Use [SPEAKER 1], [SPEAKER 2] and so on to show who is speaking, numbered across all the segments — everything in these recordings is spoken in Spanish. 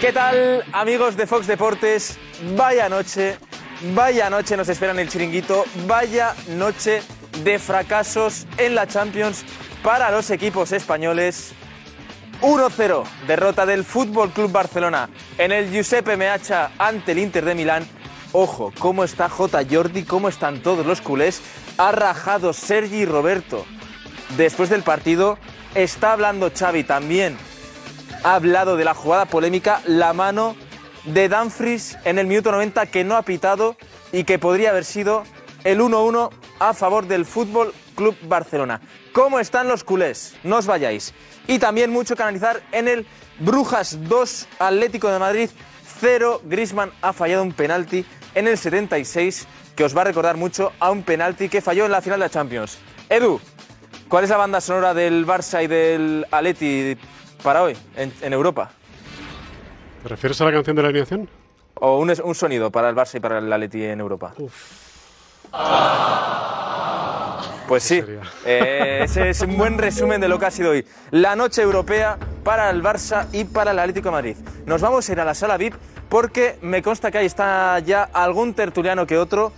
[SPEAKER 1] ¿Qué tal, amigos de Fox Deportes? Vaya noche, vaya noche nos espera en el chiringuito, vaya noche de fracasos en la Champions para los equipos españoles. 1-0, derrota del Fútbol Club Barcelona en el Giuseppe Meazza ante el Inter de Milán. Ojo, cómo está J. Jordi, cómo están todos los culés. Ha rajado Sergi Roberto. Después del partido está hablando Xavi también ha hablado de la jugada polémica, la mano de Dumfries en el minuto 90 que no ha pitado y que podría haber sido el 1-1 a favor del Fútbol Club Barcelona. ¿Cómo están los culés? No os vayáis. Y también mucho que analizar en el Brujas 2 Atlético de Madrid 0. Grisman ha fallado un penalti en el 76 que os va a recordar mucho a un penalti que falló en la final de la Champions. Edu, ¿cuál es la banda sonora del Barça y del Atleti para hoy en, en Europa?
[SPEAKER 2] ¿Te refieres a la canción de la alineación?
[SPEAKER 1] O un, es- un sonido para el Barça y para el Atleti en Europa. Pues sí, eh, ese es un buen resumen de lo que ha sido hoy. La noche europea para el Barça y para el Atlético de Madrid. Nos vamos a ir a la sala VIP porque me consta que ahí está ya algún tertuliano que otro.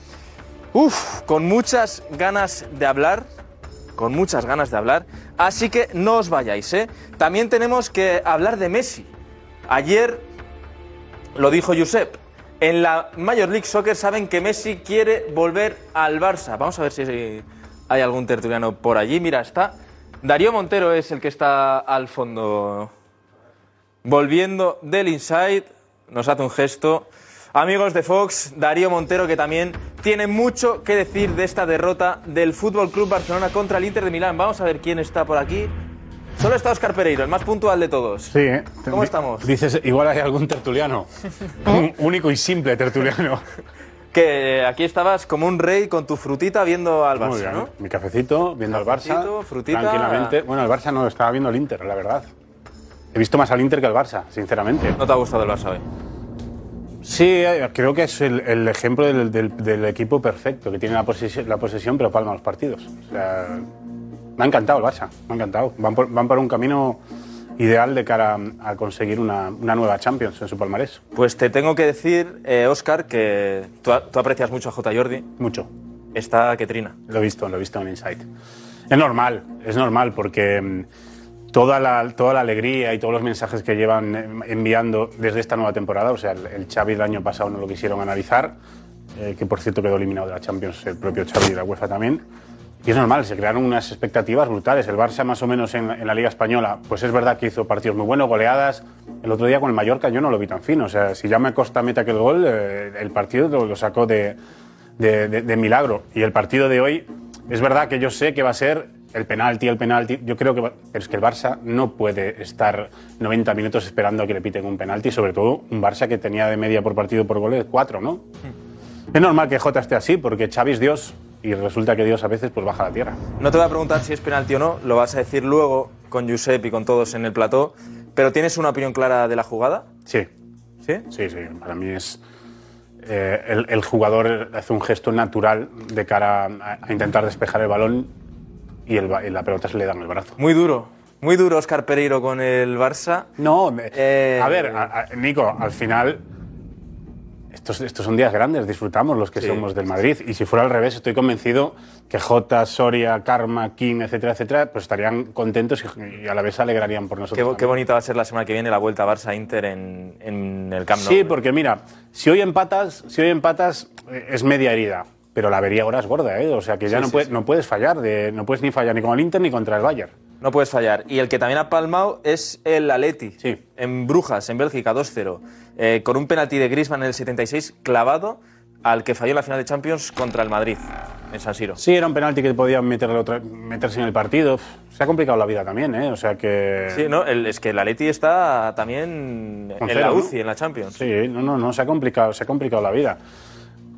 [SPEAKER 1] Uf, con muchas ganas de hablar, con muchas ganas de hablar. Así que no os vayáis, ¿eh? También tenemos que hablar de Messi. Ayer lo dijo Josep. En la Major League Soccer saben que Messi quiere volver al Barça. Vamos a ver si hay algún tertuliano por allí. Mira, está. Darío Montero es el que está al fondo. Volviendo del inside, nos hace un gesto. Amigos de Fox, Darío Montero, que también tiene mucho que decir de esta derrota del Fútbol Club Barcelona contra el Inter de Milán. Vamos a ver quién está por aquí. Solo está Oscar Pereiro, el más puntual de todos.
[SPEAKER 3] Sí, ¿eh?
[SPEAKER 1] ¿Cómo estamos?
[SPEAKER 3] Dices, igual hay algún tertuliano. Un único y simple tertuliano.
[SPEAKER 1] Que aquí estabas como un rey con tu frutita viendo al
[SPEAKER 3] Muy
[SPEAKER 1] Barça,
[SPEAKER 3] bien.
[SPEAKER 1] ¿no?
[SPEAKER 3] Mi cafecito, viendo al
[SPEAKER 1] Cafecito,
[SPEAKER 3] Barça.
[SPEAKER 1] frutita.
[SPEAKER 3] Tranquilamente. Bueno, el Barça no lo estaba viendo el Inter, la verdad. He visto más al Inter que al Barça, sinceramente.
[SPEAKER 1] ¿No te ha gustado el Barça hoy?
[SPEAKER 3] Sí, eh, creo que es el, el ejemplo del, del- del equipo perfecto, que tiene la posesión, la posesión pero palma los partidos. O sea, me ha encantado el Barça, me ha encantado. Van por, van por un camino ideal de cara a, a conseguir una, una nueva Champions en su palmarés.
[SPEAKER 1] Pues te tengo que decir, Oscar, que tú, a- tú aprecias mucho a J. Jordi.
[SPEAKER 3] Mucho.
[SPEAKER 1] Está que trina.
[SPEAKER 3] Lo he visto, lo he visto en Insight. Es normal, es normal, porque mm, toda la, toda la alegría y todos los mensajes que llevan em, enviando desde esta nueva temporada, o sea, el, el Xavi del año pasado no lo quisieron analizar, eh, que por cierto quedó eliminado de la Champions el propio Xavi de la UEFA también. Y es normal, se crearon unas expectativas brutales. El Barça, más o menos en, en la Liga Española, pues es verdad que hizo partidos muy buenos, goleadas. El otro día con el Mallorca yo no lo vi tan fino. O sea, si ya me Costa mete aquel gol, eh, el partido lo- lo sacó de, de, de- de milagro. Y el partido de hoy, es verdad que yo sé que va a ser el penalti, el penalti. Yo creo que. va- pero es que el Barça no puede estar 90 minutos esperando a que le piten un penalti, sobre todo un Barça que tenía de media por partido por goles 4, ¿no? Es normal que Jota esté así, porque Xavi es Dios y resulta que Dios a veces pues baja a la tierra.
[SPEAKER 1] No te voy a preguntar si es penalti o no, lo vas a decir luego con Josep y con todos en el plató. Pero ¿tienes una opinión clara de la jugada?
[SPEAKER 3] Sí.
[SPEAKER 1] ¿Sí?
[SPEAKER 3] Sí, sí. Para mí es. eh, el, el jugador hace un gesto natural de cara a, a intentar despejar el balón y, el, ba- y la pelota se le da en el brazo.
[SPEAKER 1] Muy duro. Muy duro Oscar Pereiro con el Barça. Eh,
[SPEAKER 3] No, me- a ver, a- a- Nico, al final estos, estos son días grandes, disfrutamos los que
[SPEAKER 1] Sí.
[SPEAKER 3] somos del Madrid. Y si fuera al revés, estoy convencido que Jota, Soria, Karma, Kim, etcétera, etcétera, pues estarían contentos y, y a la vez se alegrarían por
[SPEAKER 1] Qué,
[SPEAKER 3] nosotros.
[SPEAKER 1] bo- qué bonita va a ser la semana que viene la vuelta Barça-Inter en, en el Camp Nou.
[SPEAKER 3] Sí, porque mira, si hoy empatas, si hoy empatas eh, es media herida, pero la avería ahora es gorda, ¿eh? O sea que ya
[SPEAKER 1] Sí,
[SPEAKER 3] no,
[SPEAKER 1] sí,
[SPEAKER 3] puedes,
[SPEAKER 1] sí.
[SPEAKER 3] no puedes fallar, de- no puedes ni fallar ni con el Inter ni contra el Bayern.
[SPEAKER 1] No puedes fallar. Y el que también ha palmado es el Aleti. En Brujas, en Bélgica, 2-0. eh, con un penalti de Griezmann en el 76 clavado al que falló en la final de Champions contra el Madrid. en San Siro.
[SPEAKER 3] Sí, era un penalti que podían meterle otra- meterse en el partido. Se ha complicado la vida también, ¿eh? O sea que.
[SPEAKER 1] Sí, ¿no? El- es que el Atleti está también
[SPEAKER 3] Con
[SPEAKER 1] en
[SPEAKER 3] cero,
[SPEAKER 1] la
[SPEAKER 3] ¿no?
[SPEAKER 1] UCI, en la Champions.
[SPEAKER 3] Sí, no, no, no, se ha complicado, se ha complicado la vida.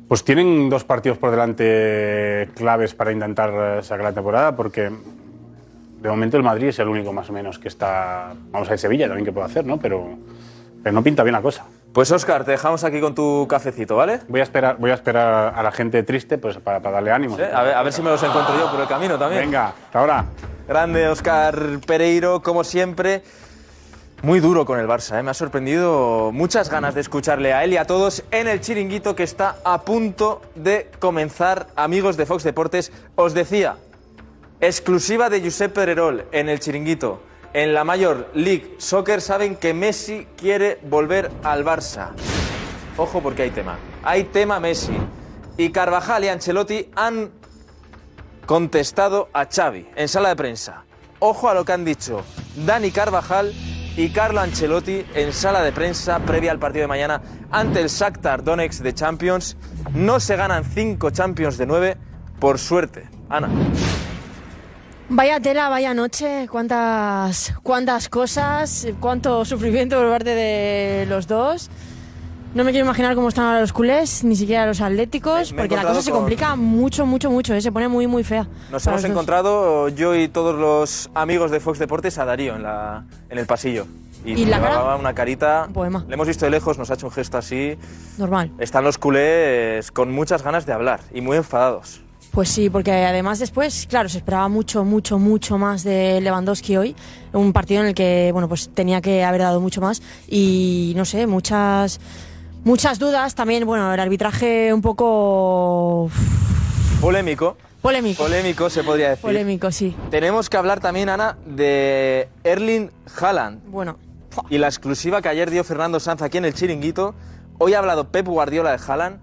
[SPEAKER 3] Pues tienen dos partidos por delante claves para intentar eh, sacar la temporada, porque de momento el Madrid es el único más o menos que está. Vamos a ver Sevilla también que puede hacer, ¿no? Pero, pero no pinta bien la cosa.
[SPEAKER 1] Pues Oscar, te dejamos aquí con tu cafecito, ¿vale?
[SPEAKER 3] Voy a esperar, voy a esperar a la gente triste pues, para, para darle ánimo.
[SPEAKER 1] Sí, Eh, A ver, a ver si me los encuentro yo por el camino también.
[SPEAKER 3] Venga, hasta ahora.
[SPEAKER 1] Grande Oscar Pereiro, como siempre. Muy duro con el Barça, ¿eh? me ha sorprendido muchas ganas de escucharle a él y a todos en el chiringuito que está a punto de comenzar. Amigos de Fox Deportes, os decía, exclusiva de Josep Pererol en el chiringuito. En la Major League Soccer saben que Messi quiere volver al Barça. Ojo porque hay tema. Hay tema Messi. Y Carvajal y Ancelotti han contestado a Xavi en sala de prensa. Ojo a lo que han dicho Dani Carvajal y Carlo Ancelotti en sala de prensa previa al partido de mañana ante el Shakhtar Donetsk de Champions. No se ganan 5 Champions de 9 por suerte. Ana.
[SPEAKER 4] Vaya tela, vaya noche, cuántas, cuántas cosas, cuánto sufrimiento por parte de los dos. No me quiero imaginar cómo están ahora los culés, ni siquiera los atléticos,
[SPEAKER 1] Me- me he
[SPEAKER 4] porque la cosa
[SPEAKER 1] encontrado
[SPEAKER 4] se
[SPEAKER 1] con-
[SPEAKER 4] complica mucho, mucho, mucho, eh, se pone muy, muy fea.
[SPEAKER 1] Nos
[SPEAKER 4] para
[SPEAKER 1] hemos
[SPEAKER 4] los dos.
[SPEAKER 1] encontrado eh, yo y todos los amigos de Fox Deportes a Darío en, la, en el pasillo. Y,
[SPEAKER 4] ¿Y la cara?
[SPEAKER 1] llevaba una carita.
[SPEAKER 4] poema.
[SPEAKER 1] Le hemos visto de lejos, nos ha hecho un gesto así.
[SPEAKER 4] Normal.
[SPEAKER 1] Están los culés con muchas ganas de hablar y muy enfadados.
[SPEAKER 4] Pues sí, porque además después, claro, se esperaba mucho, mucho, mucho más de Lewandowski hoy. Un partido en el que, bueno, pues tenía que haber dado mucho más. Y no sé, muchas, muchas dudas. También, bueno, el arbitraje un poco
[SPEAKER 1] Polémico.
[SPEAKER 4] polémico.
[SPEAKER 1] Polémico se podría decir.
[SPEAKER 4] Polémico, sí.
[SPEAKER 1] Tenemos que hablar también, Ana, de Erling Haaland
[SPEAKER 4] Bueno,
[SPEAKER 1] y la exclusiva que ayer dio Fernando Sanz aquí en el chiringuito. Hoy ha hablado Pep Guardiola de Haaland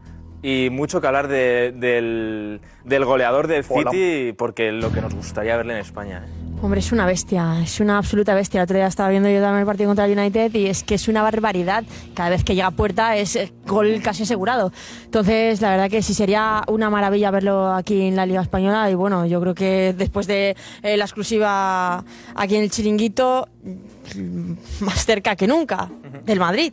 [SPEAKER 1] y mucho que hablar de- del, del goleador del
[SPEAKER 3] Hola.
[SPEAKER 1] City, porque lo que nos gustaría verle en España. ¿eh?
[SPEAKER 4] hombre, es una bestia, es una absoluta bestia. El otro día estaba viendo yo también el partido contra el United y es que es una barbaridad. Cada vez que llega a puerta es eh, gol casi asegurado. Entonces, la verdad que sí sería una maravilla verlo aquí en la Liga Española y bueno, yo creo que después de eh, la exclusiva aquí en el Chiringuito, mm, más cerca que nunca del Madrid.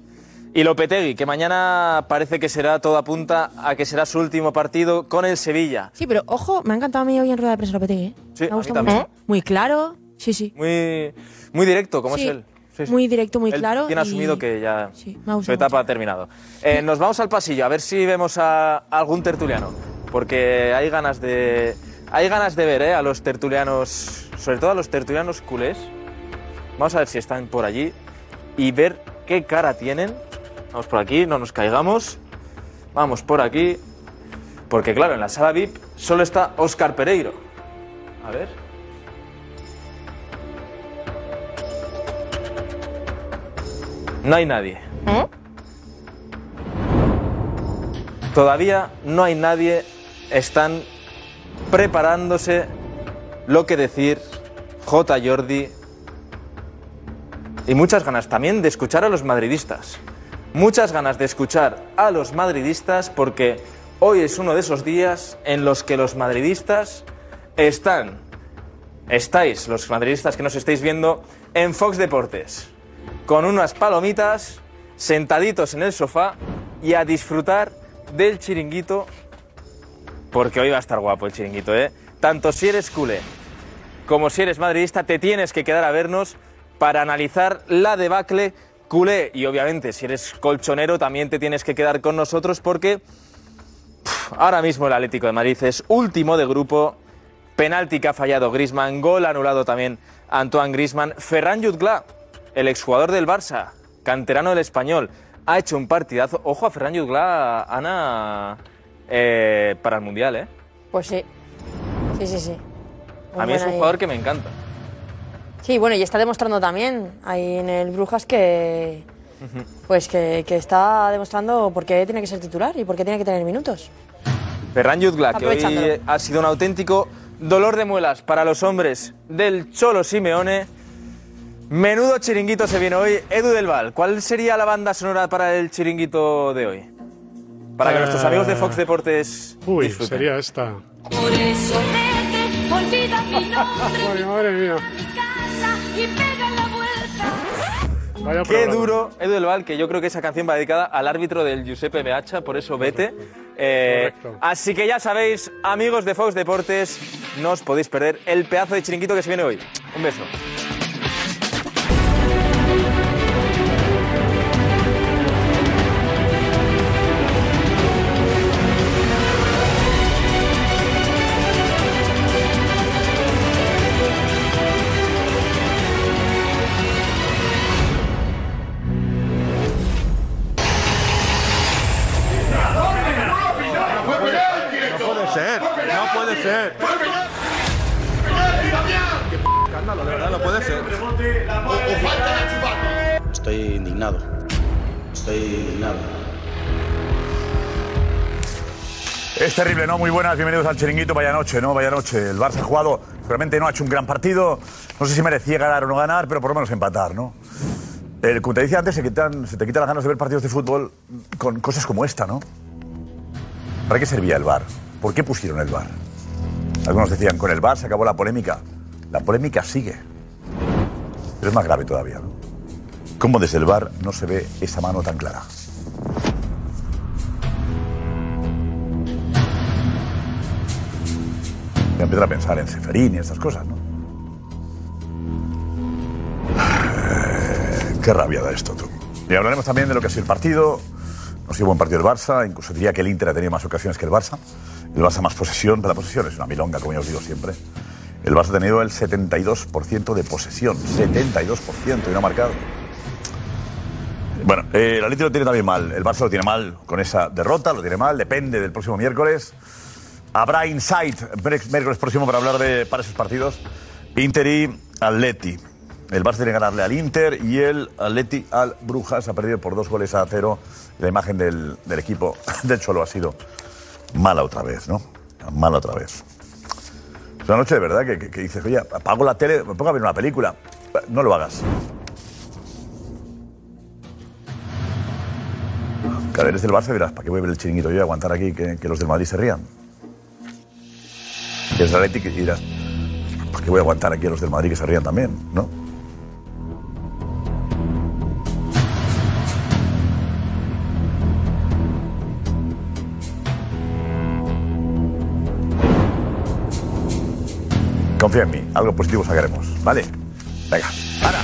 [SPEAKER 1] Y Lopetegui, que mañana parece que será todo apunta a que será su último partido con el Sevilla.
[SPEAKER 4] Sí, pero ojo, me ha encantado a mí hoy en rueda de prensa Lopetegui. ¿eh?
[SPEAKER 1] Sí,
[SPEAKER 4] me
[SPEAKER 1] a
[SPEAKER 4] ha
[SPEAKER 1] mí
[SPEAKER 4] gustado
[SPEAKER 1] también.
[SPEAKER 4] mucho. Muy claro, sí, sí.
[SPEAKER 1] Muy, muy directo, como
[SPEAKER 4] Sí,
[SPEAKER 1] es él. Sí, sí.
[SPEAKER 4] Muy directo, muy
[SPEAKER 1] Él
[SPEAKER 4] claro.
[SPEAKER 1] Tiene
[SPEAKER 4] y-
[SPEAKER 1] asumido que ya
[SPEAKER 4] Sí, me ha
[SPEAKER 1] su
[SPEAKER 4] gustado
[SPEAKER 1] etapa ha terminado. Eh, nos vamos al pasillo a ver si vemos a algún tertuliano, porque hay ganas de hay ganas de ver eh, a los tertulianos, sobre todo a los tertulianos culés. Vamos a ver si están por allí y ver qué cara tienen. Vamos por aquí, no nos caigamos. Vamos por aquí, porque claro, en la sala VIP solo está Óscar Pereiro. A ver. No hay nadie. Todavía no hay nadie. Están preparándose lo que decir J. Jordi. Y muchas ganas también de escuchar a los madridistas. Muchas ganas de escuchar a los madridistas porque hoy es uno de esos días en los que los madridistas están, estáis, los madridistas que nos estáis viendo, en Fox Deportes con unas palomitas, sentaditos en el sofá y a disfrutar del chiringuito, porque hoy va a estar guapo el chiringuito, ¿eh? Tanto si eres culé como si eres madridista, te tienes que quedar a vernos para analizar la debacle culé. Y obviamente, si eres colchonero, también te tienes que quedar con nosotros porque pf, ahora mismo el Atlético de Madrid es último de grupo. Penalti que ha fallado Grisman, gol anulado también Antoine Grisman. Ferran Jutgla, el exjugador del Barça, canterano del español, ha hecho un partidazo. Ojo a Ferran Jutgla, Ana, eh, para el Mundial, ¿eh?
[SPEAKER 5] Pues sí. Sí, sí, sí. Muy
[SPEAKER 1] A mí es
[SPEAKER 5] buena
[SPEAKER 1] un
[SPEAKER 5] ahí.
[SPEAKER 1] jugador que me encanta.
[SPEAKER 5] Sí, bueno, y está demostrando también ahí en el Brujas que. Pues que, que está demostrando por qué tiene que ser titular y por qué tiene que tener minutos.
[SPEAKER 1] Ferran Jutgla, que hoy
[SPEAKER 5] Aprovechándolo.
[SPEAKER 1] ha sido un auténtico dolor de muelas para los hombres del Cholo Simeone. Menudo chiringuito se viene hoy. Edu del Val, ¿cuál sería la banda sonora para el chiringuito de hoy? Para que nuestros amigos de Fox Deportes
[SPEAKER 2] Eh, Uy,
[SPEAKER 1] disfruten.
[SPEAKER 2] sería esta.
[SPEAKER 6] Por eso vete, olvida mi nombre,
[SPEAKER 2] Madre mía.
[SPEAKER 6] casa y pega la vuelta.
[SPEAKER 2] Vaya
[SPEAKER 1] Qué
[SPEAKER 2] programa.
[SPEAKER 1] duro, Edu del Val, que yo creo que esa canción va dedicada al árbitro del Giuseppe Meacha, por eso vete. Eh,
[SPEAKER 2] Correcto.
[SPEAKER 1] así que ya sabéis, amigos de Fox Deportes, no os podéis perder el pedazo de chiringuito que se viene hoy. Un beso.
[SPEAKER 7] Estoy indignado. Estoy indignado.
[SPEAKER 8] Es terrible, ¿no? Muy buenas, bienvenidos al chiringuito. Vaya noche, ¿no? Vaya noche. El Barça ha jugado, realmente no ha hecho un gran partido. No sé si merecía ganar o no ganar, pero por lo menos empatar, ¿no? Eh, como te decía antes, se, quitan- se te quitan las ganas de ver partidos de fútbol con cosas como esta, ¿no? ¿Para qué servía el bar? ¿Por qué pusieron el bar? Algunos decían, con el bar se acabó la polémica. La polémica sigue. Pero es más grave todavía, ¿no? ¿Cómo desde el bar no se ve esa mano tan clara? Ya empiezan a pensar en Ceferín y estas cosas, ¿no? Eh, Qué rabia da esto, tú. Y hablaremos también de lo que ha sido el partido. No ha sido buen partido el Barça, incluso diría que el Inter ha tenido más ocasiones que el Barça. El Barça más posesión, pero la posesión es una milonga, como ya os digo siempre. El Barça ha tenido el 72% de posesión, 72% y no ha marcado. Bueno, eh, el Atlético lo tiene también mal. El Barça lo tiene mal con esa derrota, lo tiene mal, depende del próximo miércoles. Habrá Insight miérc- miércoles próximo para hablar de para esos partidos. Inter y Atleti. El Barça tiene que ganarle al Inter y el Atleti al Brujas ha perdido por dos goles a cero. La imagen del, del equipo del Cholo ha sido mala otra vez, ¿no? Mala otra vez. Es una noche de verdad que, que- que dices, oye, apago la tele, me pongo a ver una película. No lo hagas. Claro, eres del Barça y dirás, ¿para qué voy a ver el chiringuito yo y aguantar aquí que, que los del Madrid se rían? Y eres del Atleti y dirás, ¿para qué voy a aguantar aquí a los del Madrid que se rían también? ¿No? Confía en mí, algo positivo sacaremos, ¿vale? Venga, para.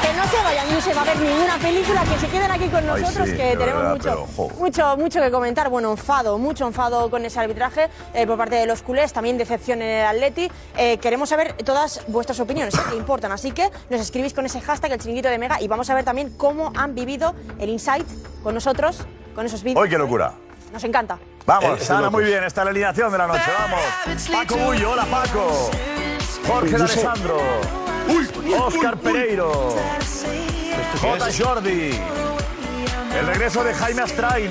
[SPEAKER 4] Que no se vayan, no se va a ver ninguna película, que se queden aquí con
[SPEAKER 8] Ay,
[SPEAKER 4] nosotros,
[SPEAKER 8] sí,
[SPEAKER 4] que
[SPEAKER 8] de
[SPEAKER 4] tenemos
[SPEAKER 8] verdad, pero,
[SPEAKER 4] mucho,
[SPEAKER 8] jo.
[SPEAKER 4] mucho, mucho que comentar. Bueno, enfado, mucho enfado con ese arbitraje eh, por parte de los culés, también decepción en el Atleti. Eh, queremos saber todas vuestras opiniones, eh, que importan. Así que nos escribís con ese hashtag, el chinguito de Mega, y vamos a ver también cómo han vivido el Insight con nosotros, con esos vídeos.
[SPEAKER 8] Hoy qué locura.
[SPEAKER 4] Nos encanta.
[SPEAKER 8] Vamos, Sara, muy bien, está la alineación de la noche, vamos. Paco Bullo, hola Paco. Jorge de Alessandro. Oscar Pereiro. J. Jordi. El regreso de Jaime Astrain.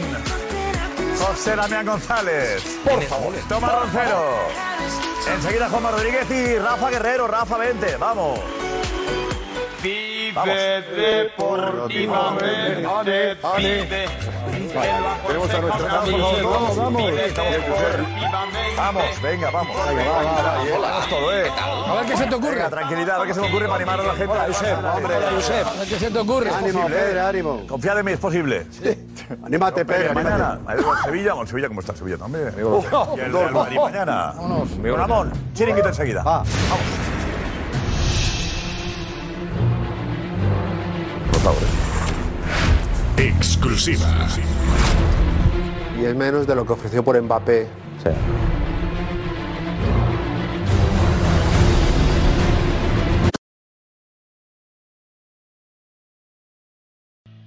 [SPEAKER 8] José Damián González. Por favor. Tomás Roncero. Enseguida Juanma Rodríguez y Rafa Guerrero. Rafa, vente, vamos. Vamos. Vamos, venga, vamos. Vamos todo, eh.
[SPEAKER 9] A ver qué se te ocurre.
[SPEAKER 8] Venga, tranquilidad, a ver qué se me ocurre para animar a la gente. Hombre,
[SPEAKER 9] A ver qué se te ocurre.
[SPEAKER 8] ánimo, ánimo. ¿eh? Confiad en mí, es posible.
[SPEAKER 7] Anímate, Pedro.
[SPEAKER 8] Mañana, Madrid, Sevilla, bueno, Sevilla, ¿cómo está Sevilla también? Y el Real Madrid mañana. Con Ramón, chiringuito enseguida. Vamos. Por favor.
[SPEAKER 10] Exclusiva.
[SPEAKER 7] Y es menos de lo que ofreció por Mbappé.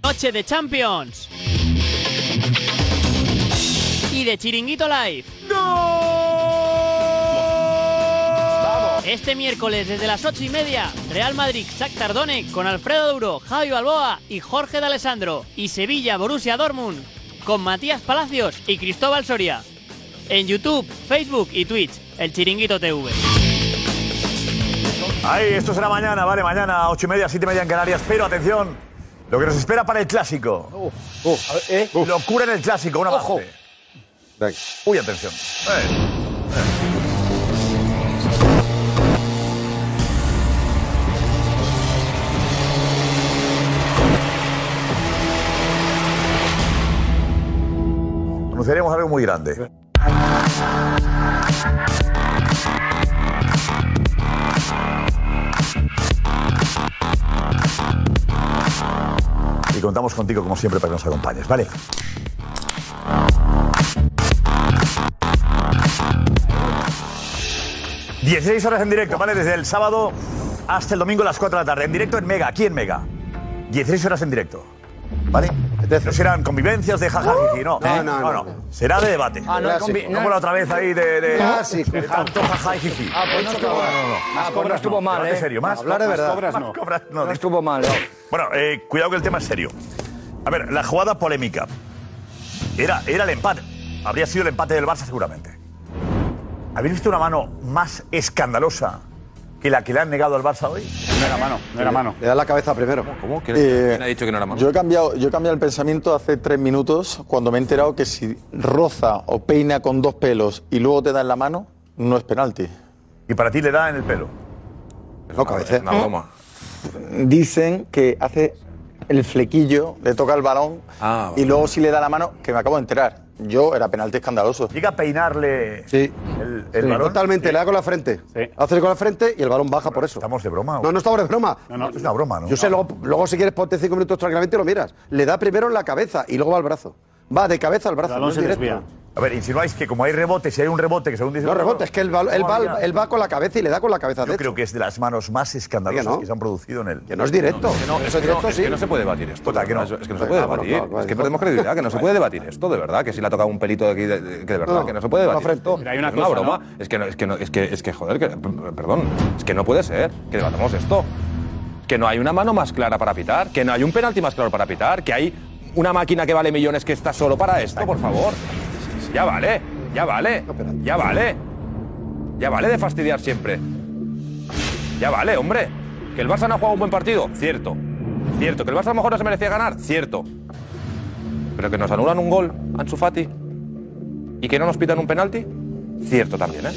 [SPEAKER 11] Noche de Champions. Y de Chiringuito Live. Este miércoles desde las 8 y media, Real Madrid, Shakhtar Donetsk con Alfredo Duro, Javi Balboa y Jorge de Alessandro. Y Sevilla, Borussia Dortmund con Matías Palacios y Cristóbal Soria. En YouTube, Facebook y Twitch, el Chiringuito TV.
[SPEAKER 8] Ahí, esto será mañana, vale, mañana, ocho y media, siete y media en Canarias, pero atención, Lo que nos espera para el clásico. Locura en el clásico, una Ojo. Uy, atención. Eh. Anunciaremos algo muy grande. Y contamos contigo, como siempre, para que nos acompañes, ¿vale? ...16 horas en directo, ¿vale? Desde el sábado hasta el domingo a las 4 de la tarde. En directo en Mega, aquí en Mega. 16 horas en directo, ¿vale? No serán convivencias de jajaja, no.
[SPEAKER 7] No, no,
[SPEAKER 8] ¿eh?
[SPEAKER 7] no,
[SPEAKER 8] Será de debate.
[SPEAKER 7] Ah, no hay convi-
[SPEAKER 8] Clásico. Como la otra vez ahí de... de
[SPEAKER 7] Clásico.
[SPEAKER 8] de tanto jajaja,
[SPEAKER 10] Ah, pues no estuvo-
[SPEAKER 12] Ah, pues
[SPEAKER 10] Más cobras estuvo mal,
[SPEAKER 8] Debate
[SPEAKER 10] ¿eh?
[SPEAKER 8] serio, más.
[SPEAKER 10] Hablar de
[SPEAKER 8] más
[SPEAKER 10] verdad.
[SPEAKER 8] cobras no.
[SPEAKER 10] Más
[SPEAKER 8] cobras no.
[SPEAKER 10] No estuvo mal.
[SPEAKER 8] Bueno, eh, cuidado que el tema es serio. A ver, la jugada polémica. Era, era el empate. Habría sido el empate del Barça seguramente. ¿Habéis visto una mano más escandalosa que la que le han negado al Barça hoy? No era mano,
[SPEAKER 3] no era mano.
[SPEAKER 12] Le da la cabeza primero.
[SPEAKER 8] ¿Cómo?
[SPEAKER 12] Eh,
[SPEAKER 1] dicho que no era
[SPEAKER 12] Yo he, cambiado, yo he cambiado el pensamiento hace tres minutos cuando me he enterado que si roza o peina con dos pelos y luego te da en la mano, no es penalti.
[SPEAKER 8] ¿Y para ti le da en el pelo?
[SPEAKER 12] No, cabecea. Dicen que hace el flequillo, le toca el balón
[SPEAKER 8] Ah,
[SPEAKER 12] y luego si le da la mano, que me acabo de enterar. Yo era penalti escandaloso.
[SPEAKER 8] Llega a peinarle el,
[SPEAKER 12] Sí,
[SPEAKER 8] balón.
[SPEAKER 12] Totalmente, le da con la frente. Hace con la frente y el balón baja por eso.
[SPEAKER 8] ¿Estamos de broma?
[SPEAKER 12] No, no estamos de broma.
[SPEAKER 8] No, no, es una broma, ¿no?
[SPEAKER 12] Yo sé, luego, luego si quieres ponte cinco minutos tranquilamente y lo miras. Le da primero en la cabeza y luego va al brazo. Va de cabeza al brazo. no es directo.
[SPEAKER 8] A ver, insinuáis que como hay rebote, si hay un rebote, que según dice...
[SPEAKER 12] No rebote, es que él va, él va- él va con la cabeza y le da con la cabeza.
[SPEAKER 8] Yo creo que es de las manos más escandalosas
[SPEAKER 12] Oiga, ¿no?
[SPEAKER 8] que se han producido en el.
[SPEAKER 12] Que no es directo.
[SPEAKER 8] es que no,
[SPEAKER 12] Eso es
[SPEAKER 8] es que no,
[SPEAKER 12] directo,
[SPEAKER 8] es
[SPEAKER 12] sí.
[SPEAKER 8] que no se puede debatir esto.
[SPEAKER 13] Total, que no.
[SPEAKER 8] Es que no
[SPEAKER 13] se puede
[SPEAKER 12] Ah, bueno,
[SPEAKER 13] debatir.
[SPEAKER 12] claro, claro.
[SPEAKER 13] es que perdemos credibilidad, que no se puede debatir esto, de verdad. Que si le ha tocado un pelito de aquí, de, de- que de verdad,
[SPEAKER 12] No,
[SPEAKER 13] que no se puede
[SPEAKER 12] la
[SPEAKER 13] debatir.
[SPEAKER 12] frente.
[SPEAKER 13] esto.
[SPEAKER 12] Mira, hay una
[SPEAKER 13] es una
[SPEAKER 12] cosa,
[SPEAKER 13] broma. Es, que no, es, que no, es, que, es que, joder, que- p- perdón. Es que no puede ser que debatamos esto. Que no hay una mano más clara para pitar, que no hay un penalti más claro para pitar, que hay una máquina que vale millones que está solo para esto, por favor. Ya vale, ya vale, ya vale. Ya vale de fastidiar siempre. Ya vale, hombre. Que el Barça no ha jugado un buen partido, cierto. Cierto. Que el Barça a lo mejor no se merecía ganar, cierto. Pero que nos anulan un gol, Ansu Fati, y que no nos pitan un penalti, cierto también, ¿eh?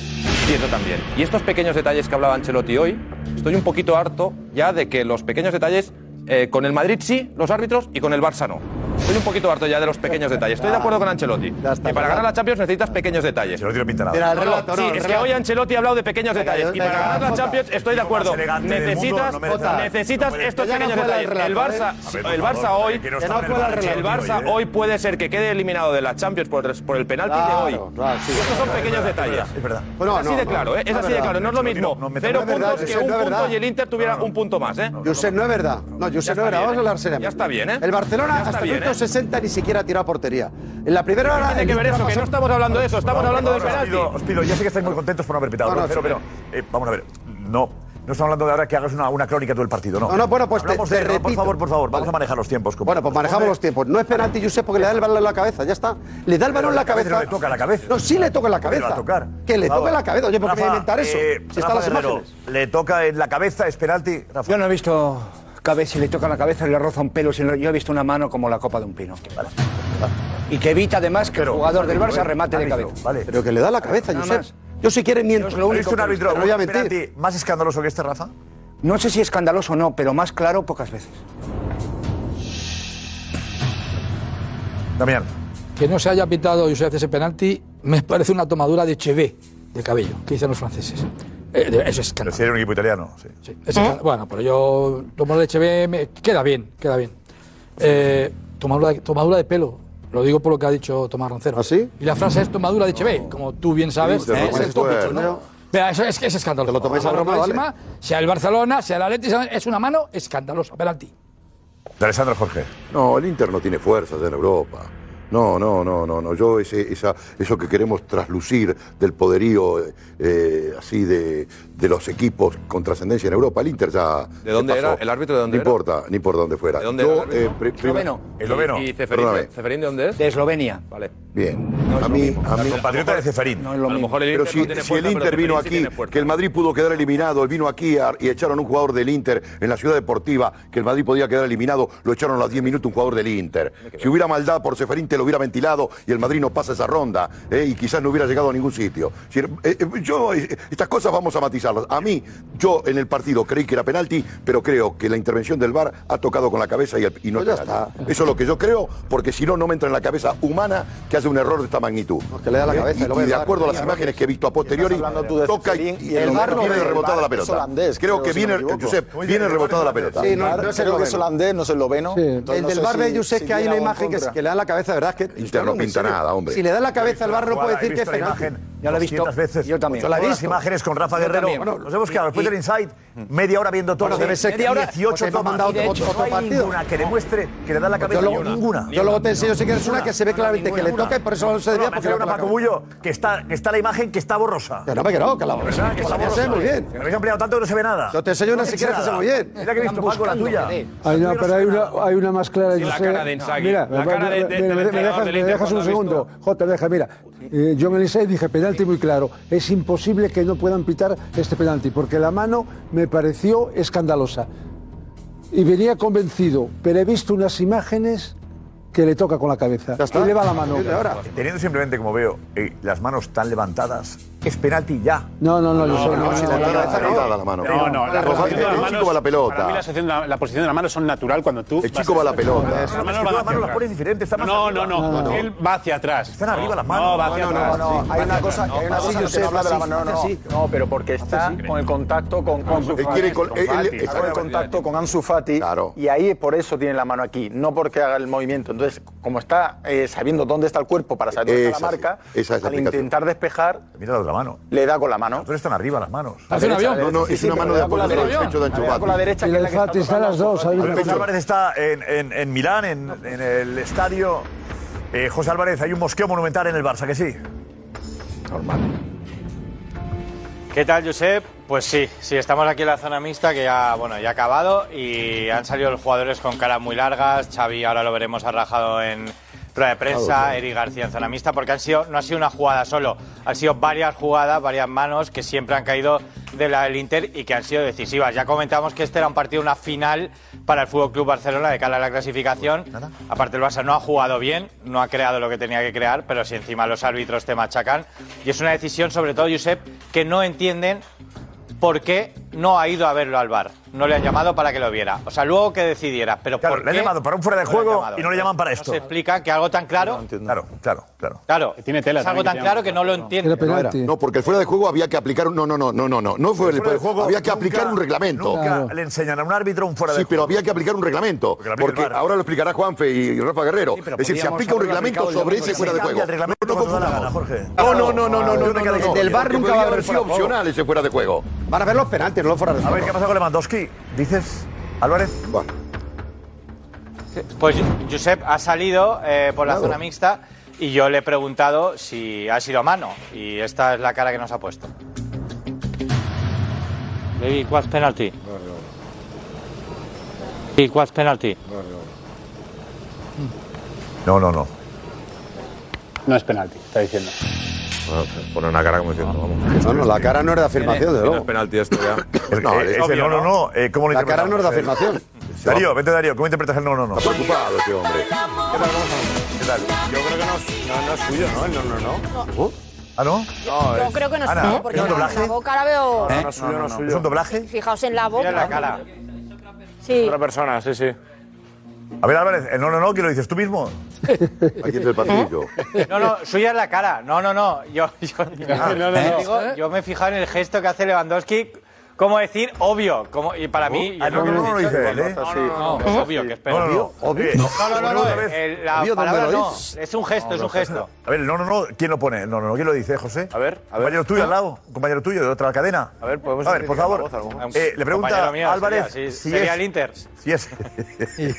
[SPEAKER 13] Cierto también. Y estos pequeños detalles que hablaba Ancelotti hoy, estoy un poquito harto ya de que los pequeños detalles eh, con el Madrid sí, los árbitros, y con el Barça no. Estoy un poquito harto ya de los pequeños detalles. Estoy de acuerdo con Ancelotti. que para ganar la Champions necesitas pequeños detalles.
[SPEAKER 8] Ancelotti no pinta nada.
[SPEAKER 13] Mira,
[SPEAKER 8] Mira,
[SPEAKER 13] el
[SPEAKER 8] el
[SPEAKER 13] relato,
[SPEAKER 8] relato,
[SPEAKER 13] sí,
[SPEAKER 8] no, el
[SPEAKER 13] es que
[SPEAKER 8] relato.
[SPEAKER 13] hoy Ancelotti ha hablado de pequeños detalles. Y para
[SPEAKER 8] venga,
[SPEAKER 13] ganar la
[SPEAKER 8] Jota.
[SPEAKER 13] Champions estoy de
[SPEAKER 8] Lo más
[SPEAKER 13] acuerdo.
[SPEAKER 8] elegante del
[SPEAKER 13] Necesitas,
[SPEAKER 8] mundo, no merece nada.
[SPEAKER 13] necesitas
[SPEAKER 8] No merece-
[SPEAKER 13] estos
[SPEAKER 8] Ya no
[SPEAKER 13] pequeños
[SPEAKER 8] juega el
[SPEAKER 13] detalles. El
[SPEAKER 8] relato,
[SPEAKER 13] Barça,
[SPEAKER 8] ¿eh? A ver, por
[SPEAKER 13] el
[SPEAKER 8] favor,
[SPEAKER 13] Barça hoy,
[SPEAKER 8] que no está en el Barça
[SPEAKER 13] el
[SPEAKER 8] hoy,
[SPEAKER 13] Barça
[SPEAKER 8] ¿eh?
[SPEAKER 13] hoy puede ser que quede eliminado de la Champions por, por el penalti
[SPEAKER 12] Claro,
[SPEAKER 13] de hoy.
[SPEAKER 12] claro, sí.
[SPEAKER 13] estos son
[SPEAKER 12] Es
[SPEAKER 13] pequeños
[SPEAKER 12] verdad,
[SPEAKER 13] detalles.
[SPEAKER 12] es verdad.
[SPEAKER 13] es
[SPEAKER 12] Bueno,
[SPEAKER 13] así
[SPEAKER 12] no,
[SPEAKER 13] de
[SPEAKER 12] no,
[SPEAKER 13] claro, ¿eh?
[SPEAKER 12] no
[SPEAKER 13] es
[SPEAKER 12] es
[SPEAKER 13] así de
[SPEAKER 12] verdad.
[SPEAKER 13] claro. No es lo mismo.
[SPEAKER 12] No, no, me- no
[SPEAKER 13] Cero
[SPEAKER 12] es verdad,
[SPEAKER 13] puntos que
[SPEAKER 12] Josep,
[SPEAKER 13] un
[SPEAKER 12] no es
[SPEAKER 13] punto
[SPEAKER 12] verdad.
[SPEAKER 13] y el Inter tuviera un punto más, ¿eh?
[SPEAKER 12] Josep, no es verdad. No, Josep, no es verdad. Vamos a hablar seriamente.
[SPEAKER 13] Ya está bien, ¿eh?
[SPEAKER 12] El Barcelona
[SPEAKER 13] Ya está
[SPEAKER 12] hasta el
[SPEAKER 13] bien, ¿eh?
[SPEAKER 12] minuto 60 ni siquiera tiró a portería. En la primera hora...
[SPEAKER 13] Tiene
[SPEAKER 12] el
[SPEAKER 13] que ver
[SPEAKER 12] Inter
[SPEAKER 13] eso, que
[SPEAKER 12] pasó-
[SPEAKER 13] no estamos hablando de eso, estamos hablando del
[SPEAKER 8] Os
[SPEAKER 13] penalti.
[SPEAKER 8] pido, os pido, ya sé que estáis muy contentos por no haber pitado,
[SPEAKER 12] No, no,
[SPEAKER 8] pero,
[SPEAKER 12] sí,
[SPEAKER 8] pero, eh, vamos a ver, no. No estamos hablando de ahora que hagas una, una crónica tú del partido, ¿no?
[SPEAKER 12] No, no, bueno, pues te-
[SPEAKER 8] Hablamos
[SPEAKER 12] te
[SPEAKER 8] de- no, Por
[SPEAKER 12] repito.
[SPEAKER 8] favor, por favor, vamos a manejar los tiempos.
[SPEAKER 12] Bueno, pues manejamos los tiempos. No es penalti, Josep, porque le da el balón en la cabeza, ya está. Le da el balón en la cabeza.
[SPEAKER 8] No le toca la cabeza.
[SPEAKER 12] No, sí le toca en la
[SPEAKER 8] ¿Cómo le va
[SPEAKER 12] cabeza.
[SPEAKER 8] a tocar?
[SPEAKER 12] Que le
[SPEAKER 8] Por favor.
[SPEAKER 12] toque la cabeza. Oye, ¿por qué me voy a
[SPEAKER 8] Rafa,
[SPEAKER 12] inventar eso?
[SPEAKER 8] eh,
[SPEAKER 12] si
[SPEAKER 8] Rafa
[SPEAKER 12] están las
[SPEAKER 8] Guerrero,
[SPEAKER 12] imágenes.
[SPEAKER 8] ¿Le toca eh, en la cabeza? ¿Es penalti? Rafa.
[SPEAKER 10] Yo no he visto cabeza, si le toca la cabeza le roza un pelo, si no- yo he visto una mano como la copa de un pino. Y que evita además que el jugador del Barça remate de cabeza.
[SPEAKER 12] Pero que le da la cabeza,
[SPEAKER 10] Nada
[SPEAKER 12] Josep.
[SPEAKER 10] más.
[SPEAKER 12] Yo si quiere miento.
[SPEAKER 10] No es lo único
[SPEAKER 12] ¿Habéis visto
[SPEAKER 10] que he visto?
[SPEAKER 12] No voy a
[SPEAKER 10] ¿Un
[SPEAKER 12] mentir.
[SPEAKER 10] penalti
[SPEAKER 8] ¿Más escandaloso que este, Rafa?
[SPEAKER 10] No sé si escandaloso o no, pero más claro pocas veces.
[SPEAKER 8] Damián.
[SPEAKER 9] Que no se haya pitado Josef ese penalti me parece una tomadura de chevé de cabello, que dicen los franceses. Eh, de- eso es
[SPEAKER 8] Pero si era un equipo italiano, sí.
[SPEAKER 9] Es
[SPEAKER 12] Eh.
[SPEAKER 9] esca- Bueno, pero yo tomadura de chevé me queda bien, queda bien. Eh, tomadura, de, tomadura de pelo. Lo digo por lo que ha dicho Tomás Roncero. ¿Así? Y la frase es tomadura de chevé, como tú bien sabes.
[SPEAKER 12] Sí, te lo
[SPEAKER 9] eh,
[SPEAKER 12] tomáis
[SPEAKER 9] es esto
[SPEAKER 12] fuerte,
[SPEAKER 9] dicho, ¿no?
[SPEAKER 12] ¿no?
[SPEAKER 9] Mira, eso es que es escandaloso.
[SPEAKER 12] Te lo tomáis a
[SPEAKER 9] Una mano
[SPEAKER 12] broma,
[SPEAKER 9] clarísima, Sea el Barcelona, sea el Atleti, sea- es una mano escandalosa. Penalti.
[SPEAKER 8] De Alessandro Jorge.
[SPEAKER 14] No, el Inter no tiene fuerzas en Europa. No, no, no, no, no. Yo ese- esa, eso que queremos traslucir del poderío eh, eh, así de, de los equipos con trascendencia en Europa, el Inter ya.
[SPEAKER 13] ¿De dónde
[SPEAKER 14] se pasó.
[SPEAKER 13] era? ¿El árbitro de dónde
[SPEAKER 14] no
[SPEAKER 13] era?
[SPEAKER 14] importa, ni por dónde fuera.
[SPEAKER 13] ¿De dónde
[SPEAKER 14] Yo,
[SPEAKER 13] era el árbitro?
[SPEAKER 14] eh, pri- prim-
[SPEAKER 13] ¿Y, y Ceferín,
[SPEAKER 14] Perdóname.
[SPEAKER 13] Ceferín de dónde es?
[SPEAKER 15] De Eslovenia.
[SPEAKER 13] Vale.
[SPEAKER 14] Bien. a mí, a mí,
[SPEAKER 8] compatriota de Ceferín.
[SPEAKER 14] No
[SPEAKER 13] es lo A lo mismo. mejor el
[SPEAKER 14] pero
[SPEAKER 13] Inter
[SPEAKER 14] si,
[SPEAKER 13] no tiene
[SPEAKER 14] si
[SPEAKER 13] fuerza,
[SPEAKER 14] el
[SPEAKER 13] pero
[SPEAKER 14] Inter vino
[SPEAKER 13] Ceferín sí
[SPEAKER 14] aquí,
[SPEAKER 13] tiene fuerza.
[SPEAKER 14] que el Madrid pudo quedar eliminado, él vino aquí a- y echaron un jugador del Inter en la ciudad deportiva, que el Madrid podía quedar eliminado, lo echaron a los 10 minutos un jugador del Inter. Si hubiera maldad por Ceferín, te lo hubiera ventilado y el Madrid no pasa esa ronda ¿eh? y quizás no hubiera llegado a ningún sitio. Si- eh, eh, yo, eh, estas cosas vamos a matizarlas. A mí, yo en el partido creí que era penalti, pero creo que la intervención del VAR ha tocado con la cabeza y, el-
[SPEAKER 10] Pues
[SPEAKER 14] y no es penalti. Eso es lo que yo creo, porque si no, no me entra en la cabeza humana que hace un error de esta magnitud. Eh,
[SPEAKER 10] que le da la cabeza,
[SPEAKER 14] Y,
[SPEAKER 10] lo ve
[SPEAKER 14] y
[SPEAKER 10] el
[SPEAKER 14] de
[SPEAKER 10] VAR,
[SPEAKER 14] acuerdo a las
[SPEAKER 10] Peña,
[SPEAKER 14] imágenes que he visto a posteriori,
[SPEAKER 10] Estás hablando tú de
[SPEAKER 14] toca y,
[SPEAKER 10] Ceferín
[SPEAKER 14] y
[SPEAKER 10] y el
[SPEAKER 14] el
[SPEAKER 10] VAR lo
[SPEAKER 14] viene
[SPEAKER 10] ve, el
[SPEAKER 14] rebotada
[SPEAKER 10] VAR
[SPEAKER 14] la
[SPEAKER 10] es
[SPEAKER 14] pelota.
[SPEAKER 10] holandés,
[SPEAKER 14] creo
[SPEAKER 10] creo,
[SPEAKER 14] que
[SPEAKER 10] si no me
[SPEAKER 14] viene,
[SPEAKER 10] equivoco.
[SPEAKER 14] Josep, viene rebotada la pelota.
[SPEAKER 10] Sí, no, no es
[SPEAKER 12] creo que es
[SPEAKER 10] esloveno.
[SPEAKER 12] holandés, no es esloveno.
[SPEAKER 10] el del bar de Yusef, que hay una imagen que, es- que le dan la cabeza, de verdad que.
[SPEAKER 14] Inter no pinta nada, hombre.
[SPEAKER 10] Si le dan la cabeza al
[SPEAKER 8] la
[SPEAKER 10] bar, no puede
[SPEAKER 8] jugada,
[SPEAKER 10] decir
[SPEAKER 8] he
[SPEAKER 10] que es
[SPEAKER 8] visto la
[SPEAKER 10] penalti.
[SPEAKER 8] imagen
[SPEAKER 10] Ya lo he visto.
[SPEAKER 8] 200 veces.
[SPEAKER 10] Yo también.
[SPEAKER 8] Todas
[SPEAKER 10] Yo la he
[SPEAKER 8] las
[SPEAKER 10] visto.
[SPEAKER 8] imágenes con Rafa
[SPEAKER 10] Yo
[SPEAKER 8] Guerrero.
[SPEAKER 10] también.
[SPEAKER 8] Bueno, nos hemos quedado después
[SPEAKER 10] y-
[SPEAKER 8] del Inside, media hora viendo todo.
[SPEAKER 10] Bueno, debe ser que
[SPEAKER 8] media hora,
[SPEAKER 10] diez,
[SPEAKER 8] 18
[SPEAKER 10] porque me han
[SPEAKER 8] tomas.
[SPEAKER 10] mandado
[SPEAKER 8] Y de
[SPEAKER 10] otro-
[SPEAKER 8] hecho,
[SPEAKER 10] otro
[SPEAKER 8] no hay
[SPEAKER 10] partido.
[SPEAKER 8] ninguna que demuestre que le da la cabeza.
[SPEAKER 10] Yo luego,
[SPEAKER 8] ninguna.
[SPEAKER 10] yo luego te enseño si quieres una que se ve claramente que le toca y por eso no se
[SPEAKER 8] No,
[SPEAKER 10] debía
[SPEAKER 8] me
[SPEAKER 10] porque
[SPEAKER 8] hace
[SPEAKER 10] le
[SPEAKER 8] una
[SPEAKER 10] toca la
[SPEAKER 8] Paco
[SPEAKER 10] cabeza.
[SPEAKER 8] Bullo, que está, que está la imagen que está borrosa.
[SPEAKER 10] Que no, que no, que la borrosa.
[SPEAKER 8] ¿Verdad? Que
[SPEAKER 10] Pues
[SPEAKER 8] está
[SPEAKER 10] la borrosa
[SPEAKER 8] borrosa.
[SPEAKER 10] muy bien.
[SPEAKER 8] Me habéis ampliado tanto que no se ve nada.
[SPEAKER 10] Yo te enseño una
[SPEAKER 8] No
[SPEAKER 10] si quieres que
[SPEAKER 8] nada.
[SPEAKER 10] se ve bien.
[SPEAKER 8] Mira que he visto, Paco, la tuya.
[SPEAKER 16] Ay, no, pero hay una, hay una más clara.
[SPEAKER 8] Sí,
[SPEAKER 16] yo
[SPEAKER 8] la
[SPEAKER 16] sé.
[SPEAKER 8] cara de Inzaghi.
[SPEAKER 16] Mira,
[SPEAKER 8] La
[SPEAKER 16] me- me-
[SPEAKER 8] cara de-
[SPEAKER 16] me-
[SPEAKER 8] de- del
[SPEAKER 16] me- me
[SPEAKER 8] entrenador
[SPEAKER 16] dejas,
[SPEAKER 8] del
[SPEAKER 16] me
[SPEAKER 8] Inter
[SPEAKER 16] dejas un
[SPEAKER 8] cuando ha
[SPEAKER 16] segundo. Jota, deja, mira. Eh, yo en el 6 dije penalti muy claro. Es imposible que no puedan pitar este penalti, porque la mano me pareció escandalosa. Y venía convencido, pero he visto unas imágenes que le toca con la cabeza. Y le va la mano.
[SPEAKER 8] Teniendo simplemente, como veo, eh, las manos tan levantadas, es penalti ya.
[SPEAKER 16] No, no, no, yo soy- no, no, no, no, no.
[SPEAKER 3] No, no, la
[SPEAKER 8] Pero
[SPEAKER 3] posición de
[SPEAKER 8] el
[SPEAKER 3] las
[SPEAKER 8] chico
[SPEAKER 3] manos-
[SPEAKER 8] va la pelota.
[SPEAKER 3] para mí la sección- la, la posición de las manos son natural cuando tú. El
[SPEAKER 14] chico va la pelota.
[SPEAKER 3] Las
[SPEAKER 8] Las
[SPEAKER 3] manos van
[SPEAKER 8] manos las
[SPEAKER 3] hacia
[SPEAKER 8] manos las
[SPEAKER 3] atrás.
[SPEAKER 8] pones diferentes. está más
[SPEAKER 3] No,
[SPEAKER 8] arriba.
[SPEAKER 3] no, no, Él va hacia atrás.
[SPEAKER 8] Están arriba las
[SPEAKER 3] No,
[SPEAKER 8] manos.
[SPEAKER 3] va hacia atrás.
[SPEAKER 8] no,
[SPEAKER 3] sí.
[SPEAKER 8] hay una
[SPEAKER 12] cosa- hay una cosa que no habla de la mano, no, no, pero
[SPEAKER 14] Ah,
[SPEAKER 12] porque está con el contacto con, con Ansu
[SPEAKER 14] pues Él
[SPEAKER 12] Fati.
[SPEAKER 14] quiere col- él-
[SPEAKER 12] Fati.
[SPEAKER 14] él-
[SPEAKER 12] Está con el contacto con Ansu Fati y ahí por eso tiene la mano aquí, no porque haga el movimiento. Entonces, como está eh, sabiendo dónde está el cuerpo para saber dónde está la
[SPEAKER 14] Esa sí,
[SPEAKER 12] marca,
[SPEAKER 14] esa es la
[SPEAKER 12] al
[SPEAKER 14] aplicación.
[SPEAKER 12] intentar despejar,
[SPEAKER 8] Mira la otra mano.
[SPEAKER 12] le da con la mano.
[SPEAKER 8] Pero están arriba las manos.
[SPEAKER 12] Hace un avión.
[SPEAKER 14] No, no,
[SPEAKER 12] Sí,
[SPEAKER 14] es
[SPEAKER 12] sí,
[SPEAKER 14] una
[SPEAKER 12] pero
[SPEAKER 14] mano
[SPEAKER 12] le
[SPEAKER 14] de
[SPEAKER 12] da con la
[SPEAKER 14] acuerdo con el
[SPEAKER 12] derecha.
[SPEAKER 14] pecho de Ansu
[SPEAKER 12] Le da con la
[SPEAKER 14] Fati.
[SPEAKER 12] derecha
[SPEAKER 16] Y
[SPEAKER 12] que es
[SPEAKER 16] el
[SPEAKER 12] la que está
[SPEAKER 16] Fati está a las dos. ahí
[SPEAKER 8] Bueno,
[SPEAKER 16] me
[SPEAKER 8] José
[SPEAKER 16] acuerdo.
[SPEAKER 8] Álvarez está en, en- en Milán, en, en el estadio. Eh, José Álvarez, hay un mosqueo monumental en el Barça, que sí.
[SPEAKER 17] ¿Qué tal, Josep? Pues sí, sí, estamos aquí en la zona mixta que ya, bueno, ya ha acabado y han salido los jugadores con caras muy largas. Xavi ahora lo veremos arrajado en rueda de
[SPEAKER 18] Claro,
[SPEAKER 17] prensa,
[SPEAKER 18] claro.
[SPEAKER 17] Eri García en zona mixta, porque han sido, no ha sido una jugada solo, han sido varias jugadas, varias manos que siempre han caído de la del Inter y que han sido decisivas. Ya comentamos que este era un partido, una final para el Fútbol Club Barcelona de cara a la clasificación.
[SPEAKER 8] Pues
[SPEAKER 17] Aparte el Barça no ha jugado bien, no ha creado lo que tenía que crear, pero si encima los árbitros te machacan. Y es una decisión, sobre todo, Josep, que no entienden por qué no ha ido a verlo al bar. No le han llamado para que lo viera. O sea, luego que decidieras, pero
[SPEAKER 8] Claro,
[SPEAKER 17] ¿por
[SPEAKER 8] le han
[SPEAKER 17] qué
[SPEAKER 8] llamado para un fuera de
[SPEAKER 17] no le han
[SPEAKER 8] juego
[SPEAKER 17] llamado?
[SPEAKER 8] y no le llaman Ah, para
[SPEAKER 17] No
[SPEAKER 8] esto.
[SPEAKER 17] se explica que algo tan claro,
[SPEAKER 8] Claro, claro, claro.
[SPEAKER 17] claro,
[SPEAKER 8] tiene tela
[SPEAKER 17] es algo
[SPEAKER 8] también
[SPEAKER 17] tan claro
[SPEAKER 8] que
[SPEAKER 17] que no lo entiende.
[SPEAKER 14] No, era. no, porque el fuera de juego había que aplicar un. No, no, no, no, no, no. No fue el fuera de juego. Había que aplicar un reglamento.
[SPEAKER 8] Nunca le enseñan a un árbitro un fuera de
[SPEAKER 14] Sí, pero
[SPEAKER 8] juego.
[SPEAKER 14] había que aplicar un reglamento.
[SPEAKER 8] aplica
[SPEAKER 14] Porque
[SPEAKER 8] el VAR.
[SPEAKER 14] ahora lo explicará Juanfe y Rafa Guerrero.
[SPEAKER 8] Sí,
[SPEAKER 14] es
[SPEAKER 8] pero
[SPEAKER 14] decir, se
[SPEAKER 8] podíamos
[SPEAKER 14] aplica un
[SPEAKER 8] haberlo
[SPEAKER 14] reglamento
[SPEAKER 8] aplicado el
[SPEAKER 14] sobre
[SPEAKER 8] domingo.
[SPEAKER 14] ese fuera de
[SPEAKER 8] Se
[SPEAKER 14] juego.
[SPEAKER 8] cambia el reglamento
[SPEAKER 14] No
[SPEAKER 8] cuando da la
[SPEAKER 14] confundamos.
[SPEAKER 8] gana, Jorge.
[SPEAKER 14] No, no, no, no, no,
[SPEAKER 8] Yo
[SPEAKER 14] no,
[SPEAKER 8] me quedé
[SPEAKER 14] no, no.
[SPEAKER 8] con-
[SPEAKER 14] Del bar
[SPEAKER 8] Porque
[SPEAKER 14] nunca va
[SPEAKER 8] podía
[SPEAKER 14] a haber sido
[SPEAKER 8] fuera de juego.
[SPEAKER 14] opcional ese fuera de juego. Van a ver los penaltis, no los fuera de
[SPEAKER 8] A ver, ¿qué pasa con Lewandowski? ¿Dices, Álvarez?
[SPEAKER 17] Pues Josep ha salido eh, por la
[SPEAKER 8] Claro.
[SPEAKER 17] zona mixta y yo le he preguntado si ha sido a mano y esta es la cara que nos ha puesto. Levi, ¿cuál es penalti? ¿Y cuál es penalti?
[SPEAKER 8] No, no, no.
[SPEAKER 3] No es penalti, está diciendo.
[SPEAKER 13] Pone una cara como diciendo, vamos.
[SPEAKER 10] No, no, la cara no era de afirmación, de
[SPEAKER 13] Tiene el
[SPEAKER 10] luego.
[SPEAKER 13] penalti esto ya.
[SPEAKER 8] No,
[SPEAKER 13] Pues es
[SPEAKER 8] es el
[SPEAKER 13] obvio,
[SPEAKER 8] eh, no, no, no. eh, ¿Cómo lo
[SPEAKER 10] La cara no es de
[SPEAKER 8] interpretamos?
[SPEAKER 10] afirmación.
[SPEAKER 8] Eh, Darío, vente Darío, ¿cómo interpretas el no, no, no? Está
[SPEAKER 14] preocupado este hombre.
[SPEAKER 8] ¿Qué tal? Yo creo que no es, no, es suyo, ¿no? El no, no, no. ¿Ah, no?
[SPEAKER 4] No,
[SPEAKER 8] No,
[SPEAKER 4] creo que no es
[SPEAKER 8] Ana,
[SPEAKER 4] suyo, porque
[SPEAKER 8] ¿es
[SPEAKER 4] la,
[SPEAKER 8] un doblaje? ¿Eh?
[SPEAKER 4] la boca la veo.
[SPEAKER 8] No, no es suyo, no es suyo. ¿Es un doblaje?
[SPEAKER 4] Fijaos en la boca. Sí.
[SPEAKER 8] Otra persona, sí, sí. A ver, Álvarez, el no, no, no, que lo dices tú mismo.
[SPEAKER 14] Aquí es el patillo.
[SPEAKER 17] No, no, suya es la cara. No, no, no. Yo, yo-
[SPEAKER 14] no, no.
[SPEAKER 17] digo, yo me he fijado en el gesto que hace Lewandowski ¿Cómo decir obvio? Como, y para mí.
[SPEAKER 8] Ah, no, no, no, no lo dice él, ¿eh?
[SPEAKER 17] No, no, no, no, es obvio que espero.
[SPEAKER 8] No, no, no.
[SPEAKER 17] Eh, No, no, no, no,
[SPEAKER 8] Otra vez.
[SPEAKER 17] el- la
[SPEAKER 8] ¿Obvio dónde
[SPEAKER 17] palabra
[SPEAKER 8] lo
[SPEAKER 17] no.
[SPEAKER 8] dice?
[SPEAKER 17] Es un gesto, es un gesto.
[SPEAKER 8] A ver, no, no, no. ¿Quién lo pone? No, no, no. ¿Quién lo dice, José? A ver, a ver. Compañero tuyo al lado. Un compañero tuyo de otra cadena.
[SPEAKER 17] A ver, podemos
[SPEAKER 8] A ver,
[SPEAKER 17] identificar
[SPEAKER 8] por favor.
[SPEAKER 17] la voz, a lo mejor.
[SPEAKER 8] eh, le pregunta
[SPEAKER 17] Compañero mío,
[SPEAKER 8] Álvarez
[SPEAKER 17] sería, sí,
[SPEAKER 8] si
[SPEAKER 17] sería
[SPEAKER 8] es.
[SPEAKER 17] el Inter.
[SPEAKER 8] Si es.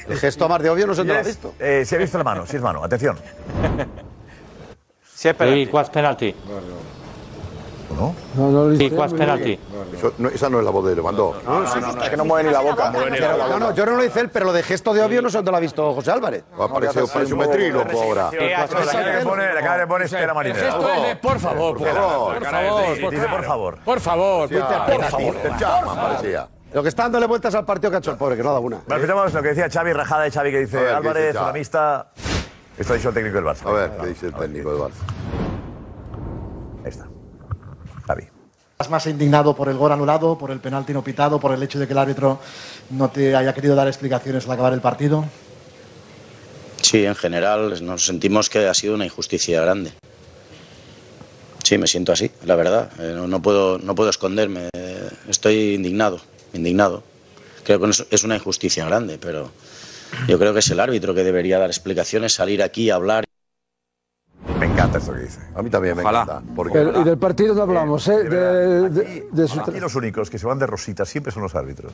[SPEAKER 17] El gesto más de obvio no se
[SPEAKER 8] Si
[SPEAKER 17] te lo ha
[SPEAKER 8] es-
[SPEAKER 17] visto.
[SPEAKER 8] Eh, si ha visto la mano, si es mano. Atención.
[SPEAKER 17] Si es
[SPEAKER 8] penalti.
[SPEAKER 17] penalti.
[SPEAKER 16] No, no lo
[SPEAKER 17] Sí, ¿cuál es penalti?
[SPEAKER 14] Eso- no, esa no es la voz de Lewandowski.
[SPEAKER 10] No,
[SPEAKER 14] sí.
[SPEAKER 10] que no mueve ni la boca. No, no, yo no lo hice él, pero lo de gesto de obvio no sé dónde lo ha visto José Álvarez.
[SPEAKER 14] Ah, parece, parece un metríloco ahora.
[SPEAKER 8] Eh, la cara que pone, la cara que pone Estela Marinera.
[SPEAKER 19] gesto es de, por favor, por favor, por favor, por
[SPEAKER 8] Dice, por favor.
[SPEAKER 19] Por favor,
[SPEAKER 8] Sí, ah,
[SPEAKER 19] por
[SPEAKER 8] penalti.
[SPEAKER 19] favor.
[SPEAKER 8] El Chama, parecía.
[SPEAKER 10] Lo que está dándole vueltas al partido que ha hecho el pobre, que no ha dado una.
[SPEAKER 8] Bueno, escuchamos lo que decía Xavi, rajada de Xavi que dice
[SPEAKER 10] A ver, ¿qué
[SPEAKER 8] Álvarez,
[SPEAKER 10] dice Xavi?
[SPEAKER 8] una amista. Esto ha dicho el técnico del Barça.
[SPEAKER 14] A ver, ¿qué dice el técnico del Barça?
[SPEAKER 8] Ahí está.
[SPEAKER 14] ah.
[SPEAKER 20] Estás más indignado por el gol anulado, por el penalti no pitado, por el hecho de que el árbitro no te haya querido dar explicaciones al acabar el partido.
[SPEAKER 21] Sí, en general nos sentimos que ha sido una injusticia grande. Sí, me siento así, la verdad. Eh, no, no puedo, no puedo esconderme. Eh, Estoy indignado, indignado. Creo que es- es una injusticia grande, pero yo creo que es el árbitro que debería dar explicaciones, salir aquí, hablar.
[SPEAKER 8] Me encanta esto que dice.
[SPEAKER 14] A mí también me encanta. Porque
[SPEAKER 16] Pero- y del partido no hablamos, ¿eh? De- de- de su
[SPEAKER 8] Aquí los únicos que se van de rositas siempre son los árbitros.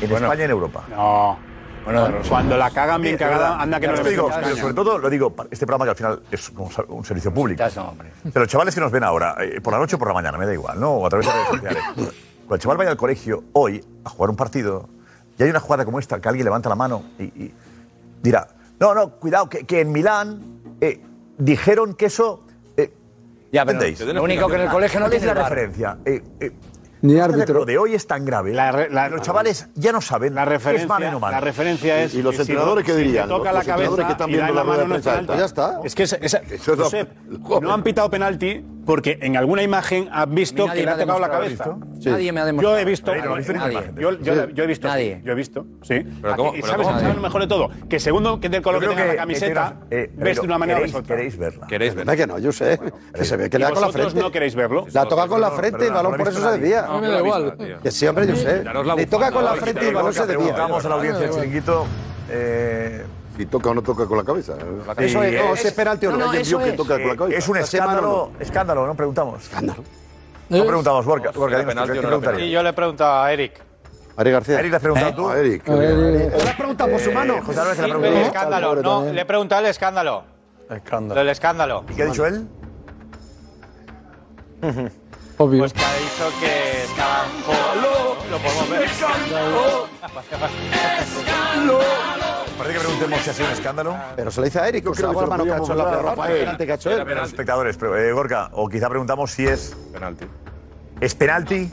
[SPEAKER 8] En España y en Europa.
[SPEAKER 3] No. Bueno, cuando la cagan bien
[SPEAKER 8] Eh,
[SPEAKER 3] cagada,
[SPEAKER 8] verdad.
[SPEAKER 3] anda que no
[SPEAKER 8] Yo
[SPEAKER 3] le
[SPEAKER 8] te digo,
[SPEAKER 3] metemos
[SPEAKER 8] pero
[SPEAKER 3] caña.
[SPEAKER 8] Sobre todo lo digo, para este programa que al final es como sa- un servicio público. Pero los chavales que nos ven ahora, eh, por la noche o por la mañana, me da igual, ¿no? O a través de redes sociales. Cuando el chaval vaya al colegio hoy a jugar un partido y hay una jugada como esta, que alguien levanta la mano y, y dirá, no, no, cuidado, que, que en Milán eh, dijeron que eso... eh,
[SPEAKER 22] Ya, pero
[SPEAKER 8] ¿entendéis?
[SPEAKER 22] lo único que en el colegio no
[SPEAKER 8] ¿Cuál es
[SPEAKER 22] tiene
[SPEAKER 8] la
[SPEAKER 22] el VAR?
[SPEAKER 8] referencia? Eh, eh,
[SPEAKER 16] Ni
[SPEAKER 8] árbitro. Lo de hoy es tan grave. que los chavales ya no saben la
[SPEAKER 3] referencia-
[SPEAKER 8] es mano y no mano.
[SPEAKER 3] la referencia es- ¿Y los
[SPEAKER 8] que si
[SPEAKER 3] entrenadores
[SPEAKER 8] no-
[SPEAKER 3] qué
[SPEAKER 8] si te
[SPEAKER 3] dirían?
[SPEAKER 8] toca
[SPEAKER 3] Los
[SPEAKER 8] la cabeza
[SPEAKER 3] entrenadores que están
[SPEAKER 8] y da
[SPEAKER 3] viendo
[SPEAKER 8] la
[SPEAKER 3] la rueda
[SPEAKER 8] mano, no
[SPEAKER 3] de
[SPEAKER 8] es
[SPEAKER 3] prensa alta.
[SPEAKER 8] penalti.
[SPEAKER 10] Ya está.
[SPEAKER 3] Es que esa- esa-
[SPEAKER 8] Eso es lo-
[SPEAKER 3] Josep, no han pitado penalti porque en alguna imagen han visto que
[SPEAKER 10] nadie
[SPEAKER 3] le
[SPEAKER 10] me
[SPEAKER 3] ha
[SPEAKER 10] ha
[SPEAKER 3] tocado la
[SPEAKER 10] demostrado
[SPEAKER 3] cabeza.
[SPEAKER 10] esto. Sí. Nadie me ha demostrado.
[SPEAKER 3] Yo he visto.
[SPEAKER 10] Nadie,
[SPEAKER 3] yo-
[SPEAKER 10] nadie.
[SPEAKER 3] Yo, yo-
[SPEAKER 10] Sí.
[SPEAKER 3] yo he visto.
[SPEAKER 10] Nadie.
[SPEAKER 3] Yo he visto. Sí.
[SPEAKER 8] Pero ¿cómo-
[SPEAKER 3] Aquí- y
[SPEAKER 8] pero
[SPEAKER 3] sabes,
[SPEAKER 8] cómo?
[SPEAKER 3] sabes lo mejor de todo. Que segundo que del color que
[SPEAKER 8] Yo
[SPEAKER 3] tenga
[SPEAKER 8] creo
[SPEAKER 3] la
[SPEAKER 8] que-
[SPEAKER 3] camiseta,
[SPEAKER 8] eh, pero-
[SPEAKER 3] ves de una manera o ves
[SPEAKER 8] queréis-
[SPEAKER 3] otra.
[SPEAKER 8] Queréis verla.
[SPEAKER 10] ¿Queréis verla? que no, yo sé. que se ve que
[SPEAKER 3] ¿Y
[SPEAKER 10] le da con la
[SPEAKER 3] vosotros
[SPEAKER 10] frente.
[SPEAKER 3] no queréis verlo?
[SPEAKER 10] La toca con la frente y el
[SPEAKER 3] Perdona,
[SPEAKER 10] balón
[SPEAKER 3] no
[SPEAKER 10] por
[SPEAKER 3] lo
[SPEAKER 10] eso
[SPEAKER 3] ha
[SPEAKER 10] se
[SPEAKER 3] visto nadie.
[SPEAKER 10] desvía.
[SPEAKER 3] No, a mí me da igual.
[SPEAKER 10] Que sí, hombre, yo sé. Le toca con la frente y el balón se desvía.
[SPEAKER 8] Vamos a la audiencia, chiringuito. Eh,
[SPEAKER 14] Si toca o no toca con la cabeza. ¿eh?
[SPEAKER 8] Eso es, no,
[SPEAKER 14] si es penalti o no. Alguien vio que toca con la cabeza.
[SPEAKER 8] Es un
[SPEAKER 14] La
[SPEAKER 10] este
[SPEAKER 14] semana
[SPEAKER 8] escándalo,
[SPEAKER 14] no.
[SPEAKER 8] escándalo, ¿no? Preguntamos. Escándalo. No preguntamos, Borja. Borja, dinos, ¿qué preguntarías?
[SPEAKER 17] Sí, yo le he preguntado a Eric.
[SPEAKER 10] Ari García.
[SPEAKER 8] Eric, ¿le has preguntado
[SPEAKER 10] ¿Eh?
[SPEAKER 8] tú?
[SPEAKER 10] Eric.
[SPEAKER 17] ¿Le has preguntado por su mano?
[SPEAKER 8] Eh, José Álvarez, ¿le has
[SPEAKER 17] el
[SPEAKER 8] preguntado?
[SPEAKER 17] escándalo,
[SPEAKER 8] Pobre
[SPEAKER 17] no,
[SPEAKER 8] también.
[SPEAKER 17] le he preguntado el escándalo. Lo del escándalo.
[SPEAKER 8] ¿Y qué ha dicho él?
[SPEAKER 16] Obvio.
[SPEAKER 17] Pues que ha dicho que estaba en juego. Lo podemos ver.
[SPEAKER 8] Parece que preguntemos si ha sido un escándalo.
[SPEAKER 10] Pero se lo dice a Eric. o sea, la mano que ha hecho la pelota, el penalti que ha hecho él.
[SPEAKER 8] Los espectadores, pero, eh, Gorka, o quizá preguntamos si es. Penalti. ¿Es penalti?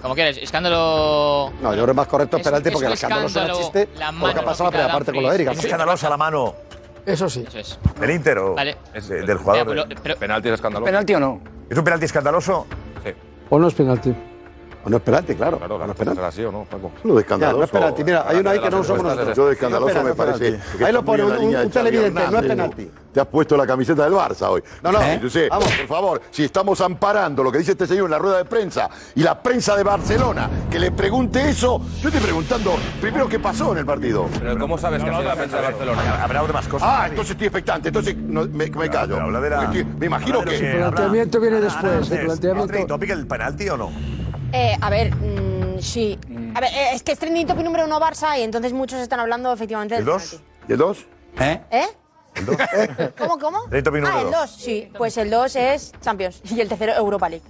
[SPEAKER 23] Como quieres, escándalo.
[SPEAKER 10] No, yo creo que más correcto es
[SPEAKER 23] Es-
[SPEAKER 10] penalti
[SPEAKER 23] es
[SPEAKER 10] porque
[SPEAKER 23] un
[SPEAKER 10] el escándalo no
[SPEAKER 23] escándalo,
[SPEAKER 10] existe.
[SPEAKER 23] la
[SPEAKER 10] Lo que ha
[SPEAKER 23] mano
[SPEAKER 10] pasado la primera
[SPEAKER 23] pitada,
[SPEAKER 10] parte con lo de Eric.
[SPEAKER 23] es
[SPEAKER 10] así.
[SPEAKER 8] Escandalosa la mano.
[SPEAKER 23] Eso sí. Eso es.
[SPEAKER 8] ¿Del Inter o
[SPEAKER 23] Vale.
[SPEAKER 8] de- del jugador?
[SPEAKER 23] Mira,
[SPEAKER 13] eh.
[SPEAKER 23] pues
[SPEAKER 8] ¿Penalti es escandaloso?
[SPEAKER 22] ¿Penalti o no?
[SPEAKER 8] ¿Es un penalti escandaloso?
[SPEAKER 16] O no es penalti.
[SPEAKER 10] O no es penalti, claro.
[SPEAKER 8] Claro,
[SPEAKER 10] No es penalti.
[SPEAKER 8] así o no, Paco.
[SPEAKER 10] Lo de escandaloso. no es penalti. Mira, hay uno ahí que no usamos nosotros.
[SPEAKER 14] Yo de escandaloso
[SPEAKER 10] No
[SPEAKER 14] me
[SPEAKER 10] es penalti, no es
[SPEAKER 14] parece.
[SPEAKER 10] penalti.
[SPEAKER 14] que
[SPEAKER 10] Ahí lo
[SPEAKER 14] está muy
[SPEAKER 10] pone
[SPEAKER 14] en la
[SPEAKER 10] un-
[SPEAKER 14] línea
[SPEAKER 10] un
[SPEAKER 14] de Xavi
[SPEAKER 10] televidente, no es
[SPEAKER 14] Hernández.
[SPEAKER 10] penalti.
[SPEAKER 14] Te has puesto la camiseta del Barça hoy.
[SPEAKER 10] No, no.
[SPEAKER 14] Sí, yo sé.
[SPEAKER 10] Vamos.
[SPEAKER 14] por favor, si estamos amparando lo que dice este señor en la rueda de prensa y la prensa de Barcelona, que le pregunte eso, yo estoy preguntando primero qué pasó en el partido.
[SPEAKER 13] Pero ¿cómo sabes que ha sido la prensa de Barcelona?
[SPEAKER 8] Habrá otras cosas.
[SPEAKER 14] Ah, entonces estoy expectante, entonces no, me, me callo. Porque estoy- me imagino que.
[SPEAKER 16] El planteamiento viene después. El planteamiento.
[SPEAKER 8] ¿Topic el penalti o no?
[SPEAKER 4] Eh, a ver, mm, sí. A ver, eh, es que es trending topic número uno Barça y entonces muchos están hablando efectivamente del
[SPEAKER 14] ¿El 2? ¿Y el 2?
[SPEAKER 22] ¿Eh?
[SPEAKER 10] Ah,
[SPEAKER 4] ¿Eh? ¿Cómo, cómo?
[SPEAKER 14] Trending topic número
[SPEAKER 4] ah, el
[SPEAKER 14] dos.
[SPEAKER 4] 2, sí. Pues el 2 es Champions y el tercero Europa League.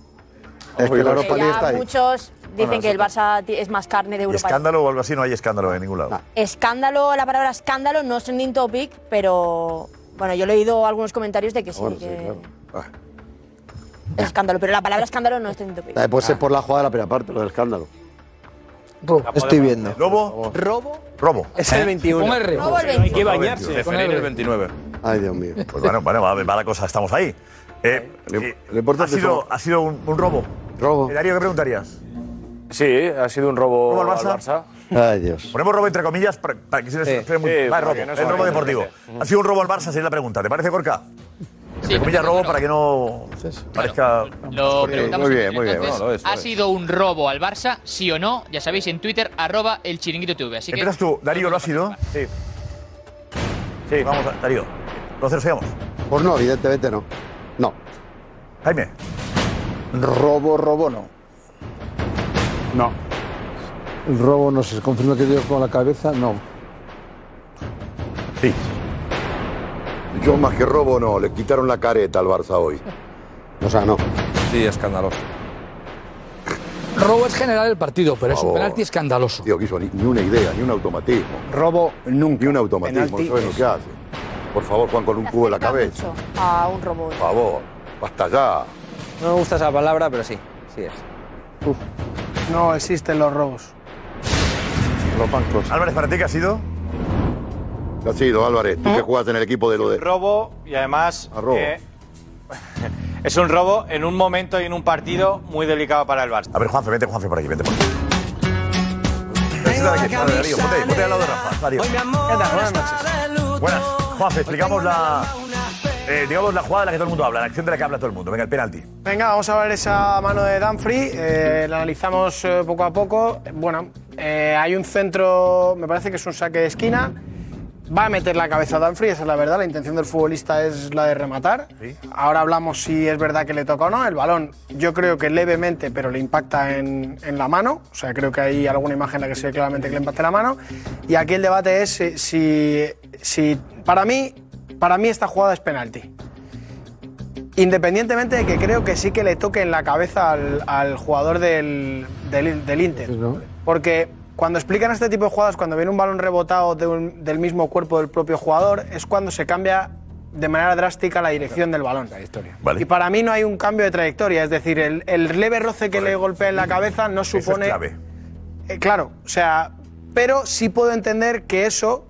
[SPEAKER 10] Es
[SPEAKER 8] Pues
[SPEAKER 10] que la Europa
[SPEAKER 4] Que
[SPEAKER 10] League
[SPEAKER 4] ya
[SPEAKER 10] está ahí.
[SPEAKER 4] muchos dicen
[SPEAKER 8] Bueno,
[SPEAKER 4] que el Barça ti- es más carne de
[SPEAKER 8] ¿Y
[SPEAKER 4] Europa League.
[SPEAKER 8] escándalo o algo así? No hay escándalo en ningún lado.
[SPEAKER 4] Escándalo, la palabra escándalo no es trending topic, pero bueno, yo he leído algunos comentarios de que sí,
[SPEAKER 8] Ah,
[SPEAKER 4] que es escándalo, pero la palabra escándalo no es trending topic.
[SPEAKER 10] Eh, Pues es por la jugada de la primera parte, lo del escándalo.
[SPEAKER 22] Estoy viendo.
[SPEAKER 8] ¿Robo?
[SPEAKER 22] ¿Robo?
[SPEAKER 8] Robo.
[SPEAKER 22] Es
[SPEAKER 10] ¿Eh?
[SPEAKER 22] el 21.
[SPEAKER 8] Con R.
[SPEAKER 4] Robo el
[SPEAKER 8] Hay que
[SPEAKER 4] 21.
[SPEAKER 8] bañarse. Preferir el
[SPEAKER 13] 29.
[SPEAKER 10] Ay, Dios mío.
[SPEAKER 8] Pues bueno, bueno, va, va la cosa, estamos ahí. Eh, eh, ha,
[SPEAKER 10] es
[SPEAKER 8] sido,
[SPEAKER 10] cómo-
[SPEAKER 8] ha sido un, un robo.
[SPEAKER 10] Robo.
[SPEAKER 8] Eh, Darío, ¿qué preguntarías?
[SPEAKER 24] Sí, ha sido un robo,
[SPEAKER 8] ¿Robo al Barça?
[SPEAKER 10] Ay, Dios.
[SPEAKER 8] Ponemos robo entre comillas para, para que se nos
[SPEAKER 10] Sí.
[SPEAKER 8] explique muy
[SPEAKER 10] Sí,
[SPEAKER 8] Vale,
[SPEAKER 10] para
[SPEAKER 8] robo,
[SPEAKER 10] que no
[SPEAKER 8] el
[SPEAKER 10] se
[SPEAKER 8] robo
[SPEAKER 10] vaya a
[SPEAKER 8] deportivo.
[SPEAKER 10] entender.
[SPEAKER 8] Ha sido un robo al Barça, sería la pregunta. ¿Te parece, Gorka?
[SPEAKER 23] Sí,
[SPEAKER 8] entre comillas, robo para que no parezca.
[SPEAKER 23] Lo
[SPEAKER 8] Porque-
[SPEAKER 23] preguntamos en Twitter, entonces,
[SPEAKER 8] No, lo es, lo
[SPEAKER 23] ¿Ha
[SPEAKER 8] es.
[SPEAKER 23] sido un robo al Barça, sí o no? Ya sabéis, en Twitter, arroba el chiringuito TV. Así que.
[SPEAKER 8] Empiezas tú, Darío, ¿lo ha sido? Sí. Sí, vamos, Darío. Lo cerceamos.
[SPEAKER 7] Pues no, evidentemente no. No.
[SPEAKER 8] Jaime.
[SPEAKER 12] Robo, robo no.
[SPEAKER 3] No.
[SPEAKER 16] El robo no se confirma que dio con la cabeza, no.
[SPEAKER 8] Eh, Sí.
[SPEAKER 14] Yo más que robo no, le quitaron la careta al Barça hoy.
[SPEAKER 7] O sea, no.
[SPEAKER 14] Sí, escandaloso.
[SPEAKER 9] Robo es general del partido, pero es un
[SPEAKER 14] favor.
[SPEAKER 9] penalti escandaloso.
[SPEAKER 14] Tío, que hizo ni, ni una idea, ni un automatismo.
[SPEAKER 10] Robo nunca.
[SPEAKER 14] Ni un automatismo,
[SPEAKER 10] Penalti
[SPEAKER 14] no sabes lo
[SPEAKER 10] es.
[SPEAKER 14] que hace. Por favor, Juan, con un cubo en la cabeza.
[SPEAKER 4] a un robot.
[SPEAKER 14] Por favor, basta ya.
[SPEAKER 25] No me gusta esa palabra, pero sí, sí es.
[SPEAKER 24] No existen los robos.
[SPEAKER 14] Los bancos.
[SPEAKER 8] Álvarez, ¿para ti qué ha sido?
[SPEAKER 14] ¿Qué ha sido, Álvarez? ¿Tú que juegas en el equipo de lo de...?
[SPEAKER 22] robo y además
[SPEAKER 14] robo.
[SPEAKER 22] eh, es un robo en un momento y en un partido muy delicado para el Barça.
[SPEAKER 8] A ver, Juanfe, vete, Juanfe, por aquí, vete por aquí. Siéntate aquí, vale, Darío, ponte, ahí, ponte al lado de Rafa. Darío.
[SPEAKER 1] ¿Qué tal? Buenas noches.
[SPEAKER 8] Buenas, Juanfe, explicamos la. eh, digamos la jugada de la que todo el mundo habla, la acción de la que habla todo el mundo. Venga, el penalti.
[SPEAKER 24] Venga, vamos a ver esa mano de Danfrey. eh, la analizamos eh, poco a poco. Bueno, eh, hay un centro, me parece que es un saque de esquina. Va a meter la cabeza a Danfrey, esa es la verdad. La intención del futbolista es la de rematar. Ahora hablamos si es verdad que le toca o no. El balón, yo creo que levemente, pero le impacta en, en la mano. O sea, creo que hay alguna imagen en la que se ve claramente que le impacta en la mano. Y aquí el debate es si- si, si para mí, para mí esta jugada es penalti. Independientemente de que creo que sí que le toque en la cabeza al, al jugador del, del, del Inter. Porque cuando explican este tipo de jugadas, cuando viene un balón rebotado de un- del mismo cuerpo del propio jugador, es cuando se cambia de manera drástica la dirección del balón. Y para mí no hay un cambio de trayectoria. Es decir, el, el leve roce que le golpea en la cabeza no
[SPEAKER 8] Eso es
[SPEAKER 24] supone.
[SPEAKER 8] clave.
[SPEAKER 24] Eh, claro, o sea, pero sí puedo entender que eso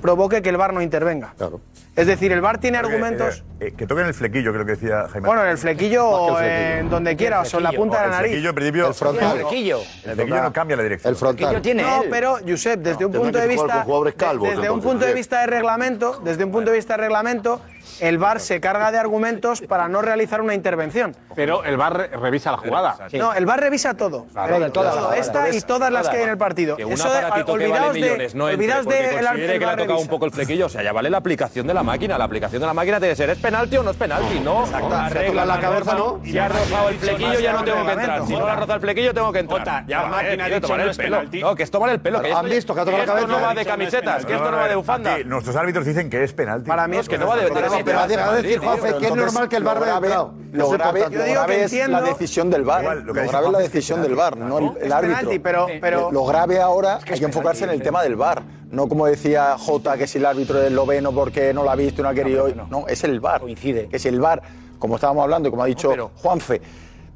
[SPEAKER 24] provoque que el VAR no intervenga.
[SPEAKER 14] Claro.
[SPEAKER 24] Es decir, el VAR tiene
[SPEAKER 8] Creo que,
[SPEAKER 24] argumentos.
[SPEAKER 8] eh, eh, que toquen el flequillo, creo que decía Jaime.
[SPEAKER 24] Bueno, en el flequillo
[SPEAKER 8] Más que
[SPEAKER 24] o
[SPEAKER 8] el flequillo.
[SPEAKER 24] en donde quiera, o sea, en la punta de la
[SPEAKER 8] El
[SPEAKER 24] nariz.
[SPEAKER 8] flequillo, en principio.
[SPEAKER 24] frontal.
[SPEAKER 8] El flequillo. El flequillo no cambia la dirección.
[SPEAKER 24] El No, pero, Josep, desde un
[SPEAKER 8] tendrán
[SPEAKER 24] punto
[SPEAKER 8] que
[SPEAKER 24] de
[SPEAKER 8] jugar
[SPEAKER 24] vista.
[SPEAKER 8] con jugadores
[SPEAKER 24] de-
[SPEAKER 8] calvos,
[SPEAKER 24] desde un
[SPEAKER 8] entonces,
[SPEAKER 24] punto de
[SPEAKER 8] Josep.
[SPEAKER 24] vista de reglamento, desde un punto de vista de reglamento, el VAR se carga de argumentos para no realizar una intervención.
[SPEAKER 17] Pero el VAR re- revisa la jugada.
[SPEAKER 24] No, el VAR revisa todo.
[SPEAKER 17] Claro,
[SPEAKER 24] Todo,
[SPEAKER 17] todas,
[SPEAKER 24] todo,
[SPEAKER 17] todas,
[SPEAKER 24] Esta y
[SPEAKER 17] todas.
[SPEAKER 24] todas las que hay en el partido. de- olvidaos de- olvidaos de el- el
[SPEAKER 13] que le
[SPEAKER 24] VAR
[SPEAKER 13] ha tocado un
[SPEAKER 24] revisa.
[SPEAKER 13] poco el flequillo. O sea, ya vale la aplicación de la máquina. La aplicación de la máquina tiene que ser, ¿es penalti o no es penalti? No, arregla
[SPEAKER 17] la cabeza, ¿no?
[SPEAKER 13] Si ha rozado el flequillo, ya no tengo que entrar. Si no la
[SPEAKER 17] Jota.
[SPEAKER 13] ha rozado el flequillo, tengo que entrar.
[SPEAKER 17] Jota,
[SPEAKER 13] Ya,
[SPEAKER 17] la
[SPEAKER 13] vale,
[SPEAKER 17] máquina ha
[SPEAKER 13] tío,
[SPEAKER 17] dicho
[SPEAKER 13] tomar
[SPEAKER 17] no
[SPEAKER 13] el
[SPEAKER 17] es
[SPEAKER 13] pelo.
[SPEAKER 17] penalti.
[SPEAKER 13] No, que es tomar el pelo.
[SPEAKER 17] Claro,
[SPEAKER 13] esto
[SPEAKER 17] han
[SPEAKER 13] ya-
[SPEAKER 17] visto que ha tocado la
[SPEAKER 13] esto
[SPEAKER 17] cabeza,
[SPEAKER 13] no va
[SPEAKER 17] han
[SPEAKER 13] de
[SPEAKER 17] dicho no es
[SPEAKER 13] camisetas, que
[SPEAKER 17] penalti.
[SPEAKER 13] esto no va de bufanda.
[SPEAKER 8] Aquí, nuestros árbitros dicen que es penalti.
[SPEAKER 24] Para mí
[SPEAKER 13] No,
[SPEAKER 24] es
[SPEAKER 13] es que
[SPEAKER 24] que
[SPEAKER 13] no va de
[SPEAKER 24] Pero
[SPEAKER 13] penalti.
[SPEAKER 24] te va a decir-
[SPEAKER 12] a decir, Juanfe, que es normal que el VAR haya entrado.
[SPEAKER 24] Lo grave- yo digo que
[SPEAKER 12] es la
[SPEAKER 24] entiendo-
[SPEAKER 12] decisión del VAR.
[SPEAKER 24] Igual,
[SPEAKER 12] lo
[SPEAKER 24] lo que ha dicho
[SPEAKER 12] grave es la
[SPEAKER 24] Juanfe es
[SPEAKER 12] decisión del VAR, no el, el
[SPEAKER 24] Es
[SPEAKER 12] árbitro. Eh,
[SPEAKER 24] penalti, pero- pero-
[SPEAKER 12] Lo grave ahora hay que enfocarse en el tema del VAR. No como decía Jota, que si el árbitro es esloveno porque no lo ha visto, no ha querido. No, es el VAR. Coincide. Que si el VAR, como estábamos hablando y como ha dicho Juanfe,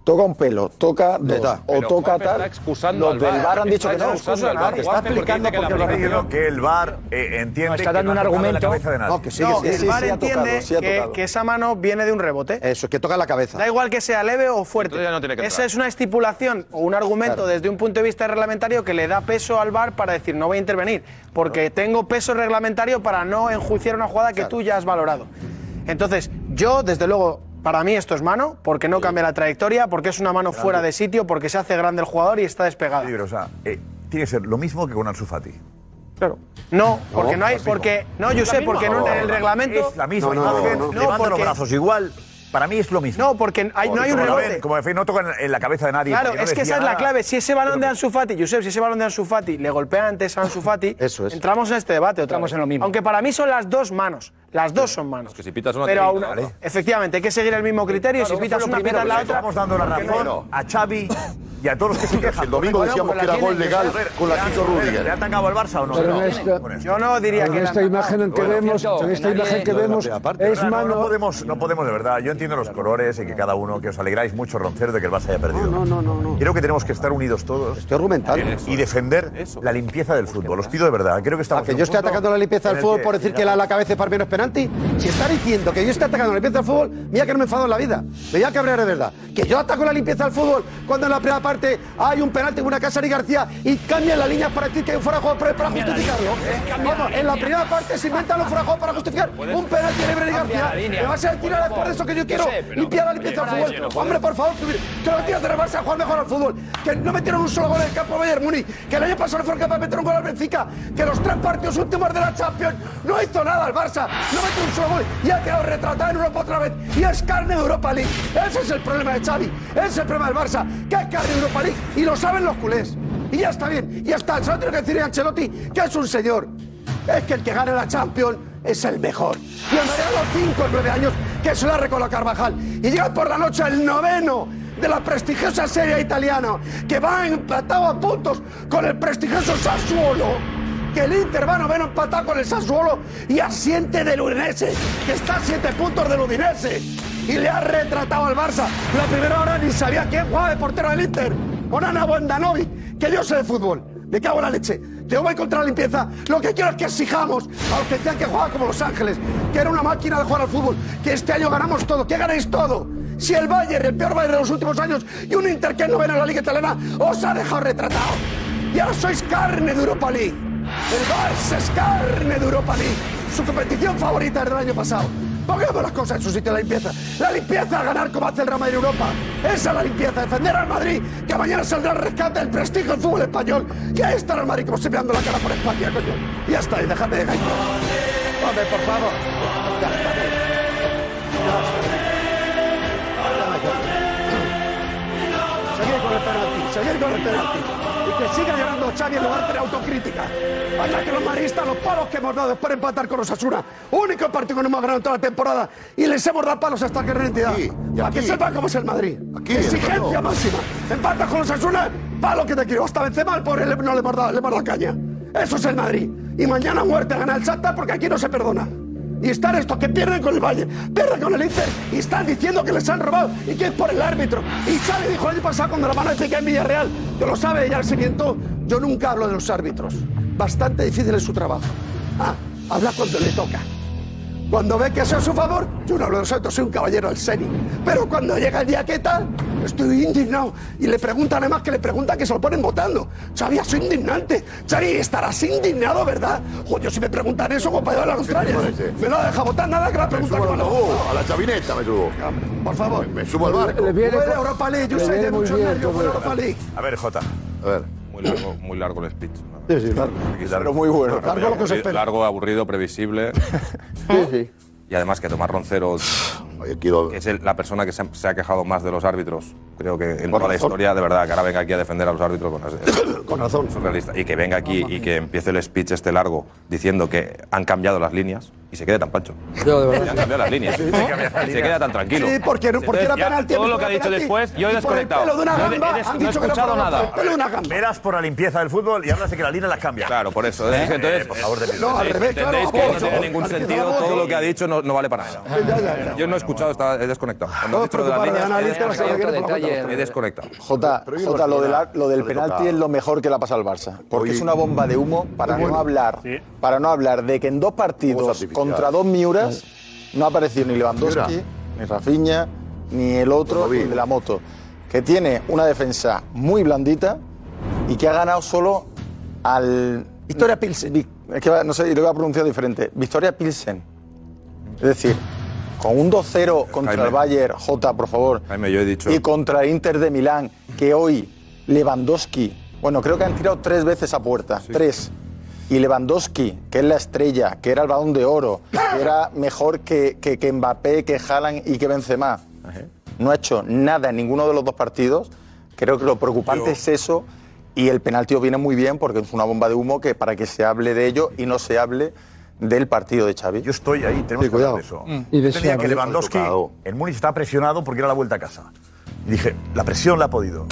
[SPEAKER 12] toca un pelo, toca dos, o
[SPEAKER 13] Pero
[SPEAKER 12] toca
[SPEAKER 13] Juanfe
[SPEAKER 12] tal.
[SPEAKER 13] está excusando
[SPEAKER 12] los
[SPEAKER 13] al
[SPEAKER 12] del
[SPEAKER 13] VAR,
[SPEAKER 12] VAr han dicho que
[SPEAKER 13] está
[SPEAKER 12] no.
[SPEAKER 13] excusando al VAR,
[SPEAKER 12] Te
[SPEAKER 13] Juanfe, porque
[SPEAKER 12] explicando
[SPEAKER 13] dice que la
[SPEAKER 12] porque lo ha
[SPEAKER 8] Creo que el VAR eh, entiende.
[SPEAKER 24] está dando
[SPEAKER 8] que
[SPEAKER 24] un
[SPEAKER 8] ha tocado
[SPEAKER 24] argumento.
[SPEAKER 8] La cabeza de nadie.
[SPEAKER 24] No, que sí, No, que sí, el sí, VAR sí ha entiende tocado, sí ha que- tocado. que esa mano viene de un rebote.
[SPEAKER 19] Eso, que toca la cabeza.
[SPEAKER 24] Da igual que sea leve o fuerte.
[SPEAKER 19] Entonces ya no tiene que
[SPEAKER 24] Esa
[SPEAKER 19] entrar.
[SPEAKER 24] es una estipulación o un argumento
[SPEAKER 19] Claro.
[SPEAKER 24] desde un punto de vista reglamentario que le da peso al VAR para decir no voy a intervenir, porque tengo peso reglamentario para no enjuiciar una jugada que tú ya has valorado. Entonces, yo, desde luego, para mí esto es mano, porque no cambia la trayectoria, porque es una mano fuera de sitio, porque se hace grande el jugador y está despegado.
[SPEAKER 8] Pero, o sea, eh, tiene que ser lo mismo que con Ansu Fati. Claro.
[SPEAKER 24] No, porque no hay- porque- no, yo sé, porque en un- en el reglamento-
[SPEAKER 8] Es la
[SPEAKER 24] No,
[SPEAKER 8] misma
[SPEAKER 24] no,
[SPEAKER 8] imagen,
[SPEAKER 24] no, no.
[SPEAKER 8] levando
[SPEAKER 24] No,
[SPEAKER 8] los
[SPEAKER 24] porque-
[SPEAKER 8] brazos igual. Para mí es lo mismo.
[SPEAKER 24] No, porque hay- no hay un
[SPEAKER 8] como lo
[SPEAKER 24] rebote.
[SPEAKER 8] ven, Como en fin, no tocan en la cabeza de nadie.
[SPEAKER 24] Claro,
[SPEAKER 8] porque no
[SPEAKER 24] es que esa
[SPEAKER 8] decía "Ah,
[SPEAKER 24] es la
[SPEAKER 8] nada.
[SPEAKER 24] clave. Si ese balón de Ansu Fati, Josep, si ese balón de Ansu Fati le golpea antes a Ansu Fati,
[SPEAKER 8] Eso es.
[SPEAKER 24] entramos en este debate. otra
[SPEAKER 8] Estamos
[SPEAKER 24] vez.
[SPEAKER 8] en lo mismo.
[SPEAKER 24] Aunque para mí son las dos manos. Las dos son manos.
[SPEAKER 13] Que si pitas una,
[SPEAKER 24] Pero
[SPEAKER 13] te
[SPEAKER 24] aún,
[SPEAKER 13] quita,
[SPEAKER 8] ¿eh?
[SPEAKER 13] ¿vale?
[SPEAKER 24] efectivamente, hay que seguir el mismo criterio.
[SPEAKER 8] Claro,
[SPEAKER 24] si pitas
[SPEAKER 8] eso
[SPEAKER 24] una,
[SPEAKER 8] es lo primero,
[SPEAKER 24] pitas la
[SPEAKER 8] que
[SPEAKER 24] otra.
[SPEAKER 8] Estamos dando la
[SPEAKER 24] porque no-
[SPEAKER 8] razón a Xavi y a todos los que se quejan.
[SPEAKER 14] El domingo
[SPEAKER 8] Bueno,
[SPEAKER 14] decíamos
[SPEAKER 8] pues
[SPEAKER 14] que era
[SPEAKER 8] tienen,
[SPEAKER 14] gol legal
[SPEAKER 8] a ver,
[SPEAKER 14] con la
[SPEAKER 8] ya,
[SPEAKER 14] Kiko
[SPEAKER 8] a ver,
[SPEAKER 14] Rüdiger.
[SPEAKER 8] ¿Le han atacado al Barça o no?
[SPEAKER 16] Pero
[SPEAKER 8] No,
[SPEAKER 16] en
[SPEAKER 8] no.
[SPEAKER 16] esta-
[SPEAKER 8] Con esto.
[SPEAKER 24] Yo no diría
[SPEAKER 16] en
[SPEAKER 24] que
[SPEAKER 16] esta
[SPEAKER 24] la-
[SPEAKER 16] imagen en que
[SPEAKER 8] Bueno,
[SPEAKER 16] vemos, en esta imagen que vemos, es
[SPEAKER 8] No, no,
[SPEAKER 16] mano.
[SPEAKER 8] No podemos, no podemos, de verdad. Yo entiendo los colores y que cada uno, que os alegráis mucho, Roncero, de que el Barça haya perdido. No, no, no. Creo que tenemos que estar unidos todos. Estoy argumentando. Y defender la limpieza del fútbol. Os pido de verdad. Creo que estamos.
[SPEAKER 19] Que yo estoy atacando la limpieza del fútbol por decir que la, la cabeza es para menos penalti. Si está diciendo que yo estoy atacando la limpieza del fútbol, mira que no me enfado en la vida. Me voy a cabrear de verdad. Que yo ataco la limpieza del fútbol cuando en la primera parte hay un penalti en una casa de García y cambian las líneas para decir que hay un fuera de juego para para
[SPEAKER 2] Cambia la
[SPEAKER 19] justificarlo.
[SPEAKER 2] línea, eh, cambia
[SPEAKER 19] Vamos,
[SPEAKER 2] la
[SPEAKER 19] en la
[SPEAKER 2] línea.
[SPEAKER 19] primera parte se inventan los fuera de juego para justificar un penalti libre
[SPEAKER 2] Cambia
[SPEAKER 19] de
[SPEAKER 2] la
[SPEAKER 19] García.
[SPEAKER 2] línea.
[SPEAKER 19] Me vas a tirar después de eso que yo quiero.
[SPEAKER 2] No sé, pero-
[SPEAKER 19] Limpiar la limpieza del
[SPEAKER 2] Para
[SPEAKER 19] fútbol.
[SPEAKER 2] ello no podemos.
[SPEAKER 19] Hombre, por favor, que que los tíos de la Barça juegan mejor al fútbol. Que no metieron un solo gol en el campo Bayern Múnich. Que el año pasado no fueron capaces de meter un gol al Benfica. Que los tres partidos últimos de la Champions no hizo nada el Barça. No metió un solo gol y ha quedado retratado en Europa otra vez. Y es carne de Europa League. Ese es el problema de Xavi. Ese es el problema del Barça. Que es carne de Europa League. Y lo saben los culés. Y ya está bien. Y ya está. Se lo tiene que decir a Ancelotti que es un señor. Es que el que gana la Champions es el mejor. Y el Mariano 5 en 9 años que se la recola Carvajal. Y llega por la noche el noveno de la prestigiosa serie italiana que va empatado a puntos con el prestigioso Sassuolo. Que el Inter va noveno empatado con el Sassuolo y asiente del Udinese, que está a siete puntos del Udinese. Y le ha retratado al Barça. La primera hora ni sabía quién jugaba de portero del Inter. Onana Bondanovic, que yo sé de fútbol. Me cago en la leche. Yo voy contra la limpieza. Lo que quiero es que exijamos a los que decían que jugaba como Los Ángeles, que era una máquina de jugar al fútbol, que este año ganamos todo, que ganéis todo. Si el Bayern, el peor Bayern de los últimos años, y un Inter que no ven a la Liga Italiana, os ha dejado retratado. Y ahora sois carne de Europa League. El Barça es carne de Europa League. Su competición favorita del año pasado. Pongamos las cosas en su sitio, la limpieza. La limpieza a ganar como hace el Real Madrid en Europa. Esa es la limpieza, defender al Madrid, que mañana saldrá al rescate del prestigio del fútbol español. Y ahí estará el Madrid como siempre dando la cara por España, coño. Y ya está, y déjame de gaito. Hombre, por favor. Ya está bien. Seguir con el penalti, seguir con el penalti. Y que siga llorando Xavi en lugar de la autocrítica. Anda que los maristas, los palos que hemos dado es para empatar con los Asura. Único partido que no hemos ganado en toda la temporada. Y les hemos dado palos hasta que identidad. Para que sepan cómo es el Madrid.
[SPEAKER 14] Aquí,
[SPEAKER 19] Exigencia
[SPEAKER 14] hermano.
[SPEAKER 19] máxima. Empatas con los Asura, palo que te quiero. Hasta vence mal, pobre, le- no le hemos dado, le hemos dado caña. Eso es el Madrid. Y mañana muerte gana el Shakhtar porque aquí no se perdona. Y están estos que pierden con el Valle, pierden con el Inter y están diciendo que les han robado y que es por el árbitro. Y Xavi dijo el año pasado cuando la mano de que en Villarreal, yo lo sabe, ya se miento, yo nunca hablo de los árbitros. Bastante difícil es su trabajo. Ah, habla cuando le toca. Cuando ve que eso es a su favor, yo no hablo de nosotros, soy un caballero del seni. Pero cuando llega el día que tal, estoy indignado. Y le preguntan, además que le preguntan que se lo ponen votando. Xavi, soy indignante. Xavi, estarás indignado, ¿verdad? Joder, si me preguntan eso, compañero de la Australia.
[SPEAKER 14] parece?
[SPEAKER 19] Me lo deja votar, nada que la pregunta que me lo-
[SPEAKER 14] uh, a la chavineta me subo.
[SPEAKER 19] Por favor.
[SPEAKER 14] Me subo al barco.
[SPEAKER 19] Le viene- Huele a Europa League, yo le sé, viene de muy muchos bien nervios, todo huele a esto. Europa League.
[SPEAKER 8] A ver, Jota.
[SPEAKER 14] A ver.
[SPEAKER 13] Muy largo, muy largo el speech.
[SPEAKER 14] Sí, sí, claro.
[SPEAKER 13] Pero
[SPEAKER 14] muy bueno.
[SPEAKER 13] Largo, aburrido, previsible. Y además que Tomás Roncero que es el- la persona que se ha, se ha quejado más de los árbitros, creo que en toda la
[SPEAKER 14] razón.
[SPEAKER 13] historia, de verdad, que ahora venga aquí a defender a los árbitros con, las-
[SPEAKER 14] Con razón.
[SPEAKER 13] surrealista. Y que venga aquí y que empiece el speech este largo diciendo que han cambiado las líneas y se quede tan pancho.
[SPEAKER 9] Yo, de
[SPEAKER 13] Que han cambiado las líneas.
[SPEAKER 19] Sí,
[SPEAKER 13] y
[SPEAKER 19] sí, cambiaron las
[SPEAKER 13] se
[SPEAKER 19] líneas.
[SPEAKER 13] queda tan tranquilo.
[SPEAKER 19] Sí, porque, porque era
[SPEAKER 13] Entonces, ya
[SPEAKER 19] penalti.
[SPEAKER 13] Todo
[SPEAKER 19] hemos
[SPEAKER 13] lo que ha
[SPEAKER 19] jugado
[SPEAKER 13] dicho
[SPEAKER 19] penalti.
[SPEAKER 13] después, yo he
[SPEAKER 19] Y por el
[SPEAKER 13] desconectado.
[SPEAKER 19] pelo de una
[SPEAKER 13] Yo he- he
[SPEAKER 19] gamba
[SPEAKER 13] des-
[SPEAKER 19] han
[SPEAKER 13] no he
[SPEAKER 19] dicho que no
[SPEAKER 13] escuchado
[SPEAKER 19] fueron
[SPEAKER 13] nada.
[SPEAKER 19] por el pelo de una gamba.
[SPEAKER 8] Veras por la limpieza del fútbol y hablas de que las líneas las cambian.
[SPEAKER 13] Claro, por eso.
[SPEAKER 8] ¿Eh?
[SPEAKER 13] ¿eh? Entonces,
[SPEAKER 8] Eh, por favor, de
[SPEAKER 19] No, al revés, claro,
[SPEAKER 13] entendéis que no
[SPEAKER 19] vamos,
[SPEAKER 13] tiene
[SPEAKER 19] vamos,
[SPEAKER 13] ningún
[SPEAKER 19] al que
[SPEAKER 13] sentido
[SPEAKER 19] vamos,
[SPEAKER 13] todo
[SPEAKER 19] sí.
[SPEAKER 13] lo que ha dicho, no, no vale para nada.
[SPEAKER 19] Ya, ya,
[SPEAKER 13] Yo no he escuchado, estaba- he desconectado. Cuando
[SPEAKER 19] Todos
[SPEAKER 13] he dicho lo de las
[SPEAKER 19] preocupados de
[SPEAKER 13] líneas, he
[SPEAKER 19] analistas,
[SPEAKER 13] desconectado.
[SPEAKER 19] la que viene por la contra.
[SPEAKER 13] he desconectado.
[SPEAKER 12] Jota,
[SPEAKER 13] Pero digo,
[SPEAKER 12] Jota, lo, de la- lo del
[SPEAKER 13] lo de
[SPEAKER 12] penalti
[SPEAKER 13] tocar.
[SPEAKER 12] es lo mejor que le ha pasado al Barça. Porque
[SPEAKER 13] Oye.
[SPEAKER 12] es una bomba de humo para
[SPEAKER 13] Muy bueno.
[SPEAKER 12] no hablar. Para no hablar de que en dos partidos contra dos Miuras no ha aparecido ni Lewandowski,
[SPEAKER 26] Miura.
[SPEAKER 12] ni Rafinha, ni el otro, ni el de la moto. Que tiene una defensa muy blandita y que ha ganado solo al. Victoria Pilsen. Es que va- no sé, lo voy a pronunciar diferente. Victoria Pilsen. Es decir, con un 2-0 contra
[SPEAKER 13] Jaime.
[SPEAKER 12] el Bayern, Jota, por favor.
[SPEAKER 13] Jaime, yo he dicho.
[SPEAKER 12] Y contra el Inter de Milán, que hoy Lewandowski, bueno, creo que han tirado tres veces a puerta, tres. Y Lewandowski, que es la estrella, que era el balón de oro, que era mejor que, que, que Mbappé, que Haaland y que Benzema, no ha hecho nada en ninguno de los dos partidos. Creo que lo preocupante es eso. Y el penalti os viene muy bien porque es una bomba de humo que para que se hable de ello y no se hable del partido de Xavi. Yo
[SPEAKER 8] estoy ahí, tenemos que hablar de eso.
[SPEAKER 12] Y de
[SPEAKER 8] Yo tenía
[SPEAKER 12] Xavi.
[SPEAKER 8] que Lewandowski, el Múnich estaba presionado porque era la vuelta a casa. Y dije, la presión la ha podido.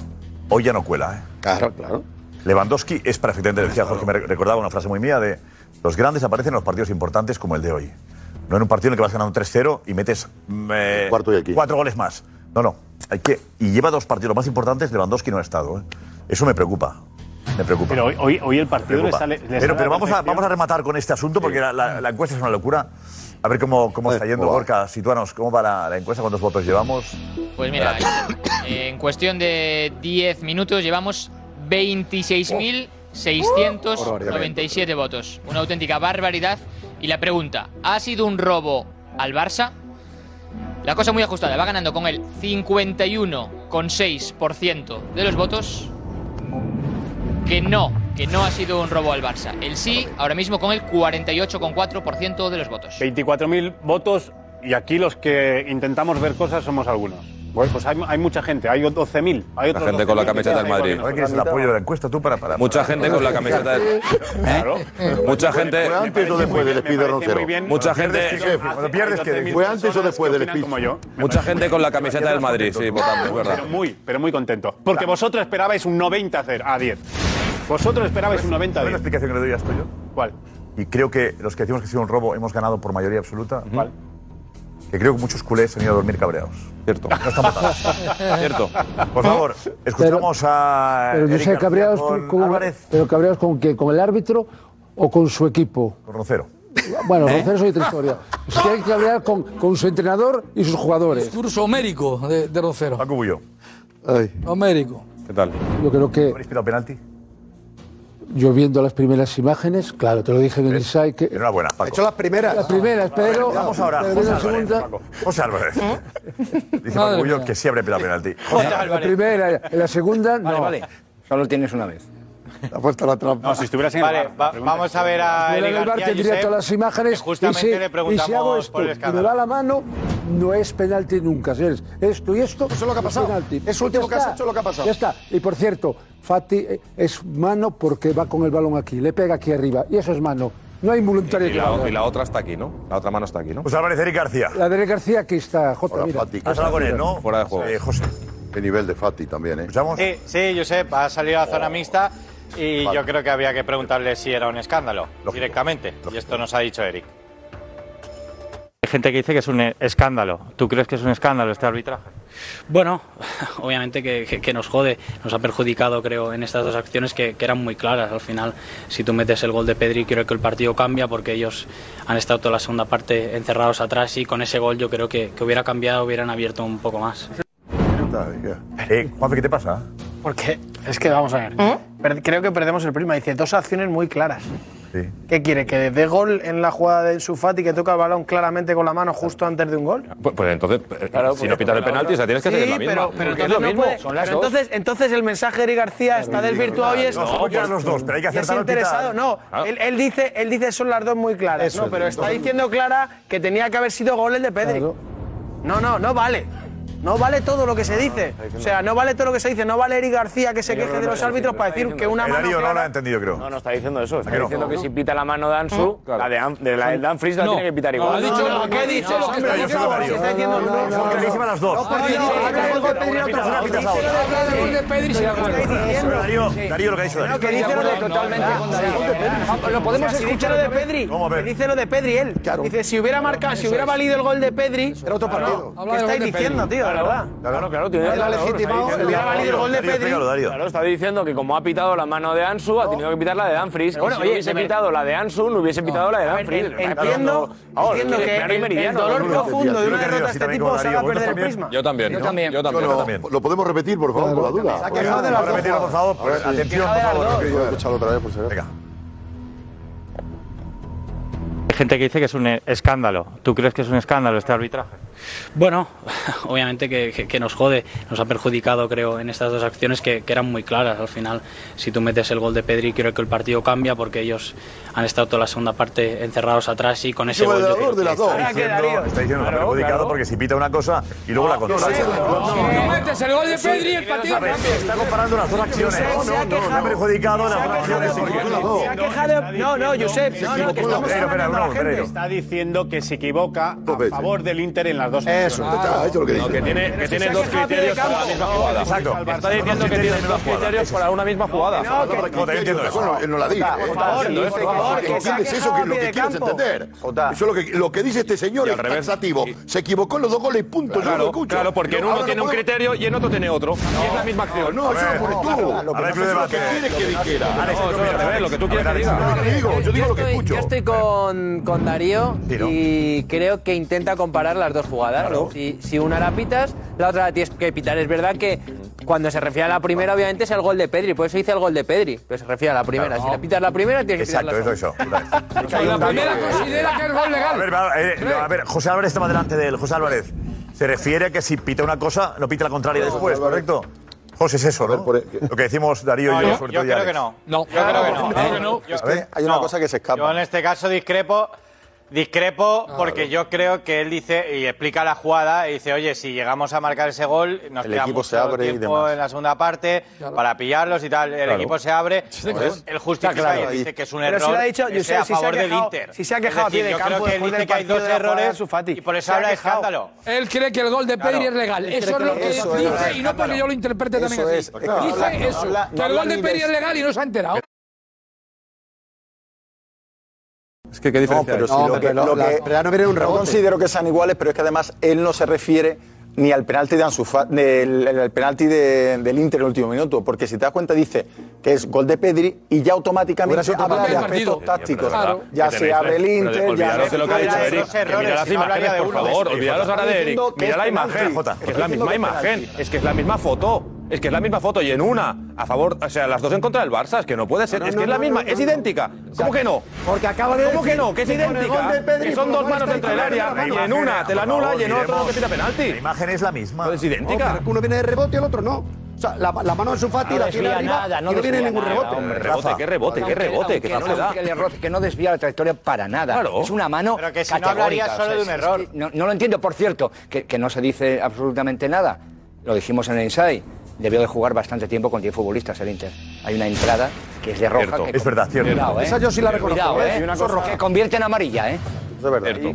[SPEAKER 8] Hoy ya no cuela, ¿eh?
[SPEAKER 12] Claro, claro.
[SPEAKER 8] Lewandowski es para efectivamente, le decía Jorge, me recordaba una frase muy mía de los grandes aparecen en los partidos importantes como el de hoy. No en un partido en el que vas ganando 3-0 y metes mm, eh, cuatro goles más. No, no. Hay que, y lleva dos partidos más importantes, Lewandowski no ha estado. ¿eh? Eso me preocupa. Me preocupa.
[SPEAKER 3] Pero hoy- hoy- hoy el partido
[SPEAKER 8] Me preocupa.
[SPEAKER 3] le sale- le
[SPEAKER 8] pero
[SPEAKER 3] sale
[SPEAKER 8] pero
[SPEAKER 3] a la
[SPEAKER 8] vamos, a,
[SPEAKER 3] perfección.
[SPEAKER 8] vamos a rematar con este asunto porque la, la- la encuesta es una locura. A ver cómo, cómo está yendo,
[SPEAKER 14] cómo va.
[SPEAKER 8] Gorka. Situanos, ¿cómo va la, la encuesta? ¿Cuántos votos llevamos?
[SPEAKER 23] Pues mira, eh, en cuestión de 10 minutos llevamos 26.697 votos. Una auténtica barbaridad. Y la pregunta, ¿ha sido un robo al Barça? La cosa muy ajustada, va ganando con el 51,6% de los votos. Que no, que no ha sido un robo al Barça. El sí, ahora mismo con el 48,4% de los votos.
[SPEAKER 3] 24.000 votos y aquí los que intentamos ver cosas somos algunos. Pues hay, hay mucha gente, hay 12.000. Hay
[SPEAKER 13] La
[SPEAKER 3] otros
[SPEAKER 13] gente con la
[SPEAKER 3] 12.000
[SPEAKER 13] camiseta del
[SPEAKER 3] que
[SPEAKER 13] Madrid.
[SPEAKER 3] igual que
[SPEAKER 8] ¿Quieres el
[SPEAKER 3] nosotros.
[SPEAKER 8] apoyo de la encuesta tú para para?
[SPEAKER 13] Mucha gente con la camiseta del.
[SPEAKER 8] Claro.
[SPEAKER 13] Mucha gente.
[SPEAKER 8] ¿Fue antes o después del
[SPEAKER 13] Me parece muy bien. Mucha gente.
[SPEAKER 8] Cuando pierdes, ¿qué?
[SPEAKER 13] ¿Fue antes o después del
[SPEAKER 3] Opinan como yo.
[SPEAKER 13] Mucha gente con la camiseta del Madrid, sí, votando, es verdad.
[SPEAKER 3] Pero muy, pero muy contento. Porque vosotros esperabais un 90 a 0, a 10. Vosotros esperabais un 90 a 10.
[SPEAKER 8] explicación que le doy a esto yo?
[SPEAKER 3] ¿Cuál?
[SPEAKER 8] Y creo que los que decimos que ha sido un robo hemos ganado por mayoría absoluta. ¿Cuál? Que creo que muchos culés se han ido a dormir cabreados.
[SPEAKER 13] Cierto.
[SPEAKER 8] No estamos tan-
[SPEAKER 13] Cierto.
[SPEAKER 8] Por favor, escuchamos a.
[SPEAKER 16] Pero no
[SPEAKER 8] Eric
[SPEAKER 16] sé,
[SPEAKER 8] García
[SPEAKER 16] cabreados
[SPEAKER 8] con
[SPEAKER 16] con,
[SPEAKER 8] Álvarez.
[SPEAKER 16] pero cabreados con qué, con el árbitro o con su equipo.
[SPEAKER 8] Con Rocero.
[SPEAKER 16] Bueno,
[SPEAKER 8] ¿Eh?
[SPEAKER 16] Rocero es otra historia. Se tiene que cabrear con, con su entrenador y sus jugadores.
[SPEAKER 9] Discurso homérico de, de Rocero.
[SPEAKER 8] Paco Bullo.
[SPEAKER 9] Homérico.
[SPEAKER 13] ¿Qué tal?
[SPEAKER 16] Yo creo que
[SPEAKER 8] ¿Habéis pitado penalti?
[SPEAKER 16] yo viendo las primeras imágenes, claro, te lo dije en el Inside que
[SPEAKER 8] Enhorabuena, Paco.
[SPEAKER 16] hecho las primeras. Las primeras, pero
[SPEAKER 8] Vamos ahora,
[SPEAKER 16] pero
[SPEAKER 8] José
[SPEAKER 16] la
[SPEAKER 8] Álvarez.
[SPEAKER 16] segunda,
[SPEAKER 8] Paco. José Álvarez. Dice Paco Bullo que sí habré pitado penalti.
[SPEAKER 16] la primera, en la segunda no.
[SPEAKER 10] Solo tienes una vez.
[SPEAKER 16] Ha puesto la trampa.
[SPEAKER 3] No, si estuvieras en el
[SPEAKER 10] Vale,
[SPEAKER 3] bar,
[SPEAKER 10] va-
[SPEAKER 3] la pregunta
[SPEAKER 10] vamos
[SPEAKER 3] es-
[SPEAKER 10] a ver a
[SPEAKER 16] Yo en el bar tendría todas las imágenes y
[SPEAKER 10] justamente
[SPEAKER 16] si, y si
[SPEAKER 10] le
[SPEAKER 16] hago
[SPEAKER 10] preguntamos
[SPEAKER 16] esto
[SPEAKER 10] por
[SPEAKER 16] y
[SPEAKER 10] el
[SPEAKER 16] me
[SPEAKER 10] escándalo.
[SPEAKER 16] da la mano, no es penalti nunca, señores. Esto y esto
[SPEAKER 7] Eso es lo que ha pasado.
[SPEAKER 16] penalti.
[SPEAKER 7] Es lo último
[SPEAKER 16] Ya
[SPEAKER 7] que has
[SPEAKER 16] está.
[SPEAKER 7] hecho, lo que ha pasado.
[SPEAKER 16] Ya está. Y por cierto, Fati eh, es mano porque va con el balón aquí, le pega aquí arriba y eso es mano. No hay
[SPEAKER 13] Y
[SPEAKER 16] involuntario.
[SPEAKER 13] la, y la otra está aquí, ¿no? La otra mano está aquí, ¿no?
[SPEAKER 8] Pues Álvarez, Eric García.
[SPEAKER 16] La de Eric García aquí está, Jota, mira.
[SPEAKER 8] Has hablado con él, ¿no?
[SPEAKER 13] Fuera de juego.
[SPEAKER 8] José.
[SPEAKER 14] Qué nivel de Fati también, ¿eh?
[SPEAKER 22] Sí, sí, Josep, ha salido
[SPEAKER 8] Oh.
[SPEAKER 22] a la zona mixta y yo creo que había que preguntarle si era un escándalo directamente. Y esto nos ha dicho Eric.
[SPEAKER 2] Hay gente que dice que es un eh, escándalo. ¿Tú crees que es un escándalo este arbitraje?
[SPEAKER 26] Bueno, obviamente que, que- que nos jode, nos ha perjudicado creo en estas dos acciones que, que eran muy claras. Al final, si tú metes el gol de Pedri, creo que el partido cambia porque ellos han estado toda la segunda parte encerrados atrás y con ese gol yo creo que, que hubiera cambiado, hubieran abierto un poco más.
[SPEAKER 8] Eh, Juanfe, ¿qué te pasa?
[SPEAKER 24] Porque es que vamos a ver.
[SPEAKER 16] ¿Mm?
[SPEAKER 24] Per- Creo que perdemos el prima. Dice dos acciones muy claras.
[SPEAKER 8] Sí.
[SPEAKER 24] ¿Qué quiere? ¿Que dé gol en la jugada de Sufati que toca el balón claramente con la mano justo antes de un gol?
[SPEAKER 13] Pues, pues entonces, eh, si no pitas el penalti, o sea, tienes que
[SPEAKER 24] sí,
[SPEAKER 13] hacer la misma.
[SPEAKER 24] pero, pero
[SPEAKER 13] porque es
[SPEAKER 24] entonces
[SPEAKER 13] lo
[SPEAKER 24] no
[SPEAKER 13] mismo.
[SPEAKER 24] puede-
[SPEAKER 13] Son las
[SPEAKER 24] pero
[SPEAKER 13] dos.
[SPEAKER 24] entonces, entonces el mensaje de Eric García está desvirtuado y es.
[SPEAKER 8] No, porque eran los dos, pero hay que
[SPEAKER 24] y es
[SPEAKER 8] acertar o quitar.
[SPEAKER 24] interesado, no.
[SPEAKER 8] Claro.
[SPEAKER 24] Él, él dice, él dice son las dos muy claras.
[SPEAKER 8] Eso
[SPEAKER 24] no,
[SPEAKER 8] es,
[SPEAKER 24] pero
[SPEAKER 8] las
[SPEAKER 24] está
[SPEAKER 8] dos.
[SPEAKER 24] diciendo Clara que tenía que haber sido gol el de Pedri. No, no, no vale. No vale todo lo que se dice. O sea, no vale todo lo que se dice. No vale Eric García que se queje de los árbitros para decir que una
[SPEAKER 8] Eh,
[SPEAKER 24] mano.
[SPEAKER 8] Darío no
[SPEAKER 24] clara-
[SPEAKER 8] lo ha entendido, creo.
[SPEAKER 6] No, no está diciendo eso. Está
[SPEAKER 8] que no?
[SPEAKER 6] diciendo que si pita la mano de Ansu, la de, Am- de la de Dan Fries la
[SPEAKER 8] No.
[SPEAKER 6] tiene que pitar
[SPEAKER 8] No,
[SPEAKER 6] igual.
[SPEAKER 8] ha dicho- No, no, ¿qué ha dicho? No, hombre, yo solo Darío. No, no, no, no. No, porque dice- Darío, Darío, lo que ha dicho Darío.
[SPEAKER 24] Que dice lo de totalmente Lo podemos
[SPEAKER 8] Si has
[SPEAKER 24] escuchar lo de Pedri. Que dice lo de Pedri él. Dice si hubiera marcado, si
[SPEAKER 8] Eso
[SPEAKER 24] hubiera
[SPEAKER 8] es.
[SPEAKER 24] valido el gol de Pedri. Era otro
[SPEAKER 8] partido. Habla
[SPEAKER 24] ¿Qué
[SPEAKER 6] del
[SPEAKER 24] estáis
[SPEAKER 6] gol de
[SPEAKER 24] diciendo,
[SPEAKER 6] Pedri.
[SPEAKER 24] tío? De
[SPEAKER 6] Claro,
[SPEAKER 24] verdad.
[SPEAKER 6] Claro, claro, tiene
[SPEAKER 24] Él ha
[SPEAKER 6] claro,
[SPEAKER 24] legitimado-
[SPEAKER 6] está diciendo-
[SPEAKER 24] Hubiera valido el gol de
[SPEAKER 6] Darío,
[SPEAKER 24] Pedri.
[SPEAKER 6] explícalo, Darío. Claro, está diciendo que como ha pitado la mano de Ansu, ha tenido que pitar la de Dan Fries.
[SPEAKER 24] Pero bueno,
[SPEAKER 6] y si
[SPEAKER 24] oye,
[SPEAKER 6] no hubiese
[SPEAKER 24] de ver-
[SPEAKER 6] pitado la de Ansu, no hubiese pitado la de Dan Fries.
[SPEAKER 24] en- entiendo- entiendo que el- el dolor profundo de una derrota de este tipo os haga perder el prisma.
[SPEAKER 13] Yo también.
[SPEAKER 6] Yo
[SPEAKER 13] ¿no?
[SPEAKER 6] también.
[SPEAKER 13] Yo también.
[SPEAKER 14] Yo no. ¿Lo podemos repetir, por favor, por la duda?
[SPEAKER 13] Se ha
[SPEAKER 8] quejado de las dos
[SPEAKER 14] Repetirlo, por favor.
[SPEAKER 8] jugadas.
[SPEAKER 14] por- Atención,
[SPEAKER 8] Se ha quejado
[SPEAKER 14] por
[SPEAKER 8] de
[SPEAKER 14] favor.
[SPEAKER 8] las
[SPEAKER 14] que
[SPEAKER 8] dos.
[SPEAKER 14] yo voy a escucharlo otra vez, por si acaso.
[SPEAKER 2] Hay gente que dice que es un eh, escándalo. ¿Tú crees que es un escándalo este arbitraje?
[SPEAKER 26] Bueno, obviamente que, que- que nos jode, nos ha perjudicado creo en estas dos acciones que, que eran muy claras. Al final, si tú metes el gol de Pedri, creo que el partido cambia porque ellos han estado toda la segunda parte encerrados atrás y con ese gol... yo creo que-
[SPEAKER 8] Está diciendo, está diciendo que está perjudicado porque si pita una cosa y luego la contraria.
[SPEAKER 9] metes el gol de Pedri, el partido cambia.
[SPEAKER 8] Está comparando las dos acciones. No, no, no, no. Ha perjudicado las dos acciones.
[SPEAKER 24] Se ha quejado. No, no, Josep. No, no, que estamos
[SPEAKER 8] Espera,
[SPEAKER 24] hablando
[SPEAKER 8] espera,
[SPEAKER 24] a la
[SPEAKER 8] no, espera.
[SPEAKER 24] gente.
[SPEAKER 8] espera.
[SPEAKER 17] Está diciendo que se equivoca a favor del Inter en la las dos.
[SPEAKER 14] Eso, está, eso es lo que dice.
[SPEAKER 17] No, que tiene- que tiene se dos ha quejado de criterios para la campo. misma No, jugada. exacto. Al Barça. Está diciendo que tiene dos criterios para una misma jugada.
[SPEAKER 14] No, que- Jota, yo Ah, entiendo eso. Él no la dice.
[SPEAKER 17] Jota,
[SPEAKER 14] ¿eh?
[SPEAKER 17] Jota, entiendo eso.
[SPEAKER 14] Que entiendes eso que es lo que quieres entender. Eso es lo que, lo que dice este señor es cansativo. Se equivocó en los dos goles y punto. yo no lo
[SPEAKER 13] Claro,
[SPEAKER 14] escucho.
[SPEAKER 13] claro, porque en
[SPEAKER 14] Ahora
[SPEAKER 13] uno
[SPEAKER 14] no
[SPEAKER 13] tiene un
[SPEAKER 14] podemos-
[SPEAKER 13] criterio y en otro tiene otro. Y es la misma acción.
[SPEAKER 14] No, eso no pones tú.
[SPEAKER 13] lo que
[SPEAKER 14] Ahora
[SPEAKER 13] no
[SPEAKER 14] hay
[SPEAKER 13] sé es
[SPEAKER 14] problema.
[SPEAKER 13] lo que
[SPEAKER 14] ¿Qué quieres que dijera?
[SPEAKER 13] No, eso no tiene que ver, lo que tú quieres que diga.
[SPEAKER 14] Yo lo que digo, yo digo lo que
[SPEAKER 11] estoy,
[SPEAKER 14] escucho.
[SPEAKER 11] yo estoy con, con Darío y creo que intenta comparar las dos jugadas. Si, si una la pitas, la otra la tienes que pitar. Es verdad que cuando se refiere a la primera, obviamente es el gol de Pedri, por eso dice el gol de Pedri, pero se refiere a la primera. Si la pitas la primera, tienes
[SPEAKER 8] Exacto,
[SPEAKER 11] que pitar la
[SPEAKER 8] eso, eso.
[SPEAKER 11] segunda.
[SPEAKER 8] La primera
[SPEAKER 11] considera que es gol
[SPEAKER 8] A ver, va, eh, no, a ver, José Álvarez está más delante de él. José Álvarez se refiere a que si pita una cosa, no pita la contraria después, ¿correcto? José, es eso, ¿no? Lo que decimos Darío y
[SPEAKER 17] No,
[SPEAKER 8] yo,
[SPEAKER 17] yo-
[SPEAKER 8] sobre
[SPEAKER 17] yo
[SPEAKER 8] todo. y
[SPEAKER 17] creo
[SPEAKER 8] Alex.
[SPEAKER 17] que no. No. creo
[SPEAKER 8] Ah,
[SPEAKER 17] que
[SPEAKER 8] por
[SPEAKER 17] no.
[SPEAKER 8] favor,
[SPEAKER 17] Yo-
[SPEAKER 8] Es que hay
[SPEAKER 17] no.
[SPEAKER 8] una cosa que se escapa.
[SPEAKER 17] Yo en este caso discrepo. Discrepo porque yo creo que él dice y explica la jugada y dice, oye, si llegamos a marcar ese gol, nos
[SPEAKER 12] El
[SPEAKER 17] queda
[SPEAKER 12] equipo
[SPEAKER 17] mucho
[SPEAKER 12] se abre y
[SPEAKER 17] tiempo
[SPEAKER 12] demás.
[SPEAKER 17] en la segunda parte para pillarlos y tal. El
[SPEAKER 12] Claro.
[SPEAKER 17] equipo se abre.
[SPEAKER 12] Sí,
[SPEAKER 17] Pues
[SPEAKER 12] claro.
[SPEAKER 17] él justifica
[SPEAKER 12] Está claro.
[SPEAKER 17] y dice que es un error.
[SPEAKER 24] Pero si lo ha dicho,
[SPEAKER 17] que
[SPEAKER 24] Josep,
[SPEAKER 17] sea a
[SPEAKER 24] si se ha
[SPEAKER 17] favor del
[SPEAKER 24] quejado-
[SPEAKER 17] Inter.
[SPEAKER 24] si se ha quejado
[SPEAKER 17] Es decir,
[SPEAKER 24] de
[SPEAKER 17] yo creo
[SPEAKER 24] campo
[SPEAKER 17] que él
[SPEAKER 24] después del
[SPEAKER 17] dice que hay
[SPEAKER 24] partido
[SPEAKER 17] dos
[SPEAKER 24] de la jugada
[SPEAKER 17] errores
[SPEAKER 24] de Ansu Fati.
[SPEAKER 17] y por
[SPEAKER 24] Se
[SPEAKER 17] eso
[SPEAKER 24] ha
[SPEAKER 17] habla de
[SPEAKER 24] quejado.
[SPEAKER 17] escándalo.
[SPEAKER 9] Él cree que el gol de Pedri
[SPEAKER 17] Claro.
[SPEAKER 9] es legal.
[SPEAKER 17] Él
[SPEAKER 9] Eso
[SPEAKER 17] cree
[SPEAKER 9] es lo
[SPEAKER 17] que
[SPEAKER 9] que
[SPEAKER 17] eso es
[SPEAKER 9] dice
[SPEAKER 17] legal.
[SPEAKER 9] y no porque yo lo interprete también
[SPEAKER 17] Eso
[SPEAKER 9] así.
[SPEAKER 17] es.
[SPEAKER 9] Dice
[SPEAKER 17] No habla- no
[SPEAKER 9] eso,
[SPEAKER 17] habla- no
[SPEAKER 9] que el
[SPEAKER 17] habla
[SPEAKER 9] gol de
[SPEAKER 17] ni
[SPEAKER 9] Pedri
[SPEAKER 17] de-
[SPEAKER 9] es legal y no se ha enterado.
[SPEAKER 13] Es que qué
[SPEAKER 12] No,
[SPEAKER 13] diferencia
[SPEAKER 12] pero
[SPEAKER 13] hay?
[SPEAKER 12] si lo que- lo que- no considero que sean iguales, pero es que además él no se refiere ni al penalti de Ansu Fa- del, el- el penalti de- del Inter en el último minuto, porque si te das cuenta dice que es gol de Pedri y ya automáticamente
[SPEAKER 22] Hubiera sido
[SPEAKER 12] habla de
[SPEAKER 22] totalmente
[SPEAKER 12] aspectos
[SPEAKER 22] partido.
[SPEAKER 12] tácticos,
[SPEAKER 22] Claro.
[SPEAKER 12] ya
[SPEAKER 22] Que
[SPEAKER 12] se
[SPEAKER 22] tenéis,
[SPEAKER 12] abre el
[SPEAKER 22] pero de-
[SPEAKER 12] Inter, ya
[SPEAKER 22] olvidaros de lo que ha dicho Eric, que mirad las imágenes, por favor,
[SPEAKER 13] Olvidaros ahora de Eric. Mira la imagen, Jota. Es la misma imagen. Es que es la misma foto. Es que es la misma foto y en una a favor, o sea, las dos en contra del Barça, es que no puede ser, es que es la misma, es idéntica. ¿Cómo que no?
[SPEAKER 19] Porque acaba de
[SPEAKER 13] ¿Cómo que
[SPEAKER 19] decir
[SPEAKER 13] no? Que es
[SPEAKER 19] que con el gol
[SPEAKER 13] idéntica.
[SPEAKER 19] de Pedri,
[SPEAKER 13] que son
[SPEAKER 19] por
[SPEAKER 13] dos
[SPEAKER 19] lo
[SPEAKER 13] manos
[SPEAKER 19] menos
[SPEAKER 13] dentro del
[SPEAKER 19] está
[SPEAKER 13] área
[SPEAKER 19] igual.
[SPEAKER 13] y en una te la anula y en otra no te pita penalti. Pues
[SPEAKER 8] La imagen es la misma.
[SPEAKER 13] Es idéntica.
[SPEAKER 19] Uno viene de rebote y Oh, el otro no. O sea, la, la mano de su
[SPEAKER 13] No
[SPEAKER 19] y la tiene
[SPEAKER 13] desvía
[SPEAKER 19] arriba
[SPEAKER 13] nada, no
[SPEAKER 19] y no tiene
[SPEAKER 13] desvía
[SPEAKER 19] ningún
[SPEAKER 13] nada,
[SPEAKER 19] rebote.
[SPEAKER 13] hombre. Rebote, qué rebote, qué rebote, qué
[SPEAKER 10] no,
[SPEAKER 13] falsedad.
[SPEAKER 10] que el error, que no desvía la trayectoria para nada.
[SPEAKER 13] Claro.
[SPEAKER 10] Es una mano
[SPEAKER 17] Pero que si no
[SPEAKER 10] categórica,
[SPEAKER 17] hablaría solo de un
[SPEAKER 10] es- es
[SPEAKER 17] error.
[SPEAKER 10] que no, no lo entiendo, por cierto, que, que no se dice absolutamente nada. Lo dijimos en el Inside. Debió de jugar bastante tiempo con 10 futbolistas el Inter. Hay una entrada que es de roja.
[SPEAKER 8] Cierto.
[SPEAKER 10] que
[SPEAKER 8] Es verdad, cierto.
[SPEAKER 10] Cuidado, ¿eh?
[SPEAKER 8] Esa yo sí la reconozco,
[SPEAKER 10] Cuidado,
[SPEAKER 8] ¿eh?
[SPEAKER 10] ¿eh?
[SPEAKER 8] Y una
[SPEAKER 10] Eso es
[SPEAKER 8] cosa-
[SPEAKER 10] roja que convierte en amarilla, ¿eh?
[SPEAKER 8] Eso es verdad.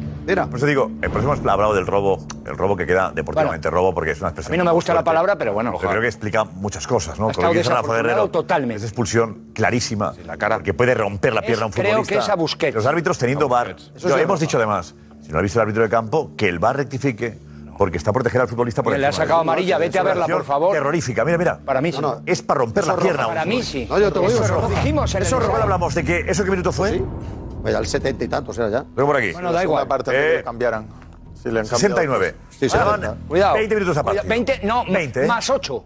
[SPEAKER 8] Por eso digo, el próximo hemos hablado del robo, el robo que queda deportivamente robo, porque es una expresión.
[SPEAKER 10] A mí no me gusta la
[SPEAKER 8] fuerte.
[SPEAKER 10] palabra, pero bueno.
[SPEAKER 8] Yo creo que explica muchas cosas, ¿no?
[SPEAKER 10] Ha
[SPEAKER 8] Con lo que
[SPEAKER 10] estado
[SPEAKER 8] hizo Rafa
[SPEAKER 10] desafortunado
[SPEAKER 8] Guerrero.
[SPEAKER 10] totalmente.
[SPEAKER 8] Es expulsión clarísima. la cara. Porque puede romper la pierna a un
[SPEAKER 10] creo
[SPEAKER 8] futbolista.
[SPEAKER 10] que es a Busquets.
[SPEAKER 8] Los árbitros teniendo bar.
[SPEAKER 10] Eso
[SPEAKER 8] Yo,
[SPEAKER 10] sí,
[SPEAKER 8] hemos
[SPEAKER 10] Rafa.
[SPEAKER 8] dicho además, si no lo ha visto el árbitro de campo, que el bar rectifique. Porque está a proteger al futbolista por
[SPEAKER 10] Le ha
[SPEAKER 8] encima de
[SPEAKER 10] sacado
[SPEAKER 8] todo.
[SPEAKER 10] amarilla,
[SPEAKER 8] Es
[SPEAKER 10] vete a
[SPEAKER 8] una
[SPEAKER 10] verla,
[SPEAKER 8] acción
[SPEAKER 10] por favor.
[SPEAKER 8] Terrorífica, mira, mira.
[SPEAKER 10] Para mí sí.
[SPEAKER 8] No, no, es para romper
[SPEAKER 10] Eso
[SPEAKER 8] la
[SPEAKER 10] es
[SPEAKER 8] pierna. a un
[SPEAKER 10] roja. Para mí
[SPEAKER 8] futbolista.
[SPEAKER 10] sí. No, yo te lo Eso digo, es eso es roja. roja. Dijimos en el
[SPEAKER 8] Eso es roja,
[SPEAKER 10] ensayo.
[SPEAKER 8] hablamos de que. ¿Eso qué minuto fue?
[SPEAKER 7] Al setenta y tantos era ya.
[SPEAKER 8] Luego por aquí.
[SPEAKER 7] Bueno, da igual.
[SPEAKER 12] Aparte
[SPEAKER 8] Eh,
[SPEAKER 12] de que le cambiaran. Si le han cambiado,
[SPEAKER 8] 69.
[SPEAKER 12] pues-
[SPEAKER 8] Sí, sí, Quedaban
[SPEAKER 12] Cuidado.
[SPEAKER 8] 20 minutos a partido.
[SPEAKER 10] Cuidado, 20, no,
[SPEAKER 8] 20, ¿eh?
[SPEAKER 10] más 8.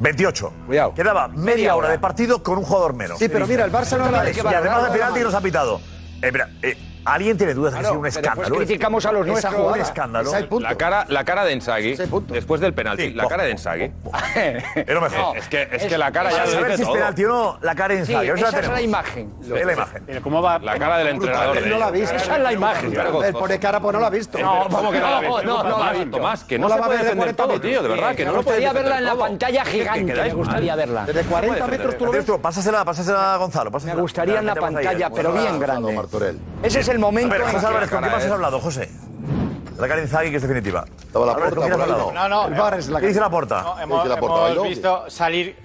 [SPEAKER 8] 28. Quedaba media, hora, de partido con un jugador menos.
[SPEAKER 10] Sí, pero mira, el Barça no
[SPEAKER 8] Otra
[SPEAKER 10] lo
[SPEAKER 8] vez.
[SPEAKER 10] tiene
[SPEAKER 8] Y
[SPEAKER 10] que
[SPEAKER 8] además
[SPEAKER 10] valorar,
[SPEAKER 8] de penalti
[SPEAKER 10] además.
[SPEAKER 8] que nos ha pitado. Eh, mira, eh, ¿Alguien tiene dudas de que ha sido un escándalo?
[SPEAKER 10] criticamos a los
[SPEAKER 8] Esa
[SPEAKER 10] nuestros.
[SPEAKER 8] jugada, Un escándalo.
[SPEAKER 13] La cara, la cara de Ensagui. Después del penalti. la cara de Ensagui.
[SPEAKER 8] Es lo mejor.
[SPEAKER 13] Es que, es que la cara ya
[SPEAKER 8] Para
[SPEAKER 13] lo
[SPEAKER 8] saber
[SPEAKER 13] dice
[SPEAKER 8] si es
[SPEAKER 13] todo.
[SPEAKER 8] penalti o no, la cara de
[SPEAKER 13] Sí,
[SPEAKER 8] Inzaghi. A ver si la
[SPEAKER 13] esa es
[SPEAKER 8] tenemos.
[SPEAKER 13] la imagen.
[SPEAKER 8] Es la imagen.
[SPEAKER 17] Pero cómo va ¿eh?
[SPEAKER 13] La cara del entrenador.
[SPEAKER 10] ¿eh?
[SPEAKER 13] de
[SPEAKER 17] no la ha
[SPEAKER 13] ellos.
[SPEAKER 17] visto.
[SPEAKER 13] Esa es la imagen.
[SPEAKER 17] Él pone cara, pues no la ha visto.
[SPEAKER 13] No, vamos que no la ha visto.
[SPEAKER 17] No, no, no la ha
[SPEAKER 13] Tomás,
[SPEAKER 17] visto.
[SPEAKER 13] Tomás, que
[SPEAKER 17] No
[SPEAKER 13] no
[SPEAKER 17] la
[SPEAKER 13] se
[SPEAKER 17] va a
[SPEAKER 13] puede
[SPEAKER 17] ver de
[SPEAKER 13] defender
[SPEAKER 17] 40
[SPEAKER 13] todo, tío, de
[SPEAKER 17] metros.
[SPEAKER 13] verdad. Que no lo puede
[SPEAKER 10] podría
[SPEAKER 13] defender
[SPEAKER 10] verla en la
[SPEAKER 13] todo.
[SPEAKER 10] pantalla
[SPEAKER 13] Que- que
[SPEAKER 10] gigante.
[SPEAKER 13] quedáis
[SPEAKER 10] Me gustaría
[SPEAKER 13] mal.
[SPEAKER 10] verla.
[SPEAKER 13] Desde 40
[SPEAKER 10] metros, tú lo
[SPEAKER 8] Tienes tú, Pásasela, pásasela a Gonzalo. Pásasela.
[SPEAKER 10] Me gustaría en la
[SPEAKER 8] Metemos ahí,
[SPEAKER 10] pantalla,
[SPEAKER 8] eh,
[SPEAKER 10] pero
[SPEAKER 8] Gonzalo.
[SPEAKER 10] bien grande.
[SPEAKER 14] Martorell.
[SPEAKER 10] Ese es el momento.
[SPEAKER 8] A ver,
[SPEAKER 10] en
[SPEAKER 8] José
[SPEAKER 10] que-
[SPEAKER 8] Álvarez, ¿con quién más has hablado, José? La cara de Inzaghi, que es definitiva. Estaba la ¿Con quién has hablado?
[SPEAKER 17] No, no.
[SPEAKER 8] ¿Qué dice la porta?
[SPEAKER 17] No, hemos, hemos visto salir.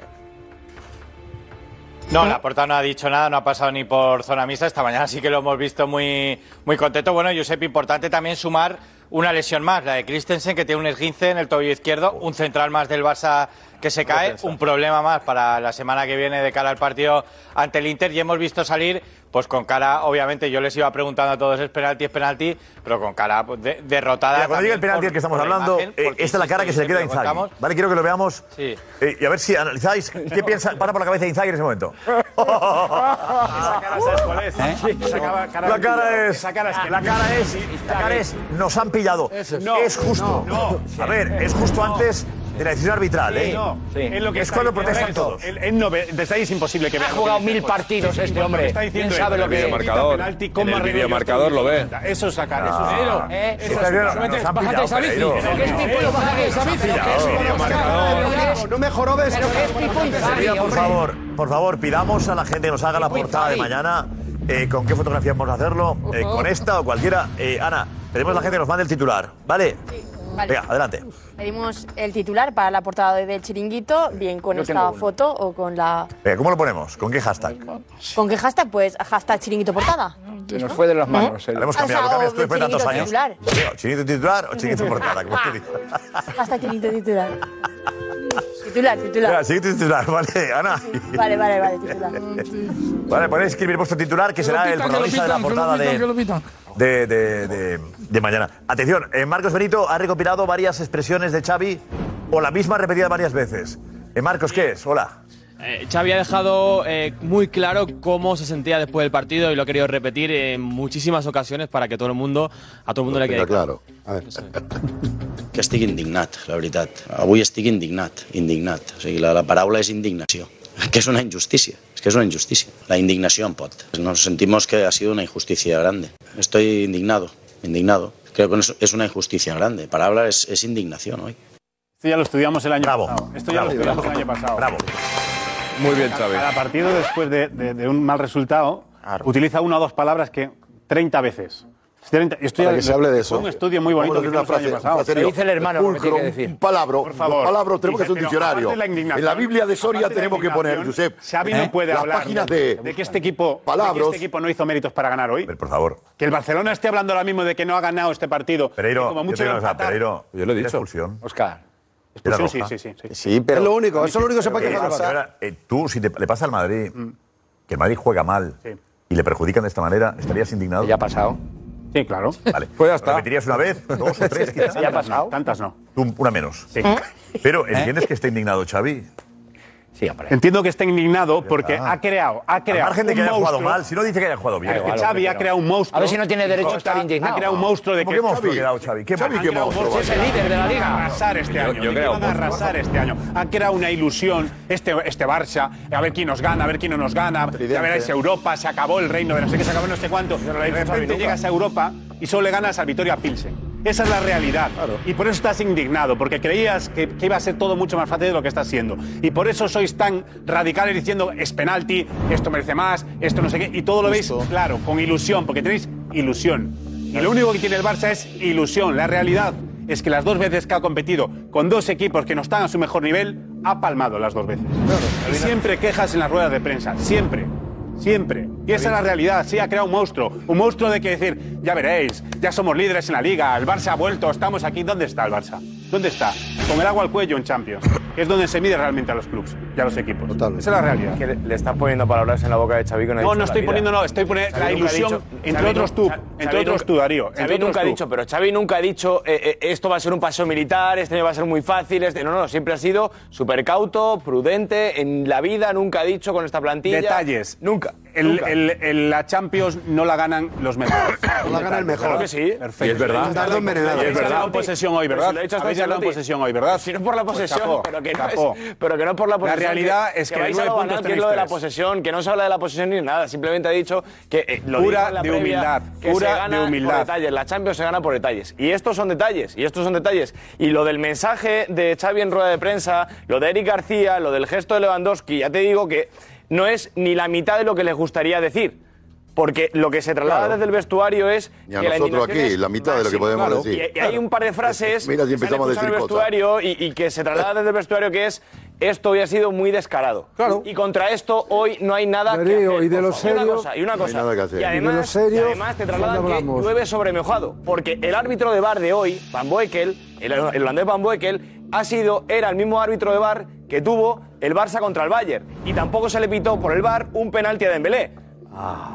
[SPEAKER 17] No, la porta no ha dicho nada, no ha pasado ni por zona misa esta mañana, así que lo hemos visto muy, muy contento. Bueno, Josep, importante también sumar una lesión más, la de Christensen, que tiene un esguince en el tobillo izquierdo, un central más del Barça que se cae, un problema más para la semana que viene de cara al partido ante el Inter. Y hemos visto salir, pues con cara, obviamente, yo les iba preguntando a todos, es penalti, es penalti, pero con cara pues, de- derrotada.
[SPEAKER 8] Mira, cuando
[SPEAKER 17] también
[SPEAKER 8] diga el penalti
[SPEAKER 17] por-
[SPEAKER 8] del que estamos
[SPEAKER 17] por la
[SPEAKER 8] hablando,
[SPEAKER 17] imagen,
[SPEAKER 8] eh,
[SPEAKER 17] porque,
[SPEAKER 8] esta es la cara que
[SPEAKER 17] insisto,
[SPEAKER 8] se le queda a
[SPEAKER 17] siempre
[SPEAKER 8] Inzaghi.
[SPEAKER 17] contamos-
[SPEAKER 8] Vale, quiero que lo veamos.
[SPEAKER 17] Sí.
[SPEAKER 8] Eh, y a ver si analizáis qué piensa, pasa por la cabeza de Inzaghi en ese momento.
[SPEAKER 17] Esa cara, ¿sabes cuál es? Esa cara- cara
[SPEAKER 8] La cara
[SPEAKER 17] de-
[SPEAKER 8] es.
[SPEAKER 17] Esa cara es que-
[SPEAKER 8] La cara es. La cara es. Nos han pillado.
[SPEAKER 17] No,
[SPEAKER 8] es justo.
[SPEAKER 17] no,
[SPEAKER 8] a ver, es justo antes de la decisión arbitral, ¿eh?
[SPEAKER 17] No, es, lo que
[SPEAKER 8] es
[SPEAKER 17] está
[SPEAKER 8] cuando
[SPEAKER 17] diciendo
[SPEAKER 8] protestan
[SPEAKER 17] Lorenzo.
[SPEAKER 8] todos.
[SPEAKER 17] Él, él no ve- desde ahí es imposible que vea. lo que
[SPEAKER 10] jugado
[SPEAKER 17] dice
[SPEAKER 10] mil
[SPEAKER 17] el juez.
[SPEAKER 10] partidos
[SPEAKER 17] Sí,
[SPEAKER 10] este
[SPEAKER 17] lo
[SPEAKER 10] hombre.
[SPEAKER 17] Está diciendo
[SPEAKER 10] ¿Quién sabe
[SPEAKER 17] él?
[SPEAKER 10] lo que-
[SPEAKER 13] Videomarcador.
[SPEAKER 17] Penalti,
[SPEAKER 13] En el
[SPEAKER 17] coma, redondo,
[SPEAKER 13] videomarcador lo ve.
[SPEAKER 17] Eso es sacar, eso es
[SPEAKER 13] Pereiro,
[SPEAKER 17] Eh, eso
[SPEAKER 13] Está
[SPEAKER 17] es
[SPEAKER 13] bien,
[SPEAKER 17] sacar.
[SPEAKER 13] nos han
[SPEAKER 17] Súbete,
[SPEAKER 13] pillado,
[SPEAKER 17] esa bici.
[SPEAKER 13] Pereiro.
[SPEAKER 17] ¿Qué es tipo de bajar esa bici?
[SPEAKER 10] No mejoró ves. Pero qué tipo
[SPEAKER 8] Sería,
[SPEAKER 10] Inzaghi,
[SPEAKER 8] por
[SPEAKER 10] hombre.
[SPEAKER 8] favor, por favor, pidamos a la gente que nos haga la portada de mañana. eh, ¿Con qué fotografía vamos a hacerlo? Eh, ¿Con esta o cualquiera? Eh, Ana, Pedimos a la gente que nos mande el titular, ¿vale?
[SPEAKER 4] Vale.
[SPEAKER 8] Venga, adelante.
[SPEAKER 4] Pedimos el titular para la portada de- del chiringuito, bien con
[SPEAKER 8] Yo tengo
[SPEAKER 4] esta
[SPEAKER 8] uno.
[SPEAKER 4] foto o con la.
[SPEAKER 8] Venga, ¿cómo lo ponemos? ¿Con qué hashtag?
[SPEAKER 4] ¿Con qué hashtag? Pues hashtag chiringuito portada.
[SPEAKER 10] nos fue de las manos.
[SPEAKER 8] Lo hemos
[SPEAKER 4] O sea,
[SPEAKER 8] cambiado, lo cambias
[SPEAKER 4] o
[SPEAKER 8] tú después de tantos años.
[SPEAKER 4] chiringuito
[SPEAKER 8] Digo, ¿Chiringuito titular o chiringuito portada? Como tú dices.
[SPEAKER 4] Hashtag chiringuito titular. titular, titular.
[SPEAKER 8] Venga, chiringuito titular, ¿vale, Ana?
[SPEAKER 4] Vale, vale, vale, titular.
[SPEAKER 8] Vale, ponéis escribir vuestro titular, que será el protagonista de la portada de, de, de- de- de mañana. Atención, eh, Marcos Benito ha recopilado varias expresiones de Xavi, o la misma repetida varias veces. Eh, Marcos, ¿qué es? Hola.
[SPEAKER 18] Eh, Xavi ha dejado eh, muy claro cómo se sentía después del partido y lo ha querido repetir en muchísimas ocasiones para que todo el mundo, a todo el mundo le quede
[SPEAKER 14] claro.
[SPEAKER 21] que estic indignat, la veritat. Avui estic indignat, indignat. O sigui, la, la paraula és indignació, que és una injustícia, és que és una injustícia. La indignació em pot. Nos sentimos que ha sido una injusticia grande. Estoy indignado, indignado. Creo que es- es una injusticia grande. Palabra es, es indignación hoy.
[SPEAKER 3] Esto ya lo estudiamos el año pasado. Esto ya
[SPEAKER 21] bravo,
[SPEAKER 3] lo estudiamos
[SPEAKER 21] bravo.
[SPEAKER 3] el año pasado.
[SPEAKER 21] Bravo.
[SPEAKER 3] Muy
[SPEAKER 21] bien,
[SPEAKER 3] Xavi. Cada partido, después de, de- de un mal resultado, utiliza una o dos palabras que 30 veces. 30, y esto
[SPEAKER 14] Para
[SPEAKER 3] ya-
[SPEAKER 14] que se hable de eso.
[SPEAKER 3] Un estudio muy bonito
[SPEAKER 14] Vamos a
[SPEAKER 3] que
[SPEAKER 14] hacer
[SPEAKER 3] hicimos
[SPEAKER 14] una
[SPEAKER 3] el
[SPEAKER 14] frase,
[SPEAKER 3] año pasado.
[SPEAKER 14] una frase serio. Pulcro, Un palabro,
[SPEAKER 3] Por favor.
[SPEAKER 14] Un palabro, tenemos que
[SPEAKER 3] Dice,
[SPEAKER 14] hacer
[SPEAKER 3] pero
[SPEAKER 14] un
[SPEAKER 3] aparte
[SPEAKER 14] diccionario.
[SPEAKER 3] de la indignación,
[SPEAKER 14] en la Biblia de Soria
[SPEAKER 3] aparte de la
[SPEAKER 14] tenemos que poner,
[SPEAKER 3] indignación,
[SPEAKER 14] Josep.
[SPEAKER 3] Xavi no puede
[SPEAKER 14] Las
[SPEAKER 3] hablar
[SPEAKER 14] páginas de...
[SPEAKER 3] que este equipo, de que
[SPEAKER 14] Palabras.
[SPEAKER 3] este equipo no hizo méritos para ganar hoy.
[SPEAKER 8] Por favor.
[SPEAKER 3] Que el Barcelona esté hablando ahora mismo de que no ha ganado este partido.
[SPEAKER 8] Pereiro,
[SPEAKER 3] que como
[SPEAKER 8] yo
[SPEAKER 3] mucho
[SPEAKER 8] te digo
[SPEAKER 3] iba a
[SPEAKER 8] una cosa,
[SPEAKER 3] empatar.
[SPEAKER 8] Pereiro, Yo lo he dicho. expulsión.
[SPEAKER 3] Oscar.
[SPEAKER 8] Era
[SPEAKER 3] Expulsión, sí,
[SPEAKER 8] roja.
[SPEAKER 3] sí, sí, sí.
[SPEAKER 8] pero.
[SPEAKER 3] Es lo único, eso es lo único que se puede
[SPEAKER 8] Pero,
[SPEAKER 3] quejar al
[SPEAKER 8] eh,
[SPEAKER 3] Barça.
[SPEAKER 8] ahora, eh, Tú, si te, le pasa al Madrid,
[SPEAKER 3] Mm.
[SPEAKER 8] que el Madrid juega mal y le perjudican de esta manera, ¿estarías indignado? Ya ha pasado.
[SPEAKER 3] Sí, claro.
[SPEAKER 8] Vale. Pues ya está. ¿Repetirías una vez? ¿Dos o tres? Quizás?
[SPEAKER 3] Ya ha pasado. Tantas no.
[SPEAKER 8] Tú, una menos. Sí. Pero, ¿entiendes que está indignado Xavi?
[SPEAKER 3] Sí, Entiendo que está indignado porque
[SPEAKER 8] está.
[SPEAKER 3] ha creado, ha creado.
[SPEAKER 8] Al margen de
[SPEAKER 3] un
[SPEAKER 8] que haya jugado
[SPEAKER 3] monstruo.
[SPEAKER 8] mal, si no dice que haya jugado bien.
[SPEAKER 3] Es que Xavi ha creado un monstruo.
[SPEAKER 10] A ver si no tiene derecho a
[SPEAKER 3] Está-
[SPEAKER 10] estar indignado.
[SPEAKER 3] Ha creado un monstruo de
[SPEAKER 8] ¿Cómo
[SPEAKER 3] que
[SPEAKER 8] qué monstruo ha creado Xavi? ¿Qué
[SPEAKER 3] Xavi,
[SPEAKER 8] monstruo?
[SPEAKER 3] qué
[SPEAKER 8] Ha creado un
[SPEAKER 3] monstruo.
[SPEAKER 8] monstruo,
[SPEAKER 3] Es el líder de la liga.
[SPEAKER 8] Van
[SPEAKER 3] a arrasar este año.
[SPEAKER 8] yo
[SPEAKER 3] que
[SPEAKER 8] creo,
[SPEAKER 3] van a
[SPEAKER 8] monstruo.
[SPEAKER 3] arrasar este año. Han creado una ilusión este, este Barça. A ver quién nos gana, a ver quién no nos gana. Ya verás Europa, se acabó el reino de no sé qué, se acabó no sé cuánto. De repente llegas a Europa y solo le ganas al Vitoria Pilsen. Esa es la realidad. Y por eso estás indignado, porque creías que, que iba a ser todo mucho más fácil de lo que está siendo. Y por eso sois tan radicales diciendo es penalti, esto merece más, esto no sé qué. Y todo lo veis, claro, con ilusión, porque tenéis ilusión. Y lo único que tiene el Barça es ilusión. La realidad es que las dos veces que ha competido con dos equipos que no están a su mejor nivel, ha palmado las dos veces. Y siempre quejas en las ruedas de prensa, siempre. Siempre. Y esa es la realidad. Sí, ha creado un monstruo. Un monstruo de que decir, ya veréis, ya somos líderes en la liga, el Barça ha vuelto, estamos aquí. ¿Dónde está el Barça? ¿Dónde está? Con el agua al cuello en Champions. que Es donde se mide realmente a los clubes y a los equipos. Esa es la realidad.
[SPEAKER 6] Que le, le estás poniendo palabras en la boca de Xavi que no ha
[SPEAKER 3] No, no
[SPEAKER 6] dicho en
[SPEAKER 3] estoy
[SPEAKER 6] la vida.
[SPEAKER 3] poniendo, no, estoy poniendo
[SPEAKER 6] Xavi
[SPEAKER 3] la
[SPEAKER 6] nunca ha
[SPEAKER 3] ilusión,
[SPEAKER 6] dicho-
[SPEAKER 3] entre
[SPEAKER 6] Xavi
[SPEAKER 3] otros
[SPEAKER 6] nu-
[SPEAKER 3] tú,
[SPEAKER 6] Xa-
[SPEAKER 3] entre
[SPEAKER 6] Xavi
[SPEAKER 3] otros
[SPEAKER 6] nunca-
[SPEAKER 3] tú, Darío.
[SPEAKER 6] Xavi
[SPEAKER 3] entre otros
[SPEAKER 6] nunca ha
[SPEAKER 3] tú.
[SPEAKER 6] dicho, pero Xavi nunca ha dicho eh, eh, esto va a ser un paseo militar, este año va a ser muy fácil. Este... No, no, siempre ha sido súper cauto, prudente, en la vida nunca ha dicho con esta plantilla.
[SPEAKER 3] Detalles.
[SPEAKER 6] Nunca.
[SPEAKER 3] El-
[SPEAKER 6] nunca.
[SPEAKER 3] el- el- la Champions no la ganan los mejores. No la
[SPEAKER 6] gana el mejor.
[SPEAKER 3] Claro que sí.
[SPEAKER 6] Y es verdad.
[SPEAKER 3] Habéis hablado-
[SPEAKER 6] envenenadas.
[SPEAKER 3] habéis
[SPEAKER 6] Es verdad.
[SPEAKER 3] hablado en posesión hoy, ¿verdad?
[SPEAKER 6] Pero si lo ha dicho hasta
[SPEAKER 3] Habéis hablado en
[SPEAKER 6] Ancelotti.
[SPEAKER 3] posesión hoy, ¿verdad?
[SPEAKER 6] Si no por la posesión,
[SPEAKER 3] Pues chapó,
[SPEAKER 6] pero, que no
[SPEAKER 3] chapó.
[SPEAKER 6] es, pero que no por la
[SPEAKER 3] La
[SPEAKER 6] posesión.
[SPEAKER 3] realidad es que
[SPEAKER 6] vais
[SPEAKER 3] nueve
[SPEAKER 6] a lo
[SPEAKER 3] puntos
[SPEAKER 6] banal, que es
[SPEAKER 3] tenéis
[SPEAKER 6] lo de la
[SPEAKER 3] tres.
[SPEAKER 6] posesión, que no se habla de la posesión ni nada. Simplemente ha dicho que eh,
[SPEAKER 3] Pura
[SPEAKER 6] lo dijo en la
[SPEAKER 3] de
[SPEAKER 6] previa,
[SPEAKER 3] humildad,
[SPEAKER 6] que
[SPEAKER 3] pura
[SPEAKER 6] se gana
[SPEAKER 3] de humildad.
[SPEAKER 6] Por detalles. La Champions se gana por detalles. Y estos son detalles. Y estos son detalles. Y lo del mensaje de Xavi en rueda de prensa, lo de Eric García, lo del gesto de Lewandowski, ya te digo que no es ni la mitad de lo que les gustaría decir. Porque lo que se traslada
[SPEAKER 14] Claro.
[SPEAKER 6] desde el vestuario es
[SPEAKER 14] Y a
[SPEAKER 6] que la
[SPEAKER 14] nosotros
[SPEAKER 6] indignación
[SPEAKER 14] aquí,
[SPEAKER 6] es
[SPEAKER 14] la mitad de lo que
[SPEAKER 6] máxima.
[SPEAKER 14] podemos
[SPEAKER 6] Claro.
[SPEAKER 14] decir.
[SPEAKER 6] Y- Y, hay un par de frases
[SPEAKER 14] Mira si
[SPEAKER 6] que se han
[SPEAKER 14] empezamos
[SPEAKER 6] escuchado en el
[SPEAKER 14] a decir cosas.
[SPEAKER 6] vestuario y, y que se traslada desde el vestuario que es esto había sido muy descarado. Y contra esto hoy no hay nada que
[SPEAKER 16] Darío,
[SPEAKER 6] hacer.
[SPEAKER 16] y de
[SPEAKER 6] por
[SPEAKER 16] lo
[SPEAKER 6] favor. Y
[SPEAKER 16] serio-
[SPEAKER 6] una cosa, y una
[SPEAKER 16] No hay
[SPEAKER 6] cosa.
[SPEAKER 16] nada que hacer.
[SPEAKER 6] Y
[SPEAKER 16] Y de
[SPEAKER 6] además,
[SPEAKER 16] lo serio,
[SPEAKER 6] y además te trasladan
[SPEAKER 16] ¿cuándo
[SPEAKER 6] que
[SPEAKER 16] hablamos?
[SPEAKER 6] llueve sobre mojado, porque el árbitro de bar de hoy, Van Boekel, el, el holandés Van Boekel, ha sido era el mismo árbitro de bar que tuvo el Barça contra el Bayern y tampoco se le pitó por el bar un penalti a Dembélé.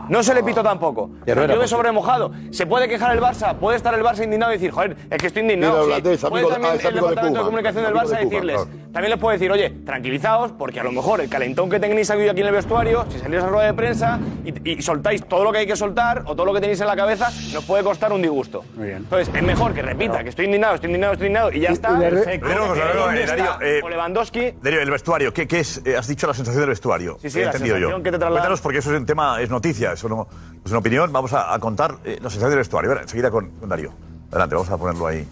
[SPEAKER 6] No se le pitó tampoco.
[SPEAKER 14] Ah. Ya no era
[SPEAKER 6] Llueve
[SPEAKER 14] posible.
[SPEAKER 6] sobre mojado. Se puede quejar el Barça, puede estar el Barça indignado y decir, joder, es que estoy indignado.
[SPEAKER 14] Mira,
[SPEAKER 6] sí.
[SPEAKER 14] holandés,
[SPEAKER 6] Puede
[SPEAKER 14] amigo de-
[SPEAKER 6] también
[SPEAKER 14] ah, es
[SPEAKER 6] el
[SPEAKER 14] amigo de
[SPEAKER 6] departamento de,
[SPEAKER 14] Koeman,
[SPEAKER 6] comunicación del
[SPEAKER 14] amigo
[SPEAKER 6] Barça
[SPEAKER 14] de Koeman,
[SPEAKER 6] decirles,
[SPEAKER 14] claro.
[SPEAKER 6] también les puedo decir, oye, tranquilizaos, porque a lo mejor el calentón que tenéis aquí aquí en el vestuario, si salís a rueda de prensa y, y soltáis todo lo que hay que soltar o todo lo que tenéis en la cabeza, nos puede costar un disgusto. Entonces, es mejor que repita que estoy indignado, estoy indignado, estoy indignado y ya está. Perfecto.
[SPEAKER 8] Pero, pero, pero,
[SPEAKER 6] ¿Dónde
[SPEAKER 8] eh,
[SPEAKER 6] está?
[SPEAKER 8] Darío, eh,
[SPEAKER 6] O Lewandowski.
[SPEAKER 8] Darío, el vestuario, ¿qué, qué es? Eh, has dicho la sensación del vestuario.
[SPEAKER 6] Sí, sí,
[SPEAKER 8] he
[SPEAKER 6] la
[SPEAKER 8] entendido yo.
[SPEAKER 6] sensación que te traslada-
[SPEAKER 8] Cuéntanos, porque eso es un tema, es noticia, eso no es una opinión. Vamos a, a contar eh, la sensación del vestuario. Ahora, enseguida con, con Darío. Adelante, vamos a ponerlo ahí.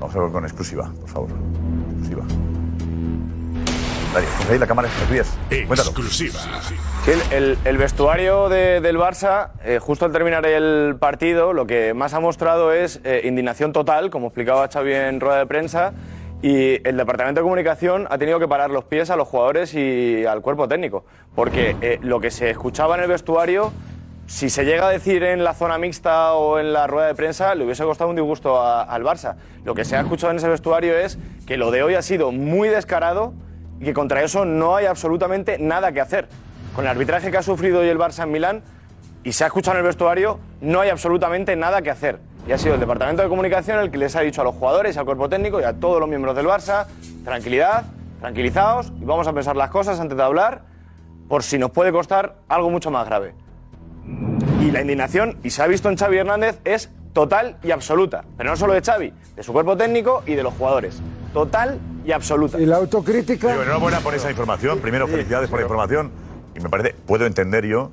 [SPEAKER 8] Vamos a verlo con exclusiva, por favor. Exclusiva. Darío, pues ahí la cámara es de pies. Cuéntalo.
[SPEAKER 25] Exclusiva.
[SPEAKER 6] Sí, el- el, el vestuario de- del Barça, eh, justo al terminar el partido, lo que más ha mostrado es eh, indignación total, como explicaba Xavi en rueda de prensa, y el Departamento de Comunicación ha tenido que parar los pies a los jugadores y al cuerpo técnico, porque eh, lo que se escuchaba en el vestuario, si se llega a decir en la zona mixta o en la rueda de prensa, le hubiese costado un disgusto a- al Barça. Lo que se ha escuchado en ese vestuario es que lo de hoy ha sido muy descarado y que contra eso no hay absolutamente nada que hacer con el arbitraje que ha sufrido hoy el Barça en Milán y se ha escuchado en el vestuario, no hay absolutamente nada que hacer. Y ha sido el departamento de comunicación el que les ha dicho a los jugadores, al cuerpo técnico y a todos los miembros del Barça, tranquilidad, tranquilizaos y vamos a pensar las cosas antes de hablar por si nos puede costar algo mucho más grave. Y la indignación, y se ha visto en Xavi Hernández, es total y absoluta. Pero no solo de Xavi, de su cuerpo técnico y de los jugadores. Total y absoluta.
[SPEAKER 16] Y la autocrítica.
[SPEAKER 8] Digo, enhorabuena por esa información. Primero, felicidades por la información. Y me parece, puedo entender yo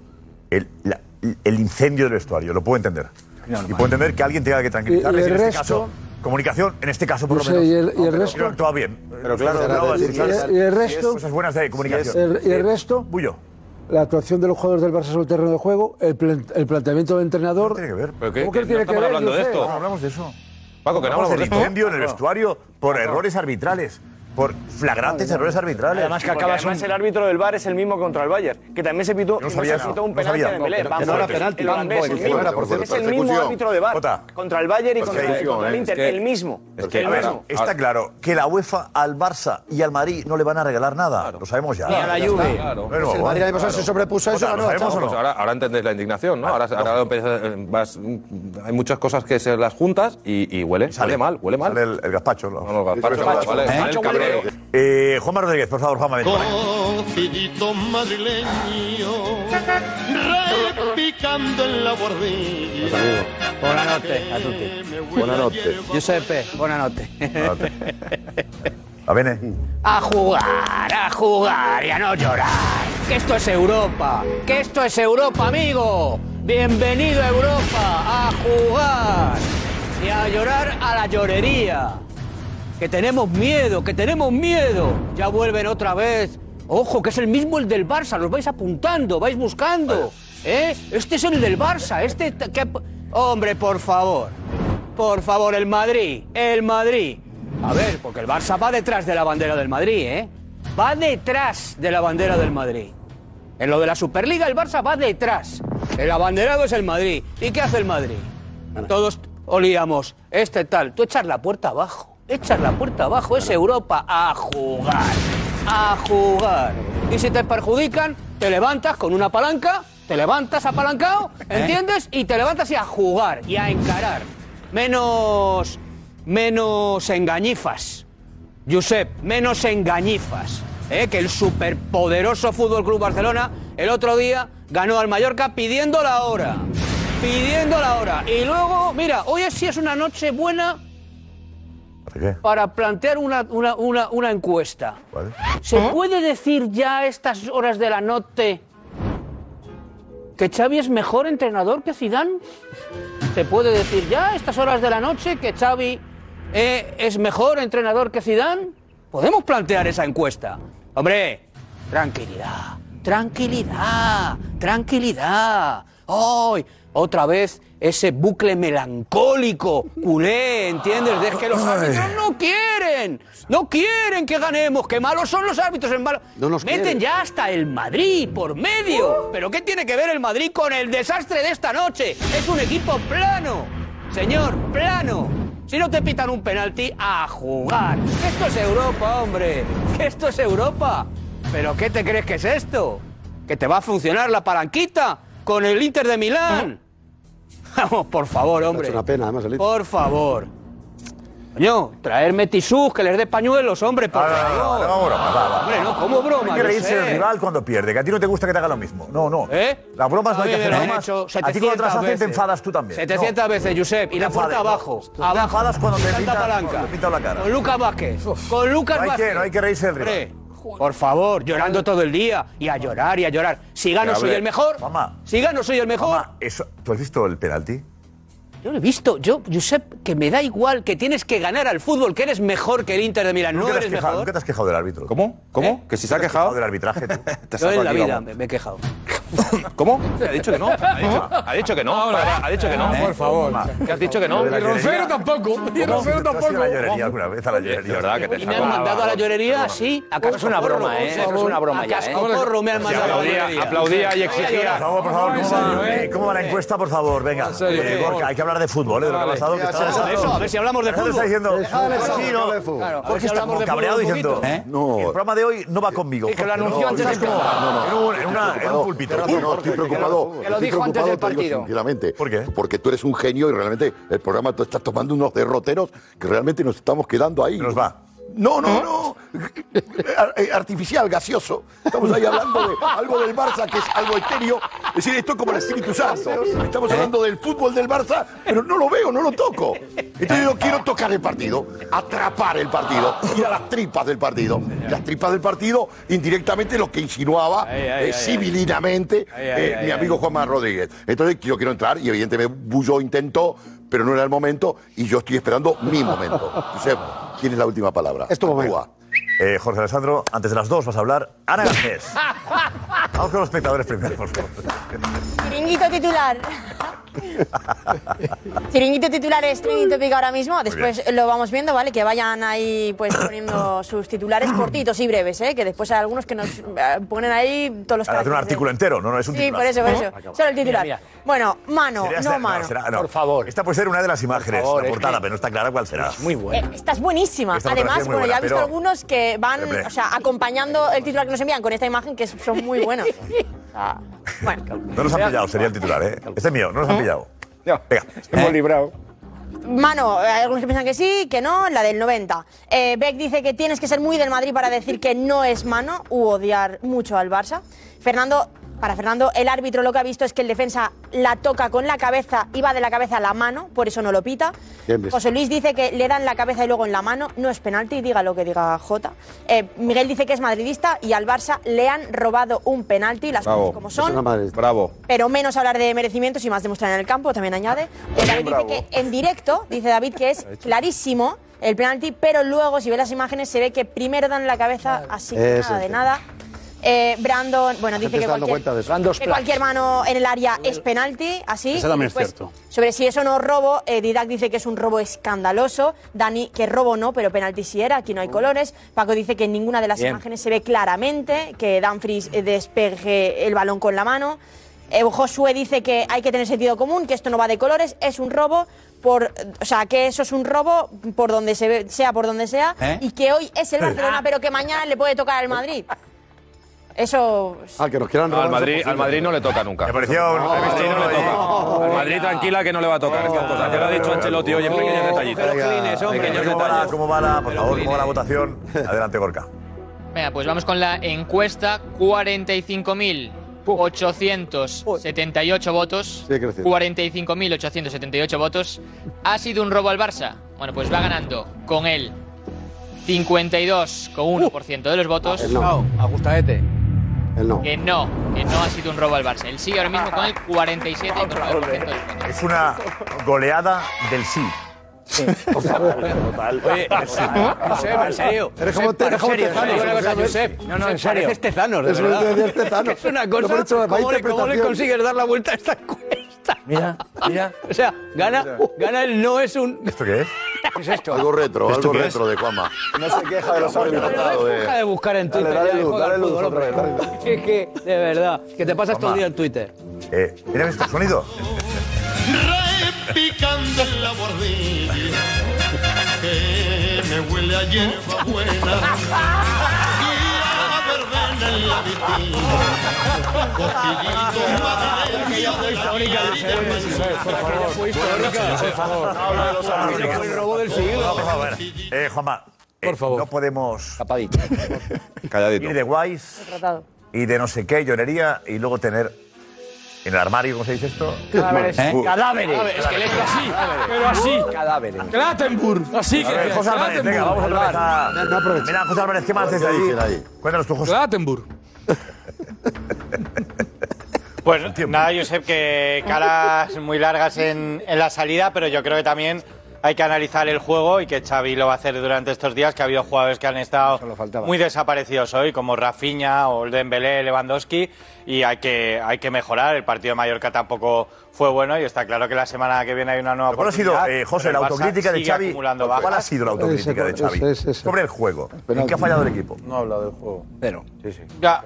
[SPEAKER 8] el, la- el incendio del vestuario, lo puedo entender. Y puedo entender que alguien tenga que tranquilizarles.
[SPEAKER 16] Y- y el
[SPEAKER 8] en
[SPEAKER 16] resto-
[SPEAKER 8] este caso, comunicación, en este caso, por
[SPEAKER 16] No
[SPEAKER 8] lo
[SPEAKER 16] sé,
[SPEAKER 8] menos.
[SPEAKER 16] y el- y el
[SPEAKER 8] No, pero
[SPEAKER 16] resto-
[SPEAKER 8] creo que actúa bien.
[SPEAKER 16] Pero claro,
[SPEAKER 8] Creo que
[SPEAKER 16] claro,
[SPEAKER 8] no va a
[SPEAKER 16] y-
[SPEAKER 8] decir nada.
[SPEAKER 16] y- y el
[SPEAKER 8] Si es
[SPEAKER 16] resto-
[SPEAKER 8] Cosas buenas de comunicación.
[SPEAKER 16] El- y el resto.
[SPEAKER 8] Bullo.
[SPEAKER 16] La actuación de los jugadores del Barça sobre el terreno de juego, el, plen- el planteamiento del entrenador.
[SPEAKER 8] tiene que ver.
[SPEAKER 16] ¿Cómo que tiene que ver? Yo sé.
[SPEAKER 8] No hablamos de eso.
[SPEAKER 13] Paco, que no hablamos de
[SPEAKER 8] del
[SPEAKER 13] esto.
[SPEAKER 8] incendio en el
[SPEAKER 13] Claro.
[SPEAKER 8] vestuario por errores arbitrales. Por flagrantes
[SPEAKER 6] Vale,
[SPEAKER 8] errores
[SPEAKER 6] vale.
[SPEAKER 8] arbitrales.
[SPEAKER 6] Además, que acabas además el árbitro del VAR es el mismo contra el Bayern, que también se pitó,
[SPEAKER 8] no
[SPEAKER 6] y
[SPEAKER 8] sabía
[SPEAKER 6] se
[SPEAKER 8] eso,
[SPEAKER 6] pitó un
[SPEAKER 8] no
[SPEAKER 6] penalti
[SPEAKER 8] sabía.
[SPEAKER 6] a Dembélé.
[SPEAKER 8] No,
[SPEAKER 6] Van
[SPEAKER 8] que no era
[SPEAKER 6] Boyd,
[SPEAKER 8] penalti.
[SPEAKER 6] el holandés,
[SPEAKER 8] Van Boyd,
[SPEAKER 6] el mismo.
[SPEAKER 8] no era, por cierto,
[SPEAKER 6] Es el mismo
[SPEAKER 8] persecución.
[SPEAKER 6] árbitro de VAR
[SPEAKER 8] Jota.
[SPEAKER 6] contra el Bayern y
[SPEAKER 8] Pues
[SPEAKER 6] contra,
[SPEAKER 8] que-
[SPEAKER 6] contra el Inter,
[SPEAKER 8] es que-
[SPEAKER 6] el mismo.
[SPEAKER 8] Es que,
[SPEAKER 6] el
[SPEAKER 8] a ver,
[SPEAKER 6] mismo.
[SPEAKER 8] está claro que la UEFA al Barça y al Madrid no le van a regalar nada. Lo sabemos ya.
[SPEAKER 13] Ni a la
[SPEAKER 8] Ya
[SPEAKER 13] Juve.
[SPEAKER 8] está.
[SPEAKER 13] Claro.
[SPEAKER 8] Pero,
[SPEAKER 13] Pues el Madrid el año pasado
[SPEAKER 8] claro.
[SPEAKER 13] se sobrepuso a eso,
[SPEAKER 8] Jota, ¿lo
[SPEAKER 13] ganó,
[SPEAKER 8] sabemos o
[SPEAKER 13] Pues
[SPEAKER 8] no? Ah,
[SPEAKER 13] ahora, ahora entendéis la indignación, ¿no? Ahora, ahora empiezas, eh, vas, mm, hay muchas cosas que se las juntas y, y huele, sale mal, huele mal.
[SPEAKER 8] el, gazpacho. No,
[SPEAKER 13] no, el gazpacho, vale, vale, vale, el cabreo.
[SPEAKER 8] Eh, Juanma Rodríguez, por favor, Juanma, ven.
[SPEAKER 25] Cocidito madrileño, repicando en la bordilla.
[SPEAKER 11] Buenas noches a tutti.
[SPEAKER 8] Buenas noches.
[SPEAKER 11] Giuseppe, buenas noches.
[SPEAKER 8] A ver, eh.
[SPEAKER 11] A jugar, a jugar y a no llorar. Que esto es Europa, que esto es Europa, amigo. Bienvenido a Europa, a jugar y a llorar a la llorería. Que tenemos miedo, que tenemos miedo. Ya vuelven otra vez. Ojo, que es el mismo el del Barça, los vais apuntando, vais buscando. ¿eh? Este es el del Barça, este... t- que- Hombre, por favor. Por favor, el Madrid, el Madrid. A ver, porque el Barça va detrás de la bandera del Madrid, ¿eh? Va detrás de la bandera del Madrid. En lo de la Superliga, el Barça va detrás. El abanderado es el Madrid. ¿Y qué hace el Madrid? Todos olíamos, este tal. Tú echas la puerta abajo. Echas la puerta abajo. Es Europa a jugar. A jugar. Y si te perjudican, te levantas con una palanca, te levantas apalancado, ¿entiendes? Y te levantas y a jugar y a encarar. Menos. menos engañifas. Josep, menos engañifas. ¿eh? Que el superpoderoso Fútbol Club Barcelona el otro día ganó al Mallorca pidiendo la hora. Pidiendo la hora. Y luego, mira, hoy sí es una noche buena para plantear una, una- una- una encuesta. ¿Se puede decir ya a estas horas de la noche que Xavi es mejor entrenador que Zidane? ¿Se puede decir ya a estas horas de la noche que Xavi eh, es mejor entrenador que Zidane? Podemos plantear esa encuesta. Hombre, tranquilidad, tranquilidad, tranquilidad. Hoy otra vez ese bucle melancólico, culé, ¿entiendes? Es que los árbitros no quieren, no quieren que ganemos, que malos son los árbitros en malo. Meten
[SPEAKER 1] quieren.
[SPEAKER 11] ya hasta el Madrid por medio. ¿Pero qué tiene que ver el Madrid con el desastre de esta noche? Es un equipo plano, señor, plano. Si no te pitan un penalti, a jugar. Que Esto es Europa, hombre. que Esto es Europa. ¿Pero qué te crees que es esto? ¿Que te va a funcionar la palanquita con el Inter de Milán? Vamos, por favor, hombre.
[SPEAKER 1] Es una pena, además, el
[SPEAKER 11] Por favor. Coño, traerme tisús, que les dé pañuelos, hombre, por favor.
[SPEAKER 8] no, no, broma, va, va.
[SPEAKER 11] Hombre, no, como broma.
[SPEAKER 8] Hay que
[SPEAKER 11] yo
[SPEAKER 8] reírse
[SPEAKER 11] sé. ¿Eh?
[SPEAKER 8] del rival cuando pierde, que a ti no te gusta que te haga lo mismo. No, no. Las bromas no
[SPEAKER 11] A
[SPEAKER 8] hay que
[SPEAKER 11] mí me
[SPEAKER 8] hacer
[SPEAKER 11] lo han
[SPEAKER 8] bromas.
[SPEAKER 11] hecho
[SPEAKER 8] a ti cuando te las
[SPEAKER 11] 700
[SPEAKER 8] hacen te
[SPEAKER 11] veces.
[SPEAKER 8] enfadas tú también.
[SPEAKER 11] 700 veces, Josep. Y la puerta abajo. abajo.
[SPEAKER 8] cuando te
[SPEAKER 11] Tanta
[SPEAKER 8] pinta-
[SPEAKER 11] palanca.
[SPEAKER 8] cuando te pinta la cara.
[SPEAKER 11] Con Lucas Vázquez. Con Lucas
[SPEAKER 8] No hay que-
[SPEAKER 11] Vázquez.
[SPEAKER 8] no hay que reírse del rival.
[SPEAKER 11] Hombre, Por favor, llorando todo el día. Y a llorar, y a llorar. Si gano,
[SPEAKER 8] Que
[SPEAKER 11] soy
[SPEAKER 8] hable.
[SPEAKER 11] el mejor.
[SPEAKER 8] Mamá.
[SPEAKER 11] Si gano, soy el mejor.
[SPEAKER 8] Eso, ¿Tú has visto el penalti?
[SPEAKER 1] Yo lo he visto, yo, Josep, que me da igual, que tienes que ganar al fútbol, que eres mejor que el Inter de Milán, no
[SPEAKER 8] ¿Nunca te has
[SPEAKER 1] eres
[SPEAKER 8] quejado-
[SPEAKER 1] mejor.
[SPEAKER 8] nunca te has quejado del árbitro?
[SPEAKER 13] ¿Cómo? ¿Cómo? ¿Que si se ha quejado?
[SPEAKER 8] del arbitraje? tú? Te
[SPEAKER 1] Yo
[SPEAKER 8] saco
[SPEAKER 1] en la
[SPEAKER 8] aquí,
[SPEAKER 1] vida
[SPEAKER 8] vamos.
[SPEAKER 1] me, me he quejado.
[SPEAKER 13] ¿Cómo? Ha dicho que no. Ha dicho, ha dicho que no. Ha dicho que no. Por favor. ¿Qué has dicho que no?
[SPEAKER 8] Lo de la llorería.
[SPEAKER 13] tampoco.
[SPEAKER 8] ¿Cómo? ¿Tú has ido a la llorería alguna vez a la llorería?
[SPEAKER 13] De verdad que te
[SPEAKER 1] Y me han mandado a la llorería así, a
[SPEAKER 13] Eso es una
[SPEAKER 1] cascoporro,
[SPEAKER 13] broma, ¿eh?
[SPEAKER 1] por
[SPEAKER 13] Eso es
[SPEAKER 1] favor.
[SPEAKER 13] una broma
[SPEAKER 1] A
[SPEAKER 13] ya, ¿eh?
[SPEAKER 1] cascoporro me han
[SPEAKER 13] Sí,
[SPEAKER 1] mandado a la
[SPEAKER 13] aplaudía,
[SPEAKER 1] llorería.
[SPEAKER 13] aplaudía y exigía.
[SPEAKER 8] Por favor, por favor, ¿cómo va, eh, cómo va la encuesta, por favor? Venga,
[SPEAKER 13] serio,
[SPEAKER 8] Eh, Gorka, hay que hablar de fútbol, ¿eh? De lo que ha
[SPEAKER 13] Vale.
[SPEAKER 8] pasado. que
[SPEAKER 13] Ya,
[SPEAKER 8] está-
[SPEAKER 13] ya, ya. Eso, a ver si hablamos de
[SPEAKER 8] Pero
[SPEAKER 13] fútbol.
[SPEAKER 8] está
[SPEAKER 13] Déjame
[SPEAKER 8] diciendo...
[SPEAKER 13] eso,
[SPEAKER 8] Sí, no,
[SPEAKER 13] hablamos de fútbol. Claro, a ver
[SPEAKER 8] Jorge
[SPEAKER 13] si
[SPEAKER 8] está
[SPEAKER 13] hablamos
[SPEAKER 8] como
[SPEAKER 13] de fútbol
[SPEAKER 8] cabreado
[SPEAKER 13] un
[SPEAKER 8] diciendo...
[SPEAKER 13] poquito. ¿Eh?
[SPEAKER 14] No.
[SPEAKER 8] El programa de hoy no va conmigo.
[SPEAKER 13] Es que lo anunció
[SPEAKER 14] No,
[SPEAKER 13] antes
[SPEAKER 14] estás
[SPEAKER 13] de empezar.
[SPEAKER 14] preocupado, no, no.
[SPEAKER 8] En un- en una- en un púlpito.
[SPEAKER 14] Pero no, estoy preocupado.
[SPEAKER 8] Que lo
[SPEAKER 14] Estoy
[SPEAKER 8] dijo antes del
[SPEAKER 14] preocupado, te digo
[SPEAKER 8] partido.
[SPEAKER 14] Sinceramente.
[SPEAKER 8] ¿Por qué?
[SPEAKER 14] Porque tú eres un genio y realmente el programa te está tomando unos derroteros que realmente nos estamos quedando ahí. Nos va. No, no, no. Ar- eh, Artificial, gaseoso. Estamos ahí hablando de algo del Barça que es algo etéreo. Es decir, esto es como el Espíritu Santo. Estamos
[SPEAKER 8] ¿Eh?
[SPEAKER 14] hablando del fútbol del Barça, pero no lo veo, no lo toco. Entonces
[SPEAKER 8] Ah.
[SPEAKER 14] yo quiero tocar el partido, atrapar el partido, ir a las tripas del partido. Las tripas del partido, indirectamente lo que insinuaba
[SPEAKER 8] ay,
[SPEAKER 14] eh,
[SPEAKER 8] ay,
[SPEAKER 14] civilinamente
[SPEAKER 8] Ay, ay,
[SPEAKER 14] eh,
[SPEAKER 8] ay,
[SPEAKER 14] mi
[SPEAKER 8] ay.
[SPEAKER 14] amigo Juanma Rodríguez. Entonces yo quiero entrar y evidentemente Bullo intentó, pero no era el momento y yo estoy esperando mi momento. Josep, ¿quién es la última palabra? Es
[SPEAKER 8] Eh, Jorge Alessandro, antes de las dos vas a hablar. Ana Garcés. Vamos con los espectadores primero, por favor.
[SPEAKER 4] Chiringuito titular. Chiringuito titular es trending topic ahora mismo. Después lo vamos viendo, ¿vale? Que vayan ahí pues poniendo sus titulares cortitos y breves, ¿eh? Que después hay algunos que nos eh, ponen ahí todos los
[SPEAKER 8] Ahora hace un
[SPEAKER 4] caracteres de-
[SPEAKER 8] artículo entero, no, no es un
[SPEAKER 4] Sí,
[SPEAKER 8] titular.
[SPEAKER 4] por eso, por eso.
[SPEAKER 8] Acabó.
[SPEAKER 4] Solo el titular. Bueno, mano,
[SPEAKER 8] Sería esta-
[SPEAKER 4] no mano.
[SPEAKER 8] será- no. Por favor. Esta puede ser una de las imágenes,
[SPEAKER 13] favor,
[SPEAKER 8] la
[SPEAKER 13] es
[SPEAKER 8] portada,
[SPEAKER 13] que-
[SPEAKER 8] pero no está clara cuál será. muy
[SPEAKER 4] Eh, estás buenísima.
[SPEAKER 8] Esta fotografía
[SPEAKER 4] Además,
[SPEAKER 8] es muy
[SPEAKER 4] bueno,
[SPEAKER 8] buena,
[SPEAKER 4] ya he visto
[SPEAKER 8] pero-
[SPEAKER 4] algunos que van,
[SPEAKER 8] Hombre.
[SPEAKER 4] o sea, acompañando el titular que nos envían con esta imagen que son muy buenos. O sea, bueno,
[SPEAKER 8] No nos han pillado, sería el titular, ¿eh? Este es mío, no nos han pillado. Venga. Eh, Hemos librado.
[SPEAKER 4] mano, hay algunos que piensan que sí, que no, la del 90. Eh, Beck dice que tienes que ser muy del Madrid para decir que no es mano u odiar mucho al Barça. Fernando, para Fernando, el árbitro lo que ha visto es que el defensa la toca con la cabeza y va de la cabeza a la mano, por eso no lo pita.
[SPEAKER 2] Bien visto.
[SPEAKER 4] José Luis dice que le dan la cabeza y luego en la mano, no es penalti, diga lo que diga Jota. Eh, Miguel dice que es madridista y al Barça le han robado un penalti, las cosas como son.
[SPEAKER 13] Bravo.
[SPEAKER 4] Pero menos hablar de merecimientos y más demostrar en el campo, también añade. Eh, David dice
[SPEAKER 13] bravo.
[SPEAKER 4] que en directo, dice David, que es clarísimo el penalti, pero luego, si ves las imágenes, se ve que primero dan la cabeza, así que
[SPEAKER 7] Ese
[SPEAKER 4] nada de
[SPEAKER 7] es.
[SPEAKER 4] nada. Eh, Brandon, bueno, dice que cualquier, que cualquier mano en el área es penalti, así.
[SPEAKER 3] Ese también
[SPEAKER 4] Y
[SPEAKER 3] es
[SPEAKER 4] después,
[SPEAKER 3] cierto.
[SPEAKER 4] Sobre si eso no es robo, eh, Didac dice que es un robo escandaloso. Dani, que robo no, pero penalti sí era, aquí no hay colores. Paco dice que en ninguna de las
[SPEAKER 2] Bien.
[SPEAKER 4] imágenes se ve claramente que Danfries eh, despeje el balón con la mano. Eh, Josué dice que hay que tener sentido común, que esto no va de colores, es un robo. Por, o sea, que eso es un robo por donde se ve- sea, por donde sea,
[SPEAKER 7] ¿Eh?
[SPEAKER 4] y que hoy es el
[SPEAKER 7] Ah.
[SPEAKER 4] Barcelona, pero que mañana le puede tocar al Madrid. Eso
[SPEAKER 7] Ah, que nos quieran
[SPEAKER 13] No, al, Madrid, al Madrid no le toca nunca. Me
[SPEAKER 8] pareció
[SPEAKER 13] no, al Madrid no le toca. Al Madrid tranquila que no le va a tocar estas cosas. Ya lo ha dicho Ancelotti hoy en pequeños detallitos. Pequeños
[SPEAKER 8] ¿Cómo va la,
[SPEAKER 13] detalles.
[SPEAKER 8] cómo va la- por favor, cómo va la votación? Adelante, Gorka.
[SPEAKER 23] Venga, pues vamos con la encuesta. 45.878 votos.
[SPEAKER 7] Sigue creciendo.
[SPEAKER 23] 45.878 votos. ¿Ha sido un robo al Barça? Bueno, pues va ganando con el 52,1% de los votos.
[SPEAKER 2] el no. Ajustadete.
[SPEAKER 7] El no.
[SPEAKER 23] Que no, que no ha sido un robo al Barça. El sí ahora mismo con el 47,9%. de los votos.
[SPEAKER 8] Es una goleada del sí. Sí, total.
[SPEAKER 2] Oye,
[SPEAKER 8] Josep, en serio.
[SPEAKER 2] Eres como te- eres como Tezanos, Josep. No, no, en serio. Pareces Tezanos, este de Es verdad. verdad, es Tezanos. Es una Lo cosa, hemos dicho, la ¿cómo, le, interpretación. cómo le consigues dar la vuelta a esta encuesta? Mira, mira. O sea, gana, gana el no es un...
[SPEAKER 8] ¿Esto qué es?
[SPEAKER 2] ¿Qué es esto?
[SPEAKER 14] Algo retro,
[SPEAKER 2] ¿Esto
[SPEAKER 14] algo
[SPEAKER 2] qué
[SPEAKER 14] retro de Juanma.
[SPEAKER 2] No se queja de los árbitros. Deja de buscar en
[SPEAKER 14] Dale,
[SPEAKER 2] Twitter.
[SPEAKER 14] dale
[SPEAKER 2] ya,
[SPEAKER 14] luz,
[SPEAKER 2] juega
[SPEAKER 14] dale
[SPEAKER 2] al
[SPEAKER 14] luz,
[SPEAKER 2] fútbol,
[SPEAKER 14] hombre,
[SPEAKER 2] hombre. Es que, de verdad, que te pasas todo el día en Twitter.
[SPEAKER 8] Eh, ¿Mira este sonido?
[SPEAKER 25] Picando en la bordilla, que me huele a hierba buena. Y a verbena en la vitina, cosquillito madrileño de la
[SPEAKER 8] El robo del siglo. Por favor. Eh, Juanma, por favor. no podemos
[SPEAKER 13] Calladito.
[SPEAKER 8] ir de guays
[SPEAKER 4] Tratado.
[SPEAKER 8] y de no sé qué llorería y luego tener en el armario, ¿cómo se dice esto?
[SPEAKER 2] Cadáveres.
[SPEAKER 8] ¿Eh?
[SPEAKER 2] Cadáveres. Esqueleto así, pero así. Cadáveres. Klatenburg. Así
[SPEAKER 8] A ver, José Álvarez, venga, vamos otra vez a...
[SPEAKER 2] No aproveches.
[SPEAKER 8] Mira, José Álvarez, ¿qué más
[SPEAKER 2] Lo
[SPEAKER 8] desde
[SPEAKER 2] que
[SPEAKER 8] allí?
[SPEAKER 2] dicen ahí.
[SPEAKER 8] Cuéntanos tú, José.
[SPEAKER 17] Pues nada, Josep, que caras muy largas en, en la salida, pero yo creo que también hay que analizar el juego y que Xavi lo va a hacer durante estos días, que ha habido jugadores que han estado muy desaparecidos hoy, como Rafinha, o Dembélé, Lewandowski, y hay que, hay que mejorar. El partido de Mallorca tampoco fue bueno y está claro que la semana que viene hay una nueva
[SPEAKER 8] ¿Cuál ha sido,
[SPEAKER 17] oportunidad.
[SPEAKER 8] eh, José,
[SPEAKER 17] Ah, pero
[SPEAKER 8] la
[SPEAKER 17] el Barça
[SPEAKER 8] autocrítica de
[SPEAKER 17] sigue
[SPEAKER 8] Xavi?
[SPEAKER 17] acumulando
[SPEAKER 8] ¿Cuál ha
[SPEAKER 17] bajas.
[SPEAKER 8] sido la autocrítica de Xavi? Sobre el juego. ¿En qué ha fallado el equipo?
[SPEAKER 10] No ha hablado del juego.
[SPEAKER 27] Pero.
[SPEAKER 10] Sí, sí.
[SPEAKER 17] Ya.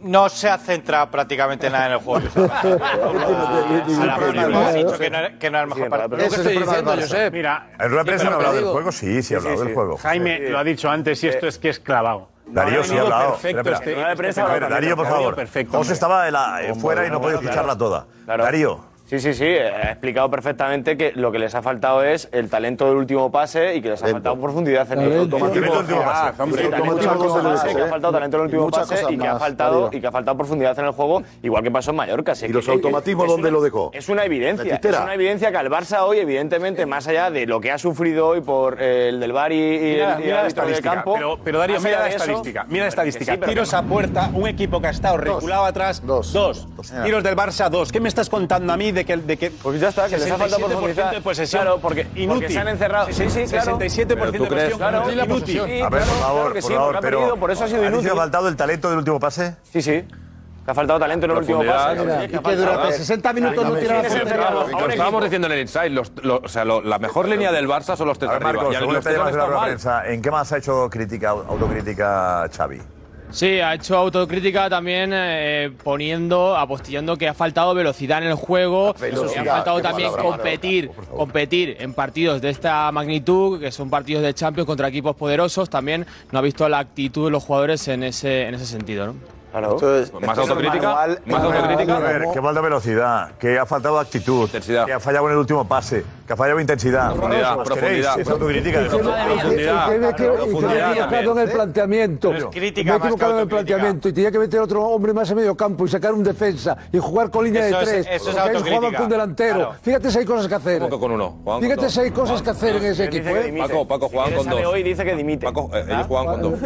[SPEAKER 17] No se ha centrado prácticamente nada en el juego. A la Mourinho le has dicho que no era- que no era el mejor partido.
[SPEAKER 8] Pero es el problema del Barça.
[SPEAKER 28] Mira,
[SPEAKER 8] ¿En rueda de prensa no ha
[SPEAKER 28] pero
[SPEAKER 8] hablado
[SPEAKER 28] te
[SPEAKER 8] del
[SPEAKER 28] digo-
[SPEAKER 8] juego? Sí, sí ha hablado del juego.
[SPEAKER 28] Jaime
[SPEAKER 8] Sí. Eh,
[SPEAKER 28] lo ha dicho antes y
[SPEAKER 3] Eh,
[SPEAKER 28] esto es que es clavado.
[SPEAKER 8] Darío
[SPEAKER 28] No,
[SPEAKER 8] sí ha
[SPEAKER 28] no,
[SPEAKER 8] hablado.
[SPEAKER 28] perfecto,
[SPEAKER 8] Espera, espera.
[SPEAKER 28] este-
[SPEAKER 8] Rueda de
[SPEAKER 28] este
[SPEAKER 8] prensa,
[SPEAKER 28] perfecto.
[SPEAKER 8] a ver, Darío, por
[SPEAKER 28] Darío,
[SPEAKER 8] favor.
[SPEAKER 28] perfecto.
[SPEAKER 8] José estaba de la- eh,
[SPEAKER 28] Hombre,
[SPEAKER 8] fuera y no podía
[SPEAKER 28] claro,
[SPEAKER 8] escucharla
[SPEAKER 28] claro.
[SPEAKER 8] toda.
[SPEAKER 6] Claro.
[SPEAKER 8] Darío.
[SPEAKER 6] Sí, sí, sí. eh, Ha explicado perfectamente que lo que les ha faltado es el talento del último pase y que les ha faltado profundidad en el
[SPEAKER 8] Talento.
[SPEAKER 6] automatismo.
[SPEAKER 8] Talento del último pase,
[SPEAKER 6] Ah, sí,
[SPEAKER 8] hombre.
[SPEAKER 6] sí, talento del
[SPEAKER 8] Muchas
[SPEAKER 6] último
[SPEAKER 8] cosas
[SPEAKER 6] pase,
[SPEAKER 8] más,
[SPEAKER 6] que ha
[SPEAKER 8] ¿eh?
[SPEAKER 6] faltado talento en el último
[SPEAKER 8] Muchas
[SPEAKER 6] pase
[SPEAKER 8] cosas
[SPEAKER 6] y que ha
[SPEAKER 8] más,
[SPEAKER 6] faltado
[SPEAKER 8] Darío.
[SPEAKER 6] y que ha faltado profundidad en el juego, igual que pasó en Mallorca.
[SPEAKER 14] ¿Y los automatismos dónde lo dejó?
[SPEAKER 6] Es una
[SPEAKER 14] La
[SPEAKER 6] evidencia. Es
[SPEAKER 14] chistera.
[SPEAKER 6] una evidencia que al Barça hoy, evidentemente, más allá de lo que ha sufrido hoy por eh, el del Bari y, el-
[SPEAKER 28] Mira,
[SPEAKER 6] y
[SPEAKER 28] mira
[SPEAKER 6] el
[SPEAKER 28] la
[SPEAKER 6] árbitro del
[SPEAKER 28] estadística.
[SPEAKER 6] campo.
[SPEAKER 28] Pero, pero Darío,
[SPEAKER 6] más
[SPEAKER 28] mira
[SPEAKER 6] allá
[SPEAKER 28] la
[SPEAKER 6] de eso-
[SPEAKER 28] estadística. Mira la
[SPEAKER 6] Bueno, que
[SPEAKER 28] estadística.
[SPEAKER 6] sí, pero
[SPEAKER 3] Tiros
[SPEAKER 6] que
[SPEAKER 3] a puerta, un equipo que ha estado reculado atrás, dos. Tiros del Barça, dos. ¿Qué me estás contando a mí de que. De que pues
[SPEAKER 6] ya está, que les ha faltado profundidad.
[SPEAKER 3] de posesión.
[SPEAKER 6] Claro, porque- porque
[SPEAKER 3] inútil.
[SPEAKER 6] se han encerrado. Sí, sí, claro.
[SPEAKER 3] 67%
[SPEAKER 6] Pero tú
[SPEAKER 3] de
[SPEAKER 6] crees-
[SPEAKER 3] posesión.
[SPEAKER 6] claro,
[SPEAKER 3] inútil.
[SPEAKER 6] la posesión. Sí,
[SPEAKER 8] A ver, por
[SPEAKER 6] claro, claro
[SPEAKER 8] favor,
[SPEAKER 6] que
[SPEAKER 8] por
[SPEAKER 6] sí,
[SPEAKER 8] favor.
[SPEAKER 6] porque ha
[SPEAKER 8] pero
[SPEAKER 6] perdido, por eso ha sido
[SPEAKER 8] dicho que
[SPEAKER 6] inútil.
[SPEAKER 8] ha faltado el talento del último pase?
[SPEAKER 6] Sí, sí. Te ha faltado talento en el último pase.
[SPEAKER 8] Profundidad.
[SPEAKER 6] Sí,
[SPEAKER 8] Y
[SPEAKER 6] que ha
[SPEAKER 8] que
[SPEAKER 6] faltado.
[SPEAKER 8] durante
[SPEAKER 6] A ver,
[SPEAKER 8] 60 minutos no
[SPEAKER 6] Ahí
[SPEAKER 8] tira la
[SPEAKER 6] tienes
[SPEAKER 8] portería.
[SPEAKER 6] encerrado a un
[SPEAKER 13] Lo
[SPEAKER 6] equipo.
[SPEAKER 13] estábamos diciendo en el inside, los- lo- o sea, lo- la mejor línea del Barça son los tres
[SPEAKER 8] A ver,
[SPEAKER 13] arriba.
[SPEAKER 8] Marcos,
[SPEAKER 13] Y al-
[SPEAKER 8] según los
[SPEAKER 13] los tres
[SPEAKER 8] temas de la
[SPEAKER 13] están
[SPEAKER 8] rueda de
[SPEAKER 13] mal.
[SPEAKER 8] prensa, ¿en qué más ha hecho crítica, autocrítica Xavi?
[SPEAKER 18] Sí, ha hecho autocrítica también eh, poniendo, apostillando que ha faltado velocidad en el juego, que ha
[SPEAKER 3] velocidad,
[SPEAKER 18] faltado
[SPEAKER 3] qué
[SPEAKER 18] también
[SPEAKER 3] palabra,
[SPEAKER 18] competir, competir en partidos de esta magnitud, que son partidos de Champions contra equipos poderosos, también no ha visto la actitud de los jugadores en ese, en ese sentido, ¿no?
[SPEAKER 13] Pues Más autocrítica, más autocrítica.
[SPEAKER 8] A ver, que falta velocidad, que ha faltado actitud,
[SPEAKER 13] Intensidad.
[SPEAKER 8] que ha fallado en el último pase, que ha fallado intensidad.
[SPEAKER 13] Profundidad,
[SPEAKER 8] ¿Os
[SPEAKER 13] Ah, profundidad,
[SPEAKER 8] queréis? Es autocrítica. de
[SPEAKER 16] Y que- y que- y que- y que me he equivocado en el planteamiento.
[SPEAKER 8] Pero es
[SPEAKER 16] Me he
[SPEAKER 8] crítica más que
[SPEAKER 16] equivocado en el
[SPEAKER 8] autocrítica.
[SPEAKER 16] planteamiento y tenía que meter otro hombre más en medio campo y sacar un defensa y jugar con línea
[SPEAKER 13] Eso
[SPEAKER 16] de
[SPEAKER 13] es-
[SPEAKER 16] tres.
[SPEAKER 13] eso es
[SPEAKER 16] porque ahí jugaban
[SPEAKER 13] autocrítica,
[SPEAKER 16] con delantero.
[SPEAKER 13] claro.
[SPEAKER 16] Fíjate si hay cosas que hacer.
[SPEAKER 13] Paco con uno. Juan con
[SPEAKER 16] Fíjate
[SPEAKER 13] dos.
[SPEAKER 16] si hay cosas que hacer en ese
[SPEAKER 13] Él dice
[SPEAKER 16] equipo.
[SPEAKER 13] que
[SPEAKER 16] ¿eh?
[SPEAKER 13] dimite. Paco, Paco, jugaban con dos.
[SPEAKER 6] hoy dice que dimite.
[SPEAKER 13] Paco, eh, ellos jugaban con dos.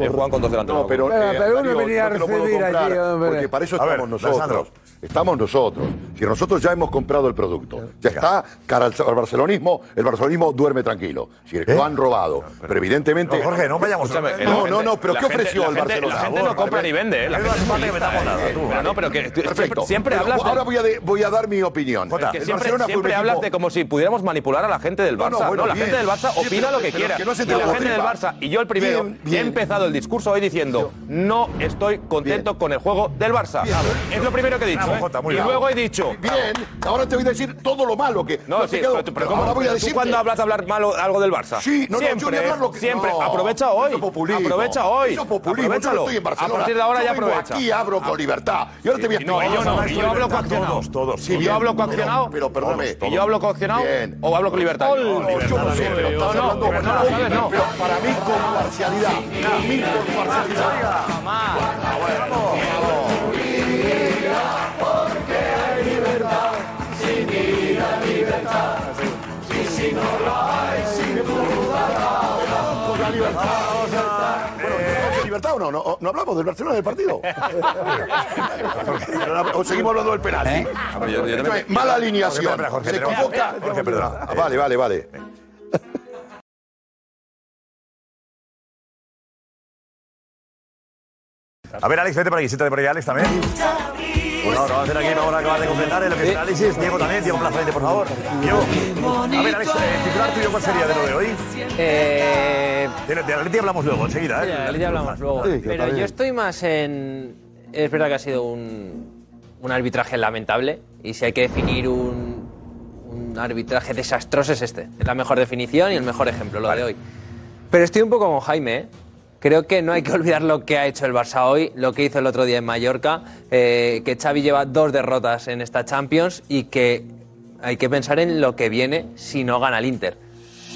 [SPEAKER 13] Ellos jugaban con dos delanteros.
[SPEAKER 14] No, pero,
[SPEAKER 16] Venga,
[SPEAKER 14] eh,
[SPEAKER 16] pero uno
[SPEAKER 14] Darío,
[SPEAKER 16] venía a
[SPEAKER 14] no te lo puedo
[SPEAKER 16] recibir
[SPEAKER 14] comprar,
[SPEAKER 16] allí, hombre.
[SPEAKER 14] Porque para eso
[SPEAKER 16] A ver,
[SPEAKER 14] estamos nosotros.
[SPEAKER 16] Alessandro.
[SPEAKER 14] Estamos nosotros. Si nosotros ya hemos comprado el producto, ya está, cara al al barcelonismo, el barcelonismo duerme tranquilo. Si lo han robado. Pero evidentemente.
[SPEAKER 8] No, Jorge, no vayamos-
[SPEAKER 13] Escúchame, la
[SPEAKER 14] No, no,
[SPEAKER 13] gente-
[SPEAKER 14] no, pero
[SPEAKER 13] la
[SPEAKER 14] ¿qué
[SPEAKER 13] gente-
[SPEAKER 14] ofreció
[SPEAKER 13] la
[SPEAKER 14] el
[SPEAKER 13] gente-
[SPEAKER 14] Barcelona?
[SPEAKER 13] La gente no compra ni vende, ¿eh? La gente no metamos nada. No, pero que tú- siempre-
[SPEAKER 14] Perfecto.
[SPEAKER 13] siempre
[SPEAKER 14] Pero
[SPEAKER 13] hablas.
[SPEAKER 14] Ahora voy a, de- voy a dar mi opinión.
[SPEAKER 13] Jota,
[SPEAKER 14] El
[SPEAKER 13] que siempre,
[SPEAKER 14] Barcelona fue un
[SPEAKER 13] siempre
[SPEAKER 14] equipo-
[SPEAKER 13] hablas de como si pudiéramos manipular a la gente del
[SPEAKER 14] No,
[SPEAKER 13] Barça.
[SPEAKER 14] no,
[SPEAKER 13] No,
[SPEAKER 14] bueno,
[SPEAKER 13] la
[SPEAKER 14] bien.
[SPEAKER 13] gente del Barça
[SPEAKER 14] Sí,
[SPEAKER 13] opina
[SPEAKER 14] pero-
[SPEAKER 13] lo que
[SPEAKER 14] pero
[SPEAKER 13] quiera.
[SPEAKER 14] que no se
[SPEAKER 13] y
[SPEAKER 14] te
[SPEAKER 13] la
[SPEAKER 14] aburriba.
[SPEAKER 13] gente del Barça, y yo el primero,
[SPEAKER 14] Bien,
[SPEAKER 13] he empezado el discurso hoy diciendo no estoy contento con el juego del Barça. Es lo primero que he dicho.
[SPEAKER 14] Bravo,
[SPEAKER 13] ¿eh?
[SPEAKER 14] Jota, muy
[SPEAKER 13] y
[SPEAKER 14] bravo.
[SPEAKER 13] luego he dicho...
[SPEAKER 14] Bien, ahora te voy a decir todo lo malo que.
[SPEAKER 13] No,
[SPEAKER 14] no
[SPEAKER 13] sí,
[SPEAKER 14] te quedo-
[SPEAKER 13] pero, tú- pero ¿cómo?
[SPEAKER 14] ahora voy a
[SPEAKER 13] ¿Tú
[SPEAKER 14] decirte-
[SPEAKER 13] cuándo hablas de hablar malo algo del Barça?
[SPEAKER 14] Sí, no, no, yo
[SPEAKER 13] siempre,
[SPEAKER 14] voy a hablar lo que-
[SPEAKER 13] siempre.
[SPEAKER 14] no,
[SPEAKER 13] aprovecha hoy.
[SPEAKER 14] eso es populismo.
[SPEAKER 13] Aprovecha hoy.
[SPEAKER 14] Eso es populismo. Yo
[SPEAKER 13] Aprovechalo.
[SPEAKER 14] no estoy en Barcelona.
[SPEAKER 13] A partir de ahora
[SPEAKER 14] Yo
[SPEAKER 13] ya
[SPEAKER 14] vengo
[SPEAKER 13] aprovecha.
[SPEAKER 14] aquí hablo con libertad. Y ahora te voy a
[SPEAKER 13] Y no, y yo no. Y yo hablo coaccionado.
[SPEAKER 14] Todos, todos.
[SPEAKER 13] Y yo hablo coaccionado.
[SPEAKER 14] Pero perdóname.
[SPEAKER 13] ¿Y yo hablo coaccionado
[SPEAKER 14] Bien.
[SPEAKER 13] o hablo con libertad?
[SPEAKER 14] No, yo no sé, pero estás hablando con Pero para mí con parcialidad. Para mí con parcialidad. Con la libertad. Bueno, ¿hablamos de ¿Libertad o no? no? ¿No hablamos del Barcelona del partido? ¿O seguimos hablando del
[SPEAKER 10] ¿Eh?
[SPEAKER 14] penalti?
[SPEAKER 13] Hombre, yo- yo también-
[SPEAKER 14] Mala alineación.
[SPEAKER 8] Espera, espera, Jorge,
[SPEAKER 14] Se
[SPEAKER 8] pero-
[SPEAKER 14] equivoca.
[SPEAKER 8] Jorge, perdona.
[SPEAKER 14] Ah, vale, vale, vale.
[SPEAKER 8] A ver, Alex, vete para aquí, siéntate por ahí, Alex, también. Bueno, ahora vamos a hacer aquí una hora que va de completar el que es el análisis. Diego también, Diego Plaza, vente, por favor. Yo. A ver, Alex, eh, titular tuyo, ¿cuál sería de lo de hoy?
[SPEAKER 22] Eh...
[SPEAKER 8] De, de Atleti hablamos luego, enseguida. ¿eh?
[SPEAKER 22] Sí, de Atleti hablamos luego. Pero yo estoy más en. Es verdad que ha sido un, un arbitraje lamentable. Y si hay que definir un, un arbitraje desastroso, es este. Es la mejor definición y el mejor ejemplo, lo de hoy. Pero estoy un poco con Jaime, ¿eh? Creo que no hay que olvidar lo que ha hecho el Barça hoy, lo que hizo el otro día en Mallorca, eh, que Xavi lleva dos derrotas en esta Champions y que hay que pensar en lo que viene si no gana el Inter.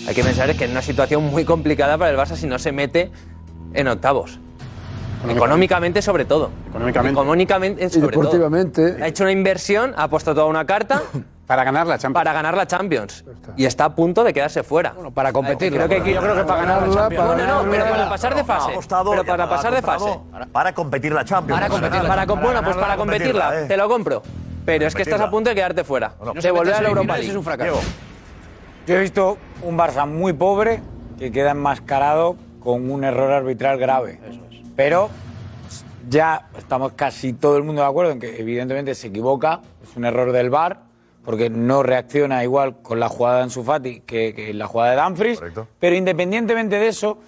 [SPEAKER 22] Hay que pensar que es una situación muy complicada para el Barça si no se mete en octavos. Económicamente sobre todo. Económicamente. sobre todo.
[SPEAKER 16] Deportivamente.
[SPEAKER 22] Ha hecho una inversión, ha puesto toda una carta
[SPEAKER 11] Para ganar la Champions. Para ganar la Champions. Y está a punto de quedarse fuera. Bueno, para competir.
[SPEAKER 2] competirla.
[SPEAKER 11] yo creo que para ganar la Champions. No, no, no, pero para pasar de fase. pero para pasar de fase.
[SPEAKER 8] Para, para competir la Champions.
[SPEAKER 11] Para competirla. Para, com- bueno, pues para competirla,
[SPEAKER 9] eh.
[SPEAKER 11] te lo compro. Pero es que estás a punto de quedarte fuera. De volver a la Europa League.
[SPEAKER 9] Yo he visto un Barça muy pobre que queda enmascarado con un error arbitral grave. Pero ya estamos casi todo el mundo de acuerdo en que evidentemente se equivoca, es un error del VAR, porque no reacciona igual con la jugada de Ansu Fati que, que la jugada de Danfries. Pero independientemente de eso,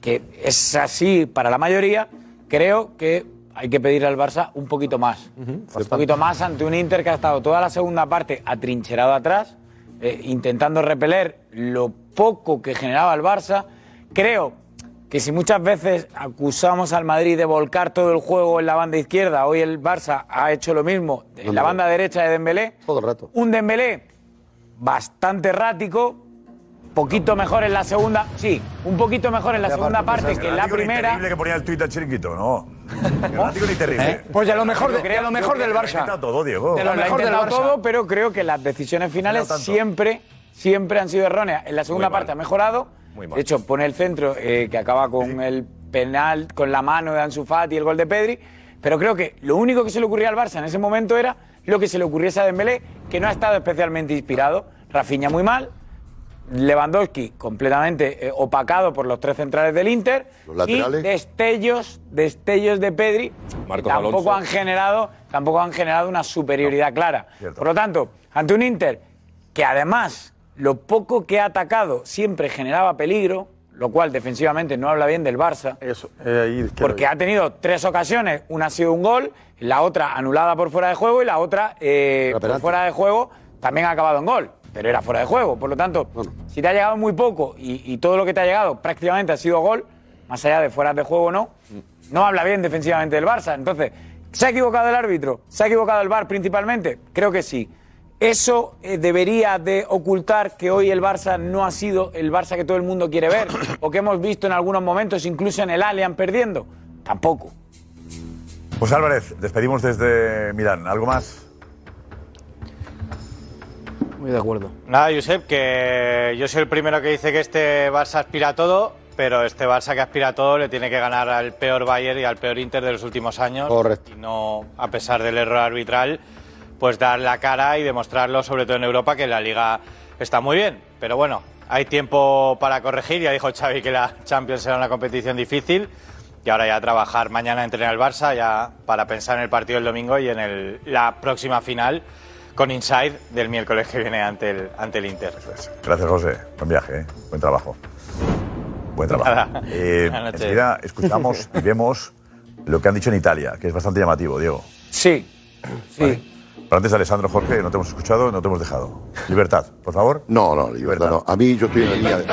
[SPEAKER 9] que es así para la mayoría, creo que hay que pedirle al Barça un poquito más. Un poquito más ante un Inter que ha estado toda la segunda parte atrincherado atrás, eh, intentando repeler lo poco que generaba el Barça. Creo que si muchas veces acusamos al Madrid de volcar todo el juego en la banda izquierda, hoy el Barça ha hecho lo mismo en la banda derecha de Dembélé. Todo el rato. Un Dembélé bastante errático, poquito mejor en la segunda, sí, un poquito mejor en la segunda parte que en la
[SPEAKER 8] Errático ni
[SPEAKER 9] primera.
[SPEAKER 8] terrible que ponía el tuit al chiringuito, no. Errático ni terrible.
[SPEAKER 9] ¿Eh? Pues de lo mejor de-
[SPEAKER 8] Yo creo-
[SPEAKER 9] de lo
[SPEAKER 8] yo
[SPEAKER 9] mejor
[SPEAKER 8] creo
[SPEAKER 9] del
[SPEAKER 8] que
[SPEAKER 9] Barça.
[SPEAKER 8] lo ha intentado todo, Diego.
[SPEAKER 9] De lo mejor del Barça. todo, pero creo que las decisiones finales
[SPEAKER 8] tanto.
[SPEAKER 9] siempre, siempre han sido erróneas. En la segunda
[SPEAKER 8] Muy mal.
[SPEAKER 9] parte ha mejorado.
[SPEAKER 8] Muy mal.
[SPEAKER 9] De hecho, pone el centro eh, que acaba con el penal, con la mano de Ansu Fati y el gol de Pedri. Pero creo que lo único que se le ocurría al Barça en ese momento era lo que se le ocurriese a Dembélé, que no ha estado especialmente inspirado. Rafinha muy mal, Lewandowski completamente eh, opacado por los tres centrales del Inter
[SPEAKER 14] Los laterales.
[SPEAKER 9] y destellos, destellos de Pedri
[SPEAKER 14] Marcos
[SPEAKER 9] que tampoco
[SPEAKER 14] Alonso.
[SPEAKER 9] han generado, tampoco han generado una superioridad clara.
[SPEAKER 14] Cierto.
[SPEAKER 9] Por lo tanto, ante un Inter que además lo poco que ha atacado siempre generaba peligro, lo cual defensivamente no habla bien del Barça.
[SPEAKER 14] eh,
[SPEAKER 9] Porque ha tenido tres ocasiones, una ha sido un gol, la otra anulada por fuera de juego y la otra eh, por fuera de juego también ha acabado en gol, pero era fuera de juego. Por lo tanto, si te ha llegado muy poco y, y todo lo que te ha llegado prácticamente ha sido gol, más allá de fuera de juego o no, no habla bien defensivamente del Barça. Entonces, ¿se ha equivocado el árbitro? ¿Se ha equivocado el VAR principalmente? Creo que sí. Eso eh, debería de ocultar que hoy el Barça no ha sido el Barça que todo el mundo quiere ver o que hemos visto en algunos momentos, incluso en el Allianz perdiendo. Tampoco.
[SPEAKER 8] Pues Álvarez, despedimos desde Milán. ¿Algo más?
[SPEAKER 9] Muy de acuerdo.
[SPEAKER 17] Nada, Josep, que yo soy el primero que dice que este Barça aspira a todo, pero este Barça que aspira a todo le tiene que ganar al peor Bayern y al peor Inter de los últimos años.
[SPEAKER 7] Correcto.
[SPEAKER 17] Y no, a pesar del error arbitral, pues dar la cara y demostrarlo, sobre todo en Europa, que la liga está muy bien. Pero bueno, hay tiempo para corregir. Ya dijo Xavi que la Champions será una competición difícil. Y ahora ya trabajar mañana entrenar al Barça ya para pensar en el partido del domingo y en el- la próxima final con Inside del miércoles que viene ante el, ante el Inter.
[SPEAKER 8] Gracias, José. Buen viaje, ¿eh? Buen trabajo. Buen trabajo.
[SPEAKER 17] Nada.
[SPEAKER 8] Eh,
[SPEAKER 17] Buenas noches.
[SPEAKER 8] enseguida escuchamos y vemos lo que han dicho en Italia, que es bastante llamativo, Diego.
[SPEAKER 9] Sí. Sí.
[SPEAKER 8] Pero antes, Alessandro, Jorge, no te hemos escuchado, no te hemos dejado. Libertad, por favor.
[SPEAKER 14] No, no, libertad. No. A mí yo estoy en la línea de...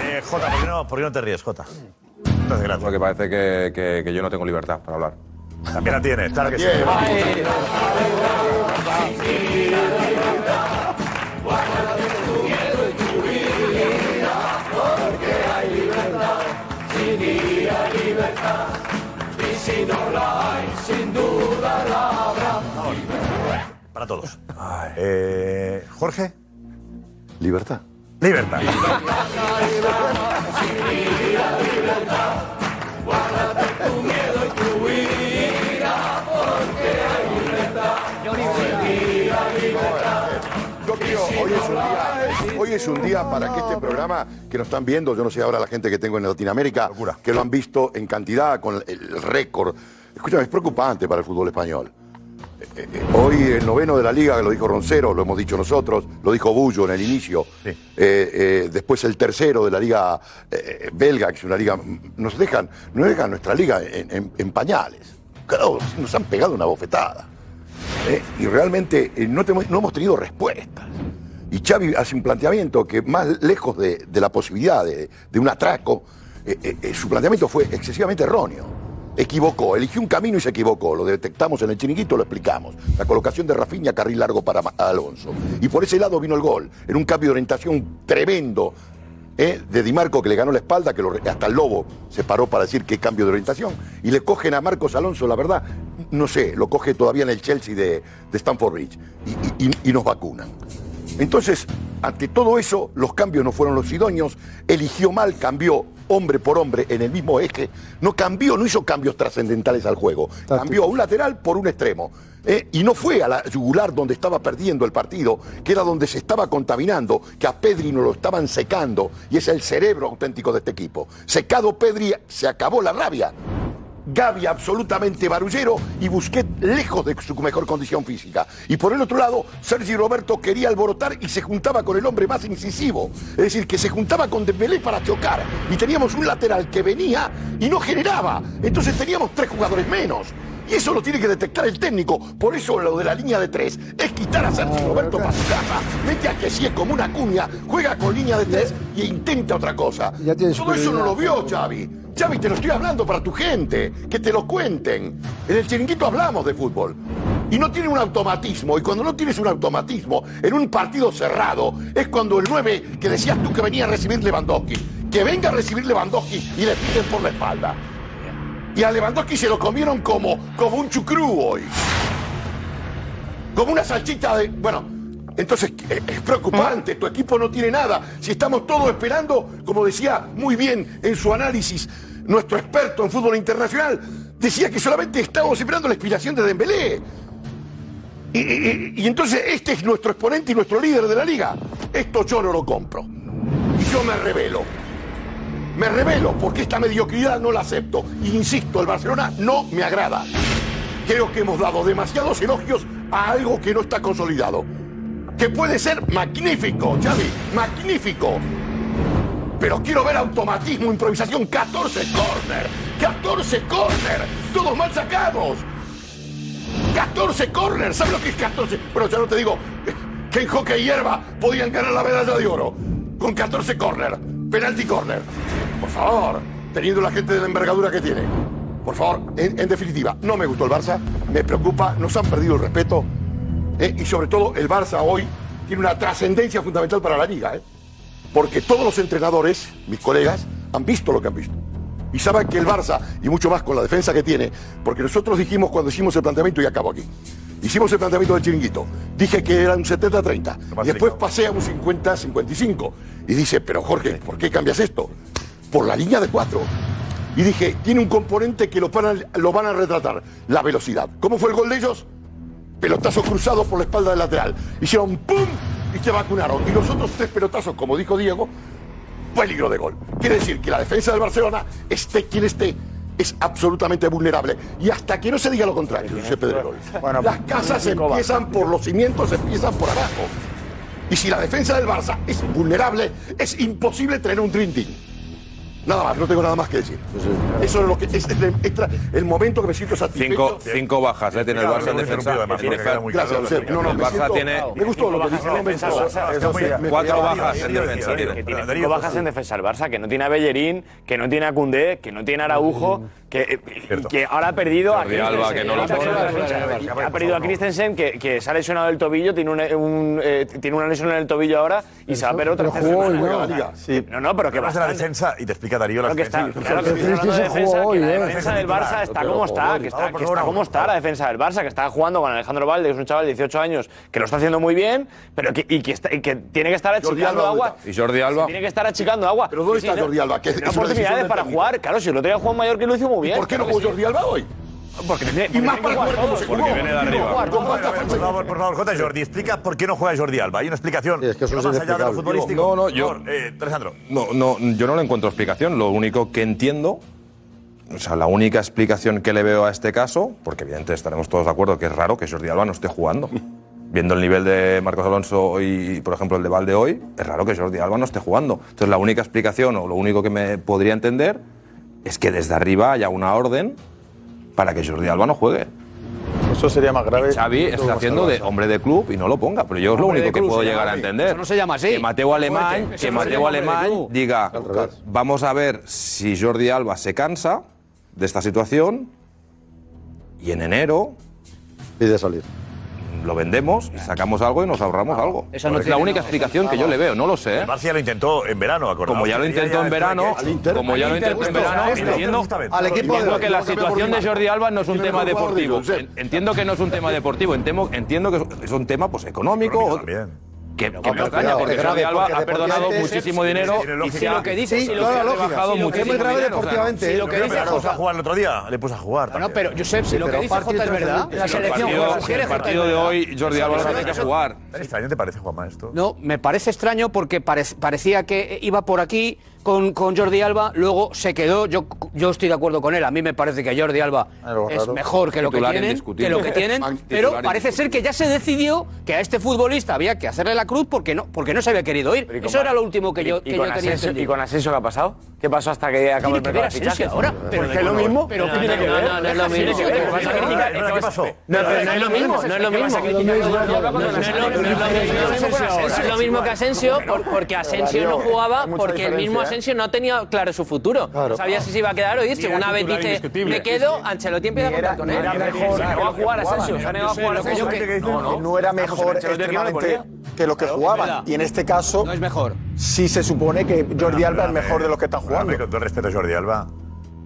[SPEAKER 8] Eh, Jota, ¿por qué, no, por qué no te ríes, Jota? Muchas gracias.
[SPEAKER 13] Porque parece que, que- que yo no tengo libertad para hablar.
[SPEAKER 8] También la tienes, claro que sí.
[SPEAKER 25] Y si no la hay, sin duda la habrá.
[SPEAKER 8] Para todos. Eh, Jorge.
[SPEAKER 14] Libertad.
[SPEAKER 8] Libertad.
[SPEAKER 14] Yo creo, hoy es un día, hoy es un día para que este programa que nos están viendo, yo no sé ahora la gente que tengo en Latinoamérica, que lo han visto en cantidad con el récord. Escúchame, es preocupante para el fútbol español. Eh, eh, eh, Hoy el noveno de la liga, que lo dijo Roncero, lo hemos dicho nosotros, lo dijo Bullo en el inicio. Eh, eh, después el tercero de la liga eh, eh, belga, que es una liga. Nos dejan, nos dejan nuestra liga en, en- en pañales. Claro, nos han pegado una bofetada. Eh, y realmente eh, no, tenemos- no hemos tenido respuestas. Y Xavi hace un planteamiento que más lejos de, de la posibilidad de, de un atraco, eh, eh, eh, su planteamiento fue excesivamente erróneo. equivocó, eligió un camino y se equivocó. Lo detectamos en el chiringuito, lo explicamos. La colocación de Rafinha, carril largo para Ma- Alonso. Y por ese lado vino el gol, en un cambio de orientación tremendo ¿eh? de Di Marco que le ganó la espalda, que lo re- hasta el lobo se paró para decir qué cambio de orientación. Y le cogen a Marcos Alonso, la verdad, no sé, lo coge todavía en el Chelsea de, de Stamford Bridge y, y- y nos vacunan. Entonces, ante todo eso, los cambios no fueron los idóneos, eligió mal, cambió hombre por hombre en el mismo eje, no cambió, no hizo cambios trascendentales al juego, cambió a un lateral por un extremo. ¿eh? y no fue a la yugular donde estaba perdiendo el partido, que era donde se estaba contaminando, que a Pedri no lo estaban secando, y es el cerebro auténtico de este equipo. Secado Pedri, se acabó la rabia. Gavi absolutamente barullero y Busquets lejos de su mejor condición física. Y por el otro lado, Sergi Roberto quería alborotar y se juntaba con el hombre más incisivo. Es decir, que se juntaba con Dembélé para chocar. Y teníamos un lateral que venía y no generaba. Entonces teníamos tres jugadores menos. Y eso lo tiene que detectar el técnico. Por eso lo de la línea de tres es quitar a Sergi Roberto para su casa. Mete a que si es como una cuña, juega con línea de tres y intenta otra cosa. Todo eso no lo vio Xavi. Xavi, te lo estoy hablando para tu gente, que te lo cuenten. En el chiringuito hablamos de fútbol. Y no tiene un automatismo. Y cuando no tienes un automatismo en un partido cerrado, es cuando el 9 que decías tú que venía a recibir Lewandowski, que venga a recibir Lewandowski y le piten por la espalda. Y a Lewandowski se lo comieron como, como un chucrú hoy. Como una salchita de. Bueno. Entonces eh, es preocupante, tu equipo no tiene nada. Si estamos todos esperando, como decía muy bien en su análisis nuestro experto en fútbol internacional, decía que solamente estábamos esperando la inspiración de Dembélé. Y, y- y- y entonces este es nuestro exponente y nuestro líder de la liga. Esto yo no lo compro. Y yo me revelo. Me revelo porque esta mediocridad no la acepto. Y insisto, el Barcelona no me agrada. Creo que hemos dado demasiados elogios a algo que no está consolidado. Que puede ser magnífico, Xavi, magnífico. Pero quiero ver automatismo, improvisación, 14 corner, 14 corner, todos mal sacados. 14 corners, ¿sabes lo que es 14? Bueno, ya no te digo que en hockey y hierba podían ganar la medalla de oro con 14 corner, penalti corner. Por favor, teniendo la gente de la envergadura que tiene. Por favor, en, en definitiva, no me gustó el Barça, me preocupa, nos han perdido el respeto ¿eh? y sobre todo el Barça hoy tiene una trascendencia fundamental para la liga, ¿eh? porque todos los entrenadores, mis colegas, han visto lo que han visto. Y saben que el Barça, y mucho más con la defensa que tiene, porque nosotros dijimos cuando hicimos el planteamiento, y acabo aquí, hicimos el planteamiento del chiringuito, dije que era un 70-30, y después pasé a un 50-55, y dice, pero Jorge, ¿por qué cambias esto? Por la línea de cuatro. Y dije, tiene un componente que lo van a, lo van a retratar, la velocidad. ¿Cómo fue el gol de ellos? pelotazo cruzado por la espalda del lateral. Hicieron ¡pum! y se vacunaron. Y los otros tres pelotazos, como dijo Diego, peligro de gol. Quiere decir que la defensa del Barcelona, esté quien esté, es absolutamente vulnerable. Y hasta que no se diga lo contrario, José Pedrerol. Las casas
[SPEAKER 22] cinco va.
[SPEAKER 14] empiezan por los cimientos, empiezan por abajo. Y si la defensa del Barça es vulnerable, es imposible tener un Dream Team. Nada más, no tengo nada más que decir. Eso es lo que es, es- es tra- el momento que me siento
[SPEAKER 13] Cinco,
[SPEAKER 14] satisfecho.
[SPEAKER 13] cinco bajas le tiene el
[SPEAKER 14] Claro,
[SPEAKER 13] Barça en
[SPEAKER 14] no me
[SPEAKER 13] defensa.
[SPEAKER 14] interrumpió, además,
[SPEAKER 13] Tiene
[SPEAKER 14] porque queda
[SPEAKER 13] Fer-
[SPEAKER 14] muy claro. Gracias, Josep. No, no,
[SPEAKER 13] el
[SPEAKER 14] me
[SPEAKER 13] Barça
[SPEAKER 14] siento-
[SPEAKER 13] tiene.
[SPEAKER 14] me gustó lo que dice, no me gustó. Eso sí, me-
[SPEAKER 13] Cuatro
[SPEAKER 14] me-
[SPEAKER 13] bajas
[SPEAKER 14] me-
[SPEAKER 13] en
[SPEAKER 14] me-
[SPEAKER 13] defensa.
[SPEAKER 14] me-
[SPEAKER 13] tiene.
[SPEAKER 14] me-
[SPEAKER 13] Pero
[SPEAKER 14] me-
[SPEAKER 13] Darío,
[SPEAKER 14] Darío,
[SPEAKER 6] Cinco bajas en defensa el Barça, que no tiene a Bellerín, que no tiene a Cundé, que no tiene a Araujo,
[SPEAKER 14] Mm.
[SPEAKER 6] que, y que ahora ha perdido a
[SPEAKER 13] Jordi Alba, que no lo pone.
[SPEAKER 6] Ha perdido a Christensen, que, que se ha lesionado el tobillo, tiene, un, un, eh, tiene una lesión en el tobillo ahora y se va a perder otra
[SPEAKER 8] pero jugó
[SPEAKER 6] semana.
[SPEAKER 8] hoy, ¿no? La liga.
[SPEAKER 6] No, no, pero que
[SPEAKER 8] Hablas de la
[SPEAKER 6] bastante.
[SPEAKER 8] defensa y te explica Darío la
[SPEAKER 6] Claro que
[SPEAKER 8] defensa.
[SPEAKER 6] está, claro que estoy hablando de defensa, que la
[SPEAKER 8] ¿eh?
[SPEAKER 14] ¿eh?
[SPEAKER 6] defensa del Barça está como está, que está, que está como está la defensa del Barça, que está jugando con Alejandro Valde, que es un chaval de 18 años, que lo está haciendo muy bien, pero que, y que, está- y que tiene que estar
[SPEAKER 14] Jordi
[SPEAKER 6] achicando
[SPEAKER 14] Alba
[SPEAKER 6] agua.
[SPEAKER 14] ahorita. ¿Y Jordi Alba?
[SPEAKER 6] Tiene que estar achicando agua.
[SPEAKER 14] Pero ¿dónde está Jordi Alba? Que es-
[SPEAKER 6] Tiene
[SPEAKER 14] es una decisión
[SPEAKER 6] oportunidades
[SPEAKER 14] del
[SPEAKER 6] para
[SPEAKER 14] técnico.
[SPEAKER 6] jugar, claro, si el otro día Juan Mayor que lo hizo muy bien.
[SPEAKER 14] ¿Por qué no
[SPEAKER 6] claro
[SPEAKER 14] jugó
[SPEAKER 6] que sí.
[SPEAKER 14] Jordi Alba hoy?
[SPEAKER 6] Porque tiene-
[SPEAKER 14] Y
[SPEAKER 6] porque tiene
[SPEAKER 14] más para
[SPEAKER 6] que
[SPEAKER 14] jugar
[SPEAKER 6] jugar
[SPEAKER 14] como
[SPEAKER 6] todos,
[SPEAKER 14] se
[SPEAKER 6] porque
[SPEAKER 14] jugó.
[SPEAKER 6] viene de
[SPEAKER 14] Tiene que
[SPEAKER 6] arriba.
[SPEAKER 14] jugar con
[SPEAKER 8] Por
[SPEAKER 14] tanta fuerza.
[SPEAKER 8] favor, por favor, Jota Jordi, explica por qué no juega Jordi Alba. Hay una explicación. Es que
[SPEAKER 13] eso es
[SPEAKER 8] más allá de lo
[SPEAKER 13] inexplicable.
[SPEAKER 8] futbolístico.
[SPEAKER 13] No, no, yo-
[SPEAKER 8] Por favor, eh, Alejandro.
[SPEAKER 13] No, no, yo no le encuentro explicación. Lo único que entiendo, o sea, la única explicación que le veo a este caso, porque evidentemente estaremos todos de acuerdo que es raro que Jordi Alba no esté jugando. Viendo el nivel de Marcos Alonso y, por ejemplo, el de Valde hoy, es raro que Jordi Alba no esté jugando. Entonces, la única explicación o lo único que me podría entender es que desde arriba haya una orden para que Jordi Alba no juegue.
[SPEAKER 12] Eso sería más grave.
[SPEAKER 13] Xavi está haciendo de hombre de club y no lo ponga, pero yo es lo
[SPEAKER 12] Hombre de
[SPEAKER 13] único que
[SPEAKER 12] club
[SPEAKER 13] puedo
[SPEAKER 12] se llama
[SPEAKER 13] llegar a
[SPEAKER 12] así.
[SPEAKER 13] entender.
[SPEAKER 12] Eso no se llama así.
[SPEAKER 13] Que Mateo
[SPEAKER 12] Fuerte.
[SPEAKER 13] Alemán,
[SPEAKER 12] Eso
[SPEAKER 13] que
[SPEAKER 12] no se
[SPEAKER 13] Mateo
[SPEAKER 12] llama hombre de
[SPEAKER 13] Alemán
[SPEAKER 12] club.
[SPEAKER 13] diga, vamos a ver si Jordi Alba se cansa de esta situación y en enero.
[SPEAKER 12] Pide salir.
[SPEAKER 13] Lo vendemos y sacamos algo y nos ahorramos algo. Pues
[SPEAKER 8] Esa
[SPEAKER 13] es la única explicación que yo le veo, no lo sé. ¿eh?
[SPEAKER 8] El Barça ya lo intentó en verano, acordado.
[SPEAKER 13] Como ya lo intentó en verano, como ya lo intentó en verano, entiendo, entiendo que la situación de Jordi Alba no es un tema deportivo. En- Entiendo que no es un tema deportivo, entemo- entiendo que es- es un tema pues económico. Que, que me extraña,
[SPEAKER 12] cuidado,
[SPEAKER 13] porque
[SPEAKER 12] es grave,
[SPEAKER 13] Jordi Alba
[SPEAKER 12] porque
[SPEAKER 13] ha perdonado
[SPEAKER 12] deportivamente-
[SPEAKER 13] muchísimo
[SPEAKER 12] sí,
[SPEAKER 13] dinero
[SPEAKER 12] tiene
[SPEAKER 13] y
[SPEAKER 12] lógica.
[SPEAKER 13] si lo que dice,
[SPEAKER 12] Sí,
[SPEAKER 13] si lo
[SPEAKER 12] toda
[SPEAKER 13] que
[SPEAKER 12] la
[SPEAKER 13] ha
[SPEAKER 12] lógica.
[SPEAKER 13] rebajado
[SPEAKER 12] Sí, lo que es
[SPEAKER 13] muchísimo
[SPEAKER 12] muy grave
[SPEAKER 13] dinero, o sea,
[SPEAKER 12] deportivamente,
[SPEAKER 13] si
[SPEAKER 12] ¿eh?
[SPEAKER 13] lo que
[SPEAKER 12] Pero
[SPEAKER 13] dice
[SPEAKER 12] me la
[SPEAKER 13] Jota-
[SPEAKER 12] puso a
[SPEAKER 8] jugar el otro día, le puso a jugar.
[SPEAKER 1] No, pero, Josep, si lo que dice Jota es verdad, la selección juega como quiere,
[SPEAKER 8] El
[SPEAKER 1] Jota.
[SPEAKER 8] partido de hoy,
[SPEAKER 13] Jordi Alba lo tiene que jugar.
[SPEAKER 8] ¿Tan extraño te parece, Juanma, esto?
[SPEAKER 1] No, me parece extraño porque parec- parecía que iba por aquí con, con Jordi Alba, luego se quedó. Yo, yo estoy de acuerdo con él. A mí me parece que Jordi Alba
[SPEAKER 13] Algo
[SPEAKER 1] es
[SPEAKER 13] raro.
[SPEAKER 1] mejor que lo que
[SPEAKER 13] Titular
[SPEAKER 1] tienen,
[SPEAKER 13] indiscutible.
[SPEAKER 1] que lo que tienen
[SPEAKER 13] Man-
[SPEAKER 1] pero
[SPEAKER 13] titular
[SPEAKER 1] parece ser que ya se decidió que a este futbolista había que hacerle la cruz porque no, porque no se había querido ir. Eso era lo último que yo, que
[SPEAKER 10] ¿Y
[SPEAKER 1] yo
[SPEAKER 10] con,
[SPEAKER 1] tenía
[SPEAKER 10] ascenso,
[SPEAKER 1] entendido.
[SPEAKER 10] ¿Y con Asensio qué ha pasado? ¿Qué pasó hasta que acabó
[SPEAKER 1] Tiene
[SPEAKER 10] el
[SPEAKER 1] que
[SPEAKER 10] mercado
[SPEAKER 1] ver
[SPEAKER 10] de fichajes?
[SPEAKER 1] Asensio ahora, pero-
[SPEAKER 10] ¿Porque es lo mismo?
[SPEAKER 1] Pero
[SPEAKER 10] ¿Qué
[SPEAKER 1] no,
[SPEAKER 10] tiene que
[SPEAKER 1] no,
[SPEAKER 10] ver?
[SPEAKER 1] no, no es lo
[SPEAKER 10] Tiene
[SPEAKER 1] mismo.
[SPEAKER 10] que ver.
[SPEAKER 1] Lo que pasa es que critica-
[SPEAKER 10] ¿Qué pasó?
[SPEAKER 1] No, pero no es lo mismo, no es lo mismo.
[SPEAKER 22] Es lo mismo que Asensio, por- porque Asensio no jugaba, porque el mismo Asensio no tenía claro su futuro. No sabía si se iba a quedar o irse.
[SPEAKER 11] Ni era
[SPEAKER 22] Una vez
[SPEAKER 11] titular
[SPEAKER 22] dice,
[SPEAKER 11] indiscutible.
[SPEAKER 22] me quedo, Ancelotti empieza a contar con él.
[SPEAKER 12] mejor-
[SPEAKER 22] Se negó a jugar Asensio, se ha negado a jugar Asensio.
[SPEAKER 12] que
[SPEAKER 22] No, no.
[SPEAKER 12] no era mejor
[SPEAKER 22] Ancelotti aquí no lo
[SPEAKER 12] extremadamente que los que jugaban. Y en este caso. No es
[SPEAKER 1] mejor.
[SPEAKER 12] Sí se supone que Jordi Alba es mejor de los que está jugando.
[SPEAKER 8] Con todo el respeto a Jordi Alba,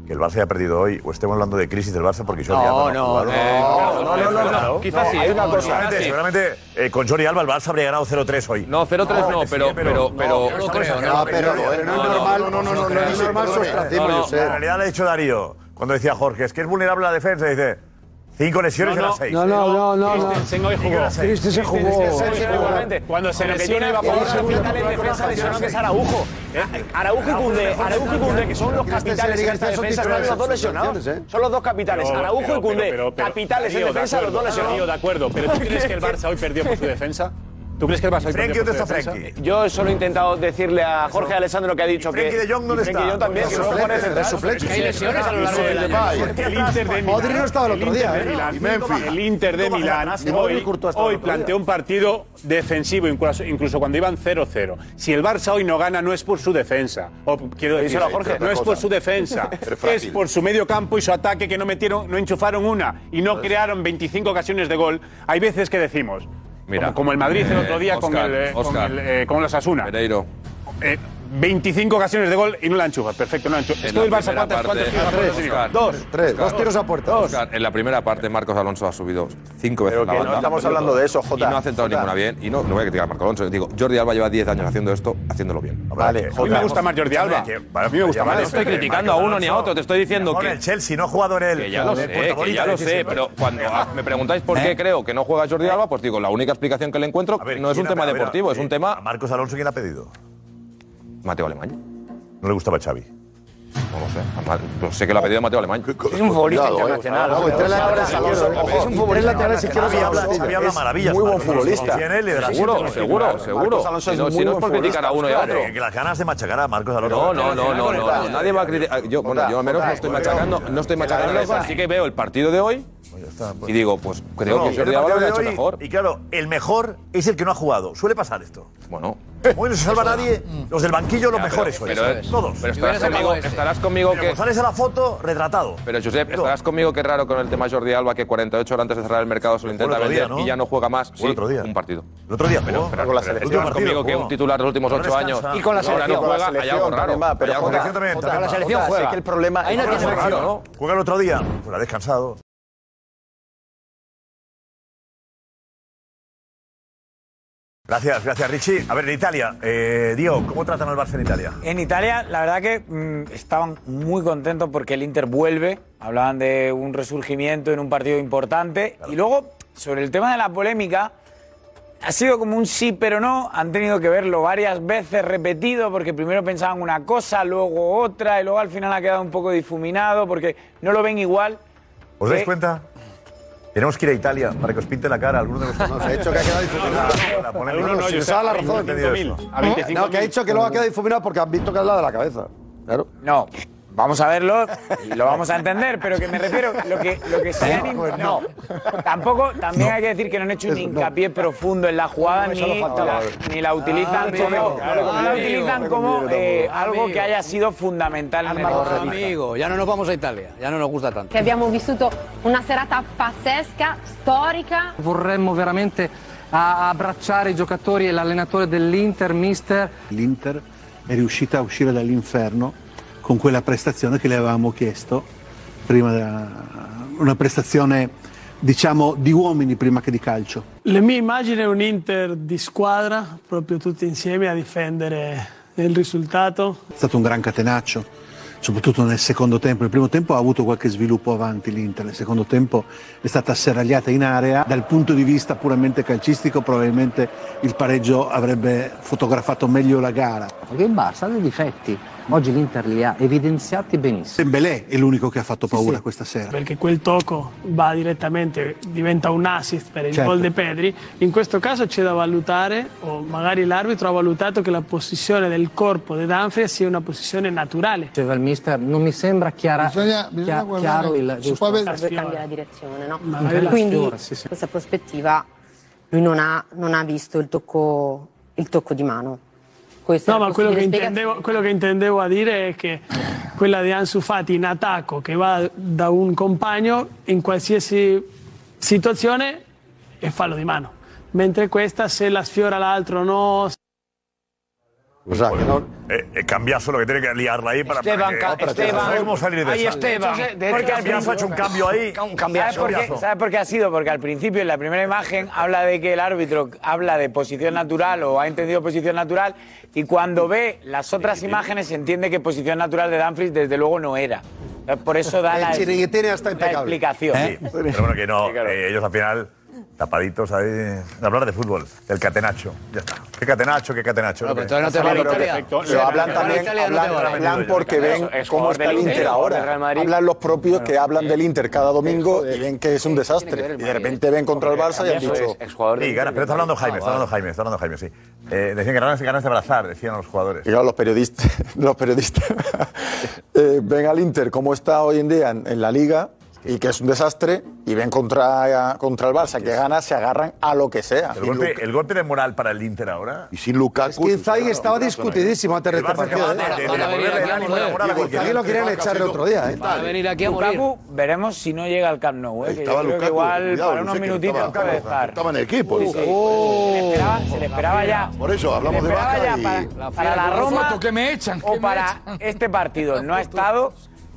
[SPEAKER 8] que el Barça haya perdido hoy, o estemos hablando de crisis del Barça porque Jordi
[SPEAKER 12] No,
[SPEAKER 8] Alba
[SPEAKER 12] no,
[SPEAKER 8] ha jugado.
[SPEAKER 12] eh,
[SPEAKER 8] Claro,
[SPEAKER 12] no, no, no, no,
[SPEAKER 8] claro.
[SPEAKER 12] no, quizás No, sí, hay una no, cosa. quizás
[SPEAKER 8] Seguramente,
[SPEAKER 12] sí.
[SPEAKER 8] seguramente, eh, con Jordi Alba el Barça habría ganado 0-3 hoy.
[SPEAKER 13] No, 0-3 no, pero- pero- pero-
[SPEAKER 8] no,
[SPEAKER 13] no creo,
[SPEAKER 8] no,
[SPEAKER 13] no, pero- pero no es normal,
[SPEAKER 8] no, no,
[SPEAKER 13] no
[SPEAKER 8] no,
[SPEAKER 13] creo.
[SPEAKER 8] no es normal su
[SPEAKER 13] No,
[SPEAKER 8] ostracismo,
[SPEAKER 13] no.
[SPEAKER 8] yo sé. La realidad le ha dicho Darío, cuando decía Jorge, es que es vulnerable la defensa, dice, cinco lesiones
[SPEAKER 16] No,
[SPEAKER 8] en
[SPEAKER 16] no.
[SPEAKER 8] las seis.
[SPEAKER 16] No, no, no, no, no.
[SPEAKER 8] Christensen hoy jugó.
[SPEAKER 16] Christensen jugó.
[SPEAKER 26] Cuando se lesiona
[SPEAKER 16] iba a jugar.
[SPEAKER 26] en defensa lesionó que es Araujo.
[SPEAKER 6] Eh, Araujo y Cunde, Araujo y Cunde, que son los capitales en esta defensa, están los dos lesionados. Son los dos capitales,
[SPEAKER 3] Pero-
[SPEAKER 6] Araujo
[SPEAKER 3] pero-
[SPEAKER 6] y Cunde,
[SPEAKER 3] pero- pero-
[SPEAKER 6] capitales en
[SPEAKER 3] Darío, de
[SPEAKER 6] defensa, los
[SPEAKER 3] acuerdo,
[SPEAKER 6] dos
[SPEAKER 3] Darío,
[SPEAKER 6] lesionados.
[SPEAKER 3] de acuerdo, pero ¿tú crees que el Barça hoy perdió por su defensa? ¿Tú crees que el Barça hoy perdió por su defensa?
[SPEAKER 6] Yo solo he intentado decirle a Jorge Alessandro lo que ha dicho que.
[SPEAKER 8] Frenkie de Jong, ¿dónde
[SPEAKER 6] y Frenkie
[SPEAKER 8] está?
[SPEAKER 6] de Jong también,
[SPEAKER 8] Es
[SPEAKER 6] que
[SPEAKER 8] su
[SPEAKER 6] no lo pone
[SPEAKER 8] flex,
[SPEAKER 6] central.
[SPEAKER 8] es su flex.
[SPEAKER 6] Pero es que hay lesiones a lo largo del año.
[SPEAKER 3] El Inter de Milán.
[SPEAKER 6] Modric no estaba el otro
[SPEAKER 3] Inter
[SPEAKER 6] día,
[SPEAKER 3] de
[SPEAKER 6] ¿eh?
[SPEAKER 3] Milán,
[SPEAKER 6] Y Memphis.
[SPEAKER 3] El Inter de
[SPEAKER 6] Toma,
[SPEAKER 3] Milán
[SPEAKER 6] Ganassi, Modric,
[SPEAKER 3] hoy,
[SPEAKER 6] Courtois estaba el
[SPEAKER 3] hoy
[SPEAKER 6] otro día.
[SPEAKER 3] planteó un partido defensivo, incluso, incluso cuando iban 0-0. Si el Barça hoy no gana, no es por su defensa. O, quiero decir,
[SPEAKER 6] Díselo a Jorge.
[SPEAKER 3] no es por su defensa,
[SPEAKER 6] Pero
[SPEAKER 3] es
[SPEAKER 6] frágil.
[SPEAKER 3] por su medio campo y su ataque que no metieron, no enchufaron una y no
[SPEAKER 6] Pues.
[SPEAKER 3] crearon 25 ocasiones de gol. Hay veces que decimos,
[SPEAKER 13] Mira,
[SPEAKER 3] como, como el Madrid el
[SPEAKER 13] eh,
[SPEAKER 3] otro día con
[SPEAKER 13] Óscar,
[SPEAKER 3] el, eh, con
[SPEAKER 13] Óscar.
[SPEAKER 3] el, eh, con los Asuna.
[SPEAKER 13] Pereiro.
[SPEAKER 3] Eh, 25 ocasiones de gol y no la enchufas. Perfecto, no la enchufas. Estoy el Barça,
[SPEAKER 13] primera
[SPEAKER 3] ¿cuántas, cuántas
[SPEAKER 13] parte-
[SPEAKER 3] tiros a puerta ha tenido? Dos.
[SPEAKER 13] Oscar, Oscar, en la primera parte, Marcos Alonso ha subido cinco veces la
[SPEAKER 12] que no
[SPEAKER 13] banda.
[SPEAKER 12] estamos hablando de eso,
[SPEAKER 13] Y no ha centrado ninguna bien. Y no, no voy a criticar a Marcos Alonso. Digo, Jordi Alba lleva 10 años haciendo esto, haciéndolo bien.
[SPEAKER 12] Vale,
[SPEAKER 3] A mí me gusta más Jordi Alba. A mí me gusta más.
[SPEAKER 13] No estoy criticando a uno ni a otro, te estoy diciendo
[SPEAKER 8] Mejor
[SPEAKER 13] que.
[SPEAKER 8] el Chelsea no ha jugado en el.
[SPEAKER 13] Que ya lo sé, que ya lo sé, pero cuando ah, me preguntáis por qué creo que no juega Jordi Alba, pues digo, la única explicación que le encuentro no es un tema deportivo, es un tema.
[SPEAKER 8] eh, Marcos Alonso, ¿quién ha pedido?
[SPEAKER 13] Mateo Alemán.
[SPEAKER 8] No le gustaba Xavi.
[SPEAKER 13] No lo sé. Además, pues sé que lo ha pedido Mateo Alemán.
[SPEAKER 8] Es un futbolista Cuidado, eh. internacional. Ojo, tres laterales izquierdos, ojo, y tres laterales izquierdos y habla- y habla maravillas, Marcos Alonso. Confía en él y de la
[SPEAKER 13] Seguro,
[SPEAKER 8] siguiente
[SPEAKER 13] seguro,
[SPEAKER 8] temporada. Marcos
[SPEAKER 13] seguro.
[SPEAKER 8] Alonso
[SPEAKER 13] Si
[SPEAKER 8] es
[SPEAKER 13] no,
[SPEAKER 8] muy
[SPEAKER 13] si no es
[SPEAKER 8] buen
[SPEAKER 13] por criticar a uno y a
[SPEAKER 8] futbolista.
[SPEAKER 13] otro.
[SPEAKER 8] Que las ganas de machacar a Marcos Alonso.
[SPEAKER 13] No, no, no, no, no, no, nadie va a criticar. Yo, bueno,
[SPEAKER 8] Jota,
[SPEAKER 13] yo al menos
[SPEAKER 8] Jota,
[SPEAKER 13] no estoy
[SPEAKER 8] Jota.
[SPEAKER 13] machacando, no estoy machacando eso, así que veo el partido de hoy y digo, pues creo
[SPEAKER 8] No,
[SPEAKER 13] que Jordi
[SPEAKER 8] el
[SPEAKER 13] Alba lo ha
[SPEAKER 8] partido
[SPEAKER 13] hecho
[SPEAKER 8] de hoy,
[SPEAKER 13] mejor.
[SPEAKER 8] Y claro, el mejor es el que no ha jugado. Suele pasar esto.
[SPEAKER 13] Bueno.
[SPEAKER 8] Hoy no se salva nadie. Los del banquillo, los
[SPEAKER 13] Ya, pero-
[SPEAKER 8] mejores hoy.
[SPEAKER 13] pero es-
[SPEAKER 8] Todos.
[SPEAKER 13] pero estarás conmigo- estarás conmigo
[SPEAKER 8] Pero
[SPEAKER 13] que-
[SPEAKER 8] González a la foto, retratado.
[SPEAKER 13] Pero Josep, estarás conmigo que es raro con el tema Jordi Alba que 48 horas antes de cerrar el mercado se lo intenta
[SPEAKER 8] otro día,
[SPEAKER 13] vender
[SPEAKER 8] ¿no?
[SPEAKER 13] y ya no juega más. Sí,
[SPEAKER 8] otro día.
[SPEAKER 13] un partido.
[SPEAKER 8] El otro día
[SPEAKER 13] pero,
[SPEAKER 8] jugó,
[SPEAKER 13] pero,
[SPEAKER 8] con la
[SPEAKER 13] pero estarás
[SPEAKER 8] selección. Otro partido
[SPEAKER 13] conmigo que
[SPEAKER 8] jugó.
[SPEAKER 13] un titular de los últimos
[SPEAKER 8] No
[SPEAKER 13] 8 años
[SPEAKER 8] descansa.
[SPEAKER 13] y con la selección no juega, hay algo raro.
[SPEAKER 12] también va, pero
[SPEAKER 13] hay algo
[SPEAKER 12] Jota,
[SPEAKER 13] raro.
[SPEAKER 12] Jota,
[SPEAKER 13] Con la
[SPEAKER 12] Jota,
[SPEAKER 13] selección
[SPEAKER 12] Jota,
[SPEAKER 13] juega.
[SPEAKER 12] Es que el problema.
[SPEAKER 13] Ahí no
[SPEAKER 12] Jota,
[SPEAKER 13] tiene
[SPEAKER 12] Jota,
[SPEAKER 13] sentido,
[SPEAKER 12] Jota,
[SPEAKER 8] Juega el otro día. Pues ha descansado. Gracias, gracias Richie. A ver, en Italia, eh, Diego, ¿cómo tratan al Barça en Italia?
[SPEAKER 9] En Italia, la verdad que mm, estaban muy contentos porque el Inter vuelve. Hablaban de un resurgimiento en un partido importante. Y luego, sobre el tema de la polémica, ha sido como un sí pero no. Han tenido que verlo varias veces repetido porque primero pensaban una cosa, luego otra, y luego al final ha quedado un poco difuminado porque no lo ven igual.
[SPEAKER 8] ¿Os dais
[SPEAKER 9] Sí.
[SPEAKER 8] cuenta? Tenemos que ir a Italia para que os pinte la cara alguno de los
[SPEAKER 12] ha hecho que ha quedado difuminado.
[SPEAKER 8] polémica.
[SPEAKER 12] No, no, si nos da la razón.
[SPEAKER 8] Entendido eso.
[SPEAKER 12] No, que ha dicho que luego ha quedado difuminado porque han visto que es la de la cabeza. Claro.
[SPEAKER 9] No. Vamos a verlo y lo vamos a entender, pero que me refiero, lo que, lo que se han in-
[SPEAKER 12] Pues
[SPEAKER 9] No, tampoco, también hay que decir que no han hecho un hincapié profundo en la jugada,
[SPEAKER 12] No, eso
[SPEAKER 9] ni,
[SPEAKER 12] lo faltaba.
[SPEAKER 9] la, ni la utilizan
[SPEAKER 12] Amigo,
[SPEAKER 9] como,
[SPEAKER 12] claro,
[SPEAKER 9] no la
[SPEAKER 12] amigo.
[SPEAKER 9] utilizan como eh, algo que haya sido fundamental en el partido.
[SPEAKER 11] Amigo, ya no nos vamos a Italia, ya no nos gusta tanto.
[SPEAKER 29] che abbiamo vissuto una serata pazzesca, storica.
[SPEAKER 7] Vorremmo veramente a- abbracciare i giocatori e l'allenatore dell'Inter, mister.
[SPEAKER 30] L'Inter è riuscita a uscire dall'inferno con quella prestazione che le avevamo chiesto, prima della- una prestazione diciamo di uomini prima che di calcio.
[SPEAKER 31] La mia immagine è un Inter di squadra, proprio tutti insieme a difendere il risultato.
[SPEAKER 30] È stato un gran catenaccio, soprattutto nel secondo tempo. Il primo tempo ha avuto qualche sviluppo avanti l'Inter, nel secondo tempo è stata serragliata in area. Dal punto di vista puramente calcistico probabilmente il pareggio avrebbe fotografato meglio la gara.
[SPEAKER 32] Perché il Barça ha dei difetti, oggi l'Inter li ha evidenziati benissimo.
[SPEAKER 30] Dembélé è l'unico che ha fatto paura questa sera.
[SPEAKER 31] Perché quel tocco va direttamente, diventa un assist per il
[SPEAKER 30] Certo.
[SPEAKER 31] gol di Pedri. In questo caso c'è da valutare, o magari l'arbitro ha valutato che la posizione del corpo di Danfries sia una posizione naturale.
[SPEAKER 32] Diceva il mister, Cioè, non mi sembra chiara,
[SPEAKER 31] Bisogna- bisogna
[SPEAKER 32] chia-
[SPEAKER 31] guardare-
[SPEAKER 32] chiaro il
[SPEAKER 31] si
[SPEAKER 32] giusto.
[SPEAKER 31] può vedere-
[SPEAKER 32] cambia la direzione, no? Ma è la Quindi, sfiora, in questa prospettiva, lui non ha, non ha visto il tocco, il tocco di mano. Questa
[SPEAKER 31] No,
[SPEAKER 32] è la
[SPEAKER 31] ma quello che,
[SPEAKER 32] possibile
[SPEAKER 31] intendevo, quello che intendevo a dire è che quella di Ansu Fati in attacco che va da un compagno in qualsiasi situazione è fallo di mano. Mentre questa, se la sfiora l'altro o no,
[SPEAKER 8] Eh, eh, cambiazo lo que tiene que liarla ahí para
[SPEAKER 31] Esteban,
[SPEAKER 8] para
[SPEAKER 31] ca-
[SPEAKER 8] que-
[SPEAKER 31] Esteban.
[SPEAKER 8] ¿Sabes cómo salir de
[SPEAKER 9] Ahí
[SPEAKER 8] esa?
[SPEAKER 9] Esteban.
[SPEAKER 8] Porque Cambiazo ha hecho un cambio ahí.
[SPEAKER 9] ¿Sabes por, qué, ¿Sabes por qué ha sido? Porque al principio, en la primera imagen, habla de que el árbitro habla de posición natural o ha entendido posición natural y cuando ve las otras imágenes entiende que posición natural de Danfries desde luego no era. Por eso da
[SPEAKER 8] El
[SPEAKER 9] la,
[SPEAKER 8] chiringuitine
[SPEAKER 9] la explicación.
[SPEAKER 8] Sí, pero bueno, que no. eh, ellos al final, tapaditos ahí. de Hablar de fútbol, del catenacho. Ya está. ¿Qué catenacho? ¿Qué catenacho?
[SPEAKER 12] No, pero
[SPEAKER 8] ¿Qué?
[SPEAKER 12] todavía no te va a
[SPEAKER 8] Pero
[SPEAKER 12] Italia.
[SPEAKER 8] perfecto.
[SPEAKER 12] Pero hablan también- hablan- hablan porque ven cómo está el Inter ahora. Hablan los propios que hablan del Inter cada domingo y ven que es un desastre. Y de repente ven contra el Barça y han dicho...
[SPEAKER 8] Sí, ganas, pero está hablando Jaime, está hablando Jaime, está hablando Jaime, sí. Eh, decían que ganas, ganas de abrazar, decían los jugadores.
[SPEAKER 12] Y claro, los periodistas, los periodistas eh, ven al Inter como está hoy en día en, en la liga y que es un desastre y ven contra, contra el Barça que gana, se agarran a lo que sea.
[SPEAKER 8] El golpe, el golpe de moral para el Inter ahora.
[SPEAKER 12] y sin Lukaku...
[SPEAKER 10] Inzaghi estaba discutidísimo antes de este partido. ¿eh? Inzaghi lo querían echar el otro día. ¿eh?
[SPEAKER 9] Lukaku, veremos si no llega al Camp Nou. eh, que yo
[SPEAKER 10] Estaba
[SPEAKER 9] creo que
[SPEAKER 10] Lukaku,
[SPEAKER 9] igual
[SPEAKER 10] cuidado,
[SPEAKER 9] para
[SPEAKER 10] no
[SPEAKER 9] unos
[SPEAKER 10] sé que
[SPEAKER 9] minutitos
[SPEAKER 10] estaba-
[SPEAKER 9] puede estar.
[SPEAKER 14] Estaba en el equipo. Oh.
[SPEAKER 9] Sí, sí. Se le esperaba- se le esperaba ya.
[SPEAKER 14] Por eso hablamos
[SPEAKER 9] Se le
[SPEAKER 14] de
[SPEAKER 9] esperaba
[SPEAKER 14] Vaca
[SPEAKER 9] ya
[SPEAKER 14] y-
[SPEAKER 9] para, para la
[SPEAKER 14] foto
[SPEAKER 9] Roma que me echan, o para este partido. No ha estado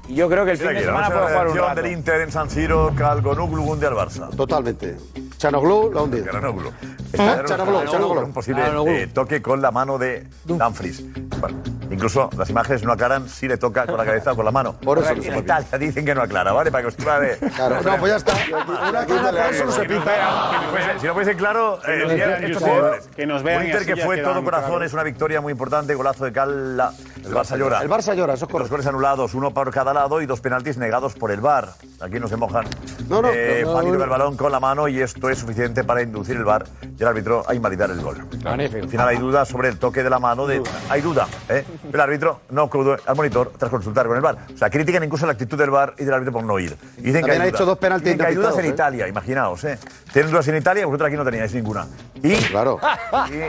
[SPEAKER 9] y yo creo que el
[SPEAKER 8] Mira
[SPEAKER 9] fin de
[SPEAKER 8] aquí, la
[SPEAKER 9] semana
[SPEAKER 8] noche
[SPEAKER 9] puede
[SPEAKER 8] de
[SPEAKER 9] jugar un
[SPEAKER 8] reacción
[SPEAKER 9] rato.
[SPEAKER 8] del Inter en San Siro, Calgonuglu, Gunde al Barça.
[SPEAKER 10] Totalmente. Chanoglu lo ha hundido.
[SPEAKER 8] Calgonuglu.
[SPEAKER 10] Ah, Chanoglu, Chanoglu.
[SPEAKER 8] Un posible
[SPEAKER 10] Chanoglu.
[SPEAKER 8] eh, toque con la mano de Danfries. Bueno, incluso las imágenes no aclaran si le toca con la cabeza o con la mano. Por
[SPEAKER 10] eso.
[SPEAKER 8] En Italia dicen que no aclara, ¿vale? Para que os clave.
[SPEAKER 10] Claro, no, pues ya está. Una que una, pero eso no se pinta.
[SPEAKER 8] Ah, pues, Si no fuese claro,
[SPEAKER 10] Que
[SPEAKER 8] eh,
[SPEAKER 10] nos
[SPEAKER 8] mira,
[SPEAKER 10] vean,
[SPEAKER 8] estos
[SPEAKER 10] Josep,
[SPEAKER 8] jugadores.
[SPEAKER 10] que nos vean
[SPEAKER 8] Un
[SPEAKER 10] y
[SPEAKER 8] Inter
[SPEAKER 10] así
[SPEAKER 8] que
[SPEAKER 10] ya
[SPEAKER 8] fue
[SPEAKER 10] queda
[SPEAKER 8] todo
[SPEAKER 10] muy
[SPEAKER 8] corazón,
[SPEAKER 10] claro.
[SPEAKER 8] es una victoria muy importante, golazo de Cala. El Barça llora.
[SPEAKER 10] El Barça llora, eso es
[SPEAKER 8] Dos goles anulados, uno por cada lado y dos penaltis negados por el VAR. Aquí no se mojan. No, no,
[SPEAKER 10] no, no, no.
[SPEAKER 8] el Eh, balón con la mano y esto es suficiente para inducir el VAR y el árbitro a invalidar el gol.
[SPEAKER 10] Magnífico.
[SPEAKER 8] Al final hay duda sobre el toque de la mano. De, hay duda. ¿eh? El árbitro no acude al monitor tras consultar con el VAR. O sea, critican incluso la actitud del VAR y del árbitro por no ir. Y dicen que
[SPEAKER 10] También
[SPEAKER 8] hay
[SPEAKER 10] ha
[SPEAKER 8] dudas.
[SPEAKER 10] hecho dos penaltis
[SPEAKER 8] Dicen que hay dudas en
[SPEAKER 10] interpretados, ¿eh?
[SPEAKER 8] Italia, imaginaos. ¿eh? Tienen dudas en Italia, vosotros aquí no teníais ninguna. Y
[SPEAKER 10] Claro.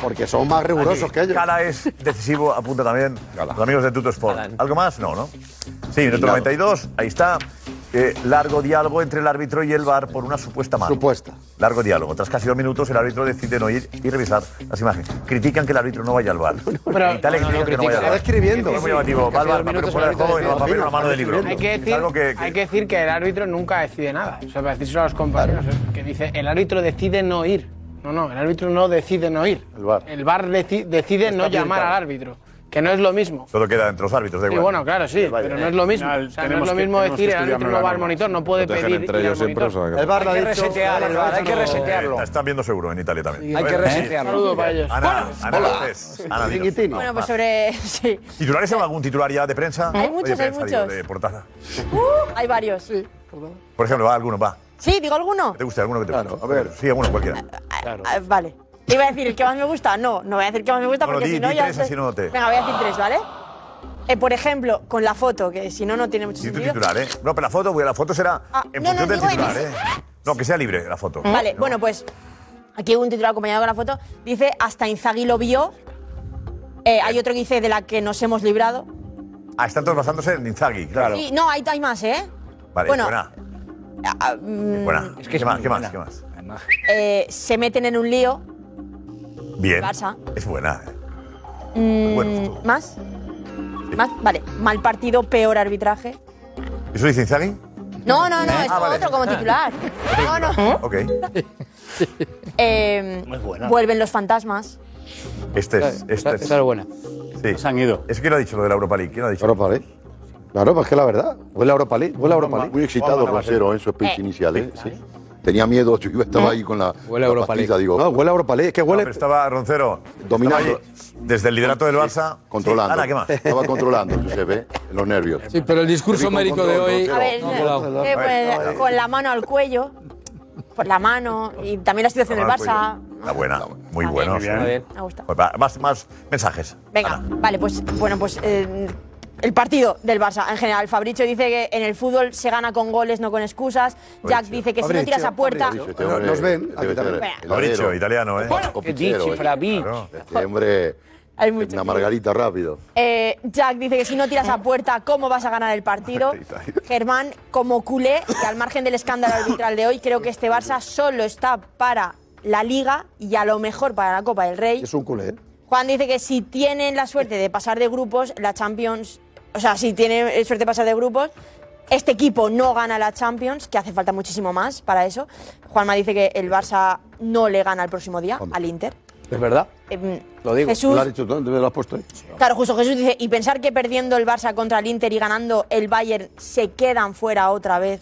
[SPEAKER 10] Porque son más rigurosos
[SPEAKER 8] Aquí,
[SPEAKER 10] que ellos.
[SPEAKER 8] Cala es decisivo, apunta también los amigos de Tuto Sport. ¿Algo más? No, ¿no? Sí, minuto 92, ahí está. Eh, largo diálogo entre el árbitro y el VAR por una supuesta mano.
[SPEAKER 10] Supuesta.
[SPEAKER 8] Largo diálogo. Tras casi dos minutos, el árbitro decide no ir y revisar las imágenes. Critican que el árbitro no vaya al VAR.
[SPEAKER 10] Pero-
[SPEAKER 8] En Italia
[SPEAKER 10] No,
[SPEAKER 8] critican que no
[SPEAKER 10] no, no,
[SPEAKER 8] vaya al
[SPEAKER 10] critican.
[SPEAKER 8] VAR.
[SPEAKER 10] Está escribiendo.
[SPEAKER 8] Es muy llamativo.
[SPEAKER 10] Casi
[SPEAKER 8] Va al VAR,
[SPEAKER 10] dos
[SPEAKER 8] papel
[SPEAKER 10] minutos
[SPEAKER 8] fuera del
[SPEAKER 10] el árbitro
[SPEAKER 8] juego y no
[SPEAKER 10] decide.
[SPEAKER 8] papel en una mano de libro.
[SPEAKER 10] Hay
[SPEAKER 24] que decir,
[SPEAKER 8] Es algo que,
[SPEAKER 24] hay que decir que el árbitro nunca decide nada. Eso para decírselo a los compañeros. eh, Que dice, el árbitro decide no ir. No, no, el árbitro no decide no ir. El VAR. deci- decide no llamar
[SPEAKER 8] habilitado.
[SPEAKER 24] al árbitro. Que no es lo mismo.
[SPEAKER 8] todo queda entre los árbitros. da
[SPEAKER 24] Y
[SPEAKER 8] igual.
[SPEAKER 24] bueno, claro, sí,
[SPEAKER 8] Vaya,
[SPEAKER 24] pero
[SPEAKER 8] eh,
[SPEAKER 24] no es lo mismo.
[SPEAKER 8] al final
[SPEAKER 24] O sea, no es
[SPEAKER 8] tenemos
[SPEAKER 24] lo
[SPEAKER 8] que-
[SPEAKER 24] mismo
[SPEAKER 8] tenemos que
[SPEAKER 24] decir el árbitro
[SPEAKER 8] estudiarnos
[SPEAKER 24] no
[SPEAKER 8] la
[SPEAKER 24] va al
[SPEAKER 8] norma.
[SPEAKER 24] monitor, no puede
[SPEAKER 8] Protegen
[SPEAKER 24] pedir
[SPEAKER 8] entre
[SPEAKER 24] ir al
[SPEAKER 8] ellos siempre,
[SPEAKER 24] monitor.
[SPEAKER 8] o sea, que- El VAR
[SPEAKER 24] Hay
[SPEAKER 8] lo ha
[SPEAKER 24] que
[SPEAKER 8] dicho,
[SPEAKER 24] resetear el VAR, hay que resetearlo.
[SPEAKER 8] Eh, Están viendo seguro en Italia también.
[SPEAKER 24] Hay que
[SPEAKER 8] Eh,
[SPEAKER 24] resetearlo. Saludo para ellos.
[SPEAKER 8] Ana,
[SPEAKER 24] Hola.
[SPEAKER 8] Ana,
[SPEAKER 24] Hola.
[SPEAKER 8] López. Ana, dinos.
[SPEAKER 4] Bueno, pues sobre. Sí.
[SPEAKER 8] ¿Titulares o algún titular ya de prensa?
[SPEAKER 4] Hay
[SPEAKER 8] O
[SPEAKER 4] muchos,
[SPEAKER 8] de
[SPEAKER 4] hay
[SPEAKER 8] prensa, digo,
[SPEAKER 4] muchos.
[SPEAKER 8] de portada.
[SPEAKER 4] Uh, Hay varios. Sí,
[SPEAKER 8] Por ejemplo, va alguno, va.
[SPEAKER 4] digo alguno.
[SPEAKER 8] ¿Que ¿Te gusta alguno que te guste? A ver. Sí, alguno, cualquiera.
[SPEAKER 4] Ah, Vale. Te iba a decir el que más me gusta. No, no voy a decir el que más me gusta
[SPEAKER 8] Bueno,
[SPEAKER 4] porque
[SPEAKER 8] di-
[SPEAKER 4] si no
[SPEAKER 8] di
[SPEAKER 4] ya.
[SPEAKER 8] tres,
[SPEAKER 4] estoy-
[SPEAKER 8] así no te-
[SPEAKER 4] Venga, voy a decir tres, ¿vale? Eh, por ejemplo, con la foto, que si no, no tiene mucho
[SPEAKER 8] Y tu
[SPEAKER 4] sentido.
[SPEAKER 8] titular, ¿eh? No, pero la foto, porque la foto será
[SPEAKER 4] Ah,
[SPEAKER 8] en
[SPEAKER 4] no, no,
[SPEAKER 8] función del
[SPEAKER 4] digo en
[SPEAKER 8] titular,
[SPEAKER 4] ese-
[SPEAKER 8] ¿eh? No, que sea libre la foto.
[SPEAKER 4] Vale, bueno, pues aquí hubo un titular acompañado con la foto. Dice, hasta Inzaghi lo vio. Eh, hay otro que dice, de la que nos hemos librado.
[SPEAKER 8] Ah, están todos basándose en Inzaghi, claro.
[SPEAKER 4] Y, no, hay, hay más, ¿eh?
[SPEAKER 8] Vale,
[SPEAKER 4] bueno.
[SPEAKER 8] buena.
[SPEAKER 4] Ah, mm,
[SPEAKER 8] Buena. Es que ¿Qué, más, ¿Qué más? ¿Qué más?
[SPEAKER 4] eh, se meten en un lío.
[SPEAKER 8] Bien.
[SPEAKER 4] Barça.
[SPEAKER 8] Es buena. ¿eh?
[SPEAKER 4] Mm,
[SPEAKER 8] Bueno, pues
[SPEAKER 4] ¿Más? ¿Más? Vale. Mal partido, peor arbitraje.
[SPEAKER 8] ¿Eso dice Inzaghi?
[SPEAKER 4] No,
[SPEAKER 14] ¿Eh?
[SPEAKER 4] no, no,
[SPEAKER 8] Ah,
[SPEAKER 4] es
[SPEAKER 8] vale.
[SPEAKER 4] otro como titular. No, no.
[SPEAKER 8] Ok.
[SPEAKER 4] Eh,
[SPEAKER 8] Muy buena.
[SPEAKER 4] Vuelven los fantasmas.
[SPEAKER 8] Este es. Este es. Esta
[SPEAKER 33] es buena.
[SPEAKER 8] Sí. Se han ido. ¿Eso quién lo ha dicho, lo de la Europa League? ¿Quién lo ha dicho?
[SPEAKER 12] Europa League. Claro, pues que la verdad. Huele a Europa League. Huele a Europa League.
[SPEAKER 14] Muy excitado, Rosero, en su speech inicial, ¿eh? Sí. Tenía miedo, yo iba- estaba ahí con la,
[SPEAKER 12] Huele a
[SPEAKER 14] la
[SPEAKER 12] Europa
[SPEAKER 14] pastilla, digo.
[SPEAKER 12] No, huele a Europa League. Es que huele.
[SPEAKER 8] pero estaba Roncero.
[SPEAKER 14] Dominando.
[SPEAKER 8] desde el liderato del Barça.
[SPEAKER 14] Controlando.
[SPEAKER 8] Sí. Ahora, ¿qué más?
[SPEAKER 14] Estaba controlando, Josep, ¿eh? Los nervios.
[SPEAKER 12] Sí, pero el
[SPEAKER 14] discurso médico de hoy-
[SPEAKER 4] A ver,
[SPEAKER 14] No,
[SPEAKER 4] eh,
[SPEAKER 14] volado. Vale,
[SPEAKER 4] eh, pues,
[SPEAKER 14] vale.
[SPEAKER 4] con la mano al cuello. Por la mano. Y también la situación del Barça.
[SPEAKER 8] La buena. Muy bueno.
[SPEAKER 4] bien,
[SPEAKER 8] sí.
[SPEAKER 4] muy bien. Me ha gustado.
[SPEAKER 8] Pues va, más, más mensajes.
[SPEAKER 4] Venga, vale, pues bueno, pues eh, el partido del Barça en general. Fabricio dice que en el fútbol se gana con goles, no con excusas. Jack dice que si no tiras a puerta.
[SPEAKER 14] este hombre
[SPEAKER 12] Nos ven.
[SPEAKER 14] debe ser
[SPEAKER 4] Bueno.
[SPEAKER 8] Fabricio, italiano, ¿eh?
[SPEAKER 14] O
[SPEAKER 4] que
[SPEAKER 14] pichero,
[SPEAKER 4] dice
[SPEAKER 14] ¿eh?
[SPEAKER 4] Fabricio.
[SPEAKER 14] Claro. Este hombre.
[SPEAKER 4] Hay mucho
[SPEAKER 14] Una margarita rápido.
[SPEAKER 4] Eh, Jack dice que si no tiras a puerta, ¿cómo vas a ganar el partido? Germán, como culé, y al margen del escándalo arbitral de hoy, creo que este Barça solo está para la Liga y a lo mejor para la Copa del Rey.
[SPEAKER 12] Es un culé. ¿eh?
[SPEAKER 4] Juan dice que si tienen la suerte de pasar de grupos, la Champions, o sea, si tienen eh, suerte de pasar de grupos, este equipo no gana la Champions, que hace falta muchísimo más para eso. Juanma dice que el Barça no le gana el próximo día al Inter.
[SPEAKER 12] Es verdad.
[SPEAKER 4] Em,
[SPEAKER 12] Lo digo.
[SPEAKER 4] Jesús-
[SPEAKER 12] Lo has dicho tú, lo has puesto ahí.
[SPEAKER 4] Claro, justo Jesús dice, y pensar que perdiendo el Barça contra el Inter y ganando el Bayern se quedan fuera otra vez.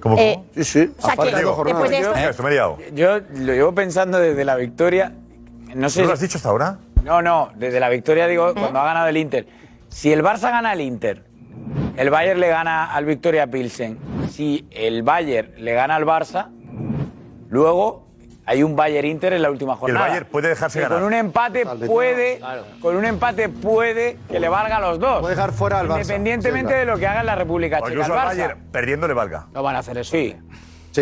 [SPEAKER 8] ¿Cómo?
[SPEAKER 4] Eh,
[SPEAKER 12] sí, sí.
[SPEAKER 4] o sea, que después de esto-
[SPEAKER 8] me he liado.
[SPEAKER 9] Yo lo llevo pensando desde la victoria. No sé.
[SPEAKER 8] ¿No lo has dicho hasta ahora?
[SPEAKER 9] No, no. Desde la victoria
[SPEAKER 4] ¿Eh?
[SPEAKER 9] digo cuando ha ganado el Inter. Si el Barça gana el Inter, el Bayern le gana al Victoria Pilsen. Si el Bayern le gana al Barça, luego hay un Bayern Inter en la última
[SPEAKER 8] Y el
[SPEAKER 9] jornada.
[SPEAKER 8] Bayern puede dejarse
[SPEAKER 9] Que
[SPEAKER 8] ganar.
[SPEAKER 9] Con un empate
[SPEAKER 8] Tal vez no.
[SPEAKER 9] puede,
[SPEAKER 8] Claro.
[SPEAKER 9] con un empate puede que le valga a los dos. Puede dejar fuera
[SPEAKER 12] al Barça.
[SPEAKER 9] Independientemente
[SPEAKER 12] Sí,
[SPEAKER 9] de
[SPEAKER 12] claro.
[SPEAKER 9] lo que haga en la República
[SPEAKER 8] O
[SPEAKER 9] Checa.
[SPEAKER 8] incluso al
[SPEAKER 9] al Barça.
[SPEAKER 8] Bayern, perdiendo le valga.
[SPEAKER 9] No van a hacer eso. Sí.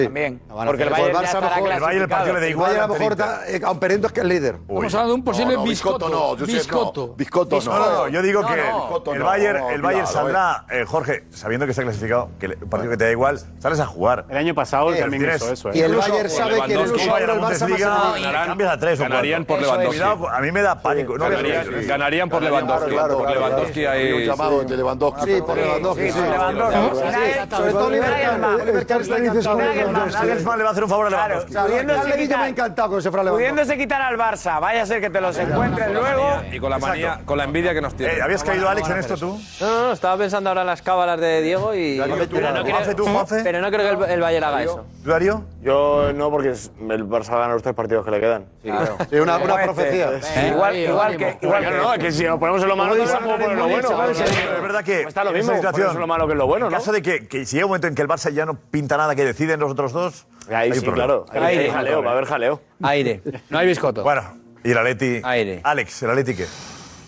[SPEAKER 9] También.
[SPEAKER 12] van a
[SPEAKER 9] porque el
[SPEAKER 12] hacer eso. El
[SPEAKER 9] Bayern, ya
[SPEAKER 12] Barça
[SPEAKER 9] estará
[SPEAKER 12] mejor- el Bayern el partido le da igual Vaya, a lo al mejor Inter. da, eh, aun perdiendo es que el líder.
[SPEAKER 8] Estamos hablando de un posible
[SPEAKER 12] No, no,
[SPEAKER 8] biscoto.
[SPEAKER 12] no, Josep, no.
[SPEAKER 8] Biscoto.
[SPEAKER 12] Biscoto
[SPEAKER 8] No, no, no, yo digo
[SPEAKER 12] No,
[SPEAKER 8] que
[SPEAKER 12] no.
[SPEAKER 8] el-
[SPEAKER 12] Biscoto
[SPEAKER 8] el
[SPEAKER 12] no,
[SPEAKER 8] Bayern,
[SPEAKER 12] no,
[SPEAKER 8] el Bayern
[SPEAKER 12] cuidado,
[SPEAKER 8] saldrá, eh, Jorge, sabiendo que está clasificado, que el partido que te da igual, sales a jugar. El año pasado
[SPEAKER 3] también hizo eso, ¿eh?
[SPEAKER 12] Y el Bayern sabe que el uso ahora el Barça más
[SPEAKER 8] Bundesliga,
[SPEAKER 12] ganarán.
[SPEAKER 8] cambias a tres o cuatro.
[SPEAKER 13] Ganarían por
[SPEAKER 8] Eso es.
[SPEAKER 13] Lewandowski.
[SPEAKER 8] Cuidado, a mí me da pánico. No
[SPEAKER 13] Ganarían-
[SPEAKER 8] veo eso.
[SPEAKER 13] ganarían por
[SPEAKER 8] Ganarían,
[SPEAKER 13] Lewandowski,
[SPEAKER 8] claro,
[SPEAKER 13] por
[SPEAKER 8] claro,
[SPEAKER 13] Lewandowski
[SPEAKER 8] claro.
[SPEAKER 13] ahí-
[SPEAKER 8] Un llamado de
[SPEAKER 14] Lewandowski.
[SPEAKER 12] Sí, por Lewandowski.
[SPEAKER 8] sí, Lewandowski.
[SPEAKER 12] Sobre todo Oliver Kahn. Oliver Kahn está encantado.
[SPEAKER 8] Nagelsmann le va a hacer un favor a
[SPEAKER 9] Claro,
[SPEAKER 8] Lewandowski.
[SPEAKER 9] pudiéndose
[SPEAKER 12] Kahn le dice,
[SPEAKER 9] quitar-
[SPEAKER 12] me ha encantado que se fuera Lewandowski.
[SPEAKER 9] Pudiéndose quitar al Barça, vaya a ser que te los encuentres luego.
[SPEAKER 13] Y con la manía, con la envidia que nos tiene.
[SPEAKER 8] ¿Habías caído, Alex, en esto tú?
[SPEAKER 22] No, no, no, estaba pensando ahora en las cábalas de Diego y. Pero no, creo, pero no creo que el, el Bayern haga eso.
[SPEAKER 8] ¿Tú, Darío?
[SPEAKER 6] Yo no, porque es- el Barça gana los tres partidos que le quedan. Ah.
[SPEAKER 8] claro.
[SPEAKER 6] Sí, eh,
[SPEAKER 8] una- una profecía.
[SPEAKER 6] Igual,
[SPEAKER 8] igual que- igual
[SPEAKER 6] no,
[SPEAKER 8] que-
[SPEAKER 6] no, es que si nos ponemos en lo malo, no nos podemos poner en lo bueno.
[SPEAKER 8] Es verdad que
[SPEAKER 6] Está lo
[SPEAKER 8] en esa
[SPEAKER 6] mismo,
[SPEAKER 8] situación,
[SPEAKER 6] ponerse lo malo que lo bueno,
[SPEAKER 8] En
[SPEAKER 6] ¿no?
[SPEAKER 8] caso de que, que si llega un momento en que el Barça ya no pinta nada que deciden los otros dos,
[SPEAKER 6] Ahí
[SPEAKER 8] hay un
[SPEAKER 6] sí,
[SPEAKER 8] problema.
[SPEAKER 6] claro. Ahí hay Eh, jaleo, va a haber jaleo.
[SPEAKER 22] Aire. No hay biscoto.
[SPEAKER 8] Bueno, y el Atleti.
[SPEAKER 22] Aire.
[SPEAKER 8] Alex, ¿el Atleti qué?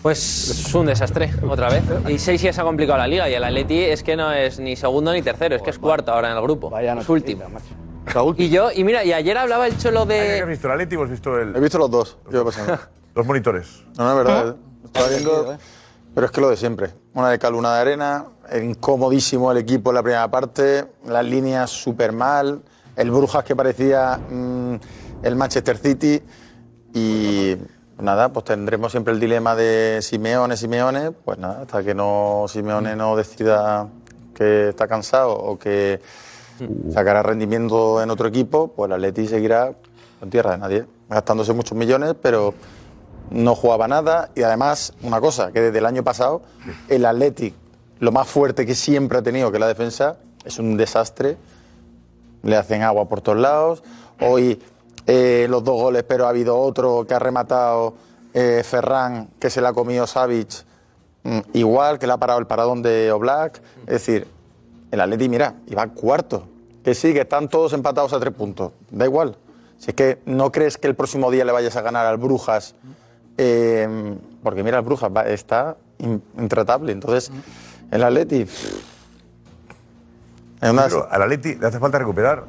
[SPEAKER 22] Pues es un desastre, otra vez. Y 6 ya se ha complicado la liga y el Atleti es que no es ni segundo ni tercero, es que es cuarto ahora en el grupo. es último. Y yo, y mira, y ayer hablaba el cholo
[SPEAKER 8] ¿Qué
[SPEAKER 22] de.
[SPEAKER 8] ¿Has visto el Atleti o has visto el...?
[SPEAKER 12] He visto los dos. Yo he pasado.
[SPEAKER 8] Los monitores.
[SPEAKER 12] No, no, es verdad. Estaba viendo. Pero es que lo de siempre. Una de cal, una de arena. Incomodísimo el equipo en la primera parte. Las líneas súper mal. El Brujas que parecía mm, el Manchester City. Y nada, pues tendremos siempre el dilema de Simeone, Simeone. Pues nada, hasta que no Simeone no decida que está cansado o que sacará rendimiento en otro equipo, pues el Atleti seguirá en tierra de nadie, gastándose muchos millones, pero no jugaba nada y además una cosa que desde el año pasado el Athletic lo más fuerte que siempre ha tenido que es la defensa es un desastre le hacen agua por todos lados hoy eh, los dos goles pero ha habido otro que ha rematado eh, Ferran que se la ha comido Savic mm, igual que le ha parado el paradón de Oblak es decir el Atleti mira y va cuarto que sí que están todos empatados a tres puntos da igual si es que no crees que el próximo día le vayas a ganar al Brujas eh, porque mira, el Brujas va- está
[SPEAKER 34] in- intratable. Entonces, el Atleti.
[SPEAKER 8] Pero al Atleti le hace falta recuperar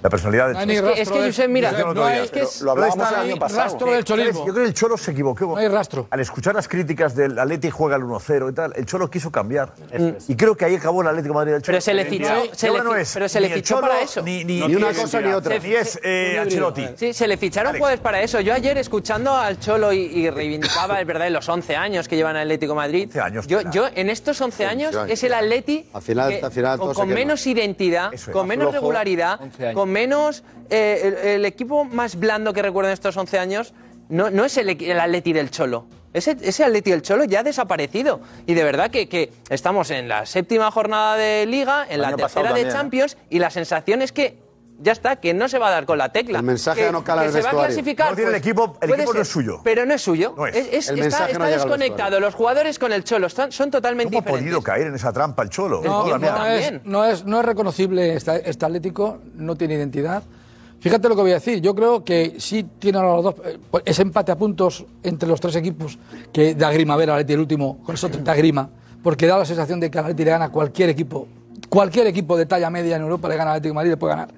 [SPEAKER 8] la personalidad de
[SPEAKER 34] No hay ni Es que- rastro es que, de- Josep, mira,
[SPEAKER 8] Lo decíamos el
[SPEAKER 34] no
[SPEAKER 8] otro
[SPEAKER 34] hay-
[SPEAKER 8] día,
[SPEAKER 34] es que
[SPEAKER 8] pero
[SPEAKER 34] es-
[SPEAKER 8] lo hablábamos
[SPEAKER 34] no hay
[SPEAKER 8] el año pasado.
[SPEAKER 34] rastro del
[SPEAKER 8] ¿Sabes?
[SPEAKER 34] cholismo.
[SPEAKER 8] Yo creo que el Cholo se equivocó. No hay rastro. Al escuchar las críticas del Atleti juega el 1-0 y tal, el Cholo quiso cambiar.
[SPEAKER 7] Mm.
[SPEAKER 8] Y creo que ahí acabó el Atlético de Madrid del Cholo.
[SPEAKER 22] Pero se le
[SPEAKER 8] Y
[SPEAKER 22] fichó-
[SPEAKER 8] ahora-
[SPEAKER 22] se
[SPEAKER 8] y
[SPEAKER 22] le
[SPEAKER 8] ahora no
[SPEAKER 22] fi-
[SPEAKER 8] es
[SPEAKER 22] pero se
[SPEAKER 8] ni
[SPEAKER 22] le
[SPEAKER 8] el
[SPEAKER 22] fichó
[SPEAKER 8] Cholo,
[SPEAKER 22] para eso.
[SPEAKER 8] Ni,
[SPEAKER 22] No
[SPEAKER 8] ni
[SPEAKER 22] tiene
[SPEAKER 8] una cosa ni
[SPEAKER 22] identidad.
[SPEAKER 8] otra.
[SPEAKER 22] Se-
[SPEAKER 8] Ni es eh,
[SPEAKER 22] se-
[SPEAKER 8] Ancelotti.
[SPEAKER 22] Sí, se le ficharon jugadores para eso. Yo ayer escuchando al Cholo y, y reivindicaba, es verdad, los 11 años que llevan al Atlético de Madrid. yo, yo en estos 11 años
[SPEAKER 1] años.
[SPEAKER 22] es el Atleti
[SPEAKER 1] Al final-
[SPEAKER 22] que-
[SPEAKER 1] al final
[SPEAKER 22] con,
[SPEAKER 1] todo se
[SPEAKER 22] con
[SPEAKER 1] quema.
[SPEAKER 22] menos identidad,
[SPEAKER 1] Eso es.
[SPEAKER 22] con menos
[SPEAKER 1] Aflojo,
[SPEAKER 22] regularidad,
[SPEAKER 1] 11 años.
[SPEAKER 22] con menos... eh, el, el equipo más blando que recuerdo en estos 11 años no, no es el, equi- el Atleti del Cholo. Ese, ese Atleti del Cholo ya ha desaparecido. Y de verdad que, que estamos en la séptima jornada de Liga, en
[SPEAKER 1] El
[SPEAKER 22] la
[SPEAKER 1] año pasado
[SPEAKER 22] tercera de
[SPEAKER 1] también, ¿eh?
[SPEAKER 22] Champions, y la sensación es que ya está, que no se va a dar con la tecla. El
[SPEAKER 1] mensaje
[SPEAKER 22] que,
[SPEAKER 1] ya no cala
[SPEAKER 22] que
[SPEAKER 1] en
[SPEAKER 22] se
[SPEAKER 1] el
[SPEAKER 22] va a
[SPEAKER 1] vestuario.
[SPEAKER 22] clasificar.
[SPEAKER 1] No tiene el
[SPEAKER 22] pues,
[SPEAKER 1] equipo- el
[SPEAKER 22] puede
[SPEAKER 1] equipo no
[SPEAKER 22] ser,
[SPEAKER 1] es suyo.
[SPEAKER 22] pero no es suyo.
[SPEAKER 8] No es.
[SPEAKER 22] Es- es-
[SPEAKER 8] El
[SPEAKER 22] está
[SPEAKER 8] mensaje no
[SPEAKER 22] está
[SPEAKER 8] llega al
[SPEAKER 22] desconectado.
[SPEAKER 8] vestuario.
[SPEAKER 22] Los jugadores con el Cholo están, son totalmente
[SPEAKER 8] ¿Cómo ha
[SPEAKER 22] diferentes.
[SPEAKER 8] podido caer en esa trampa el Cholo?
[SPEAKER 7] No,
[SPEAKER 8] Madre mía.
[SPEAKER 7] no es, no es- no es reconocible esta- este, Atlético, no tiene identidad. Fíjate lo que voy a decir, yo creo que sí tienen a los dos, eh, pues, ese empate a puntos entre los tres equipos que da grima ver al Atleti el último, con eso da grima, porque da la sensación de que al Atleti le gana a cualquier equipo, cualquier equipo de talla media en Europa le gana al Atlético de Madrid, le puede ganar.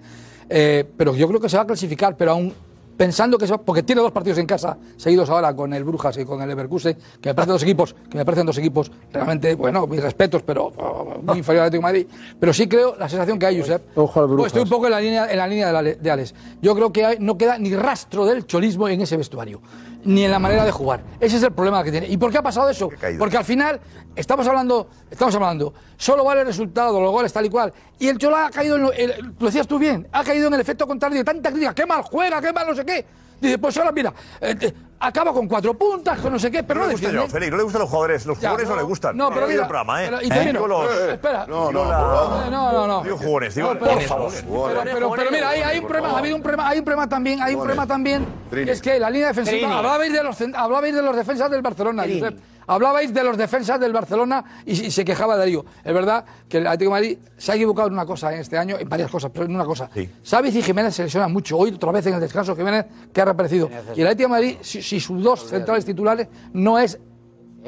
[SPEAKER 7] Eh, pero yo creo que se va a clasificar, pero aún pensando que se va, porque tiene dos partidos en casa seguidos ahora con el Brujas y con el Leverkusen, que me parecen dos equipos, que me parecen dos equipos realmente, bueno, mis respetos, pero oh, muy inferior al Atlético de Madrid. Pero sí creo la sensación que hay, Josep.
[SPEAKER 16] Ojo al
[SPEAKER 7] Pues
[SPEAKER 16] Brujas.
[SPEAKER 7] estoy un poco en la línea, en la línea de, la- de Alex. Yo creo que hay- no queda ni rastro del cholismo en ese vestuario, ni en la manera de jugar. Ese es el problema que tiene. ¿Y por qué ha pasado eso? Porque al final estamos hablando, estamos hablando, solo vale el resultado, los goles, tal y cual. Y el Chola ha caído, en lo, el- lo decías tú bien, ha caído en el efecto contrario de tanta crítica. ¡Qué mal juega, qué mal no sé qué! Dice, pues ahora mira, eh, te- acaba con cuatro puntas, con no sé qué, pero no
[SPEAKER 8] le gusta
[SPEAKER 7] defiende.
[SPEAKER 8] yo, Félix, no le gustan los jugadores, los
[SPEAKER 7] Ya,
[SPEAKER 8] jugadores no,
[SPEAKER 7] no,
[SPEAKER 8] le gustan.
[SPEAKER 7] no, pero
[SPEAKER 8] he oído
[SPEAKER 7] mira,
[SPEAKER 8] el programa, ¿eh?
[SPEAKER 7] pero- y
[SPEAKER 8] ¿Eh?
[SPEAKER 7] termino.
[SPEAKER 8] Digo los-
[SPEAKER 7] Eh, espera.
[SPEAKER 8] No, no,
[SPEAKER 7] No, no, no, no.
[SPEAKER 8] Digo jugones, digo,
[SPEAKER 7] pero-
[SPEAKER 8] por favor.
[SPEAKER 7] Pero, pero, pero mira, hay, hay un problema, ha habido un problema, hay un problema también, hay un problema también, que es que la línea
[SPEAKER 8] Trini.
[SPEAKER 7] defensiva, hablabais de los, cen- hablabais de los defensas del Barcelona, Josep. hablabais de los defensas del Barcelona y, y se quejaba Darío. Es verdad que el Atlético de Madrid se ha equivocado en una cosa en este año, en varias cosas, pero en una cosa. Sabes y Jiménez se lesionan mucho, hoy otra vez en el descanso Jiménez que ha reaparecido. Y el Atlético de Madrid, si, si sus dos centrales titulares no es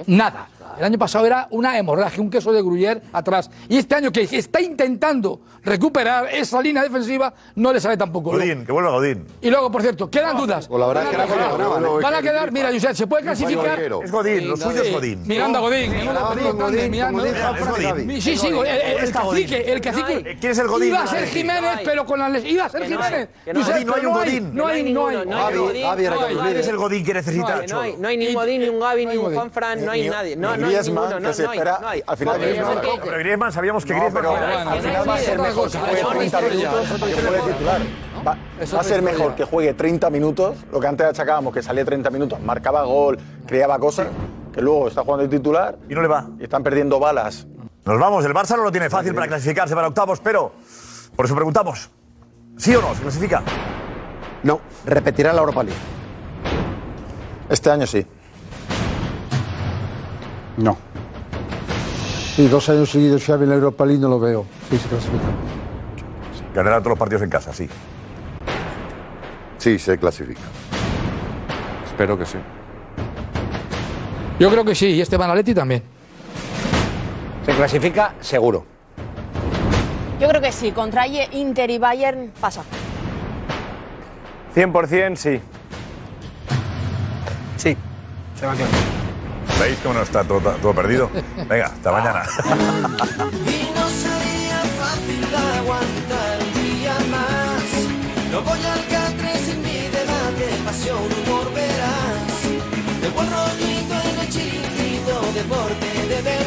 [SPEAKER 7] Nada. El año pasado era una hemorragia, un queso de gruyer atrás. Y este año que está intentando recuperar esa línea defensiva, no le sale tampoco.
[SPEAKER 8] Godín, que vuelva Godín.
[SPEAKER 7] Y luego, por cierto, quedan dudas.
[SPEAKER 8] O la
[SPEAKER 7] Van
[SPEAKER 8] verdad
[SPEAKER 7] a
[SPEAKER 8] es que era
[SPEAKER 7] quedar-
[SPEAKER 8] Godín, no, no,
[SPEAKER 7] Van
[SPEAKER 8] es
[SPEAKER 7] a
[SPEAKER 8] que-
[SPEAKER 7] quedar, mira, Josep, se puede clasificar.
[SPEAKER 8] Es Godín, lo suyo es Godín.
[SPEAKER 7] Miranda Godín.
[SPEAKER 8] Sí,
[SPEAKER 7] en una
[SPEAKER 8] Godín,
[SPEAKER 7] pelota
[SPEAKER 8] Godín,
[SPEAKER 7] de Miranda
[SPEAKER 8] Godín,
[SPEAKER 7] Godín.
[SPEAKER 8] es Godín.
[SPEAKER 7] Sí, sí,
[SPEAKER 8] Es
[SPEAKER 7] el,
[SPEAKER 8] Godín.
[SPEAKER 7] el- el
[SPEAKER 8] Está Godín.
[SPEAKER 7] cacique, el cacique.
[SPEAKER 8] eh, ¿Quién es el Godín?
[SPEAKER 7] Iba a
[SPEAKER 8] No
[SPEAKER 7] ser
[SPEAKER 8] hay.
[SPEAKER 7] Jiménez, pero con la les- Iba a ser
[SPEAKER 8] Que no hay,
[SPEAKER 7] Jiménez.
[SPEAKER 8] que no hay.
[SPEAKER 7] Josep,
[SPEAKER 8] Godín, no hay
[SPEAKER 7] pero
[SPEAKER 8] un
[SPEAKER 7] no hay,
[SPEAKER 8] Godín.
[SPEAKER 7] No hay, no hay.
[SPEAKER 22] ninguno, no hay Godín, no hay
[SPEAKER 8] ¿Quién es el Godín que necesita
[SPEAKER 22] No
[SPEAKER 8] el
[SPEAKER 22] hay, no
[SPEAKER 8] Cholo?
[SPEAKER 22] hay, no hay ni Godín, ni un Gavi, ni un Juanfran, no hay
[SPEAKER 8] ni-
[SPEAKER 22] nadie.
[SPEAKER 8] ni
[SPEAKER 22] No, no hay
[SPEAKER 8] Griezmann,
[SPEAKER 22] ninguno, no,
[SPEAKER 8] que se
[SPEAKER 22] no hay,
[SPEAKER 8] espera-
[SPEAKER 22] no hay.
[SPEAKER 8] al final
[SPEAKER 22] Porque
[SPEAKER 8] Griezmann-
[SPEAKER 22] porque-
[SPEAKER 8] Pero Griezmann sabíamos que Griezmann...
[SPEAKER 34] al final va a ser mejor que juegue 30 minutos que juegue titular. Va, Eso va a es ser otra mejor historia. que juegue 30 minutos, lo que antes achacábamos, que salía 30 minutos, marcaba gol, creaba cosas, que luego está jugando el titular
[SPEAKER 8] y no le va.
[SPEAKER 34] Y están perdiendo balas.
[SPEAKER 8] Nos vamos, el Barça no lo tiene fácil para clasificarse para octavos, pero por eso preguntamos. ¿Sí o no? ¿Se clasifica?
[SPEAKER 1] No, repetirá la Europa League.
[SPEAKER 34] Este año sí.
[SPEAKER 3] No.
[SPEAKER 16] Y dos años seguidos Xavi en la Europa League no lo veo. que se clasifica.
[SPEAKER 8] Ganará todos los partidos en casa, sí.
[SPEAKER 14] Sí, se clasifica.
[SPEAKER 13] Espero que sí.
[SPEAKER 7] Yo creo que sí, y Esteban Aletti también.
[SPEAKER 26] Se clasifica seguro.
[SPEAKER 4] Yo creo que sí, contra Inter y Bayern pasa.
[SPEAKER 6] 100% sí.
[SPEAKER 8] Sí.
[SPEAKER 6] Se va a quedar.
[SPEAKER 8] ¿Veis cómo no está todo, todo perdido? Venga, hasta mañana.
[SPEAKER 10] Y no sería fácil aguantar un día más. No voy al catre sin mi debate, pasión, humor verás. De buen rollito en el chiringuito, deporte de verdad.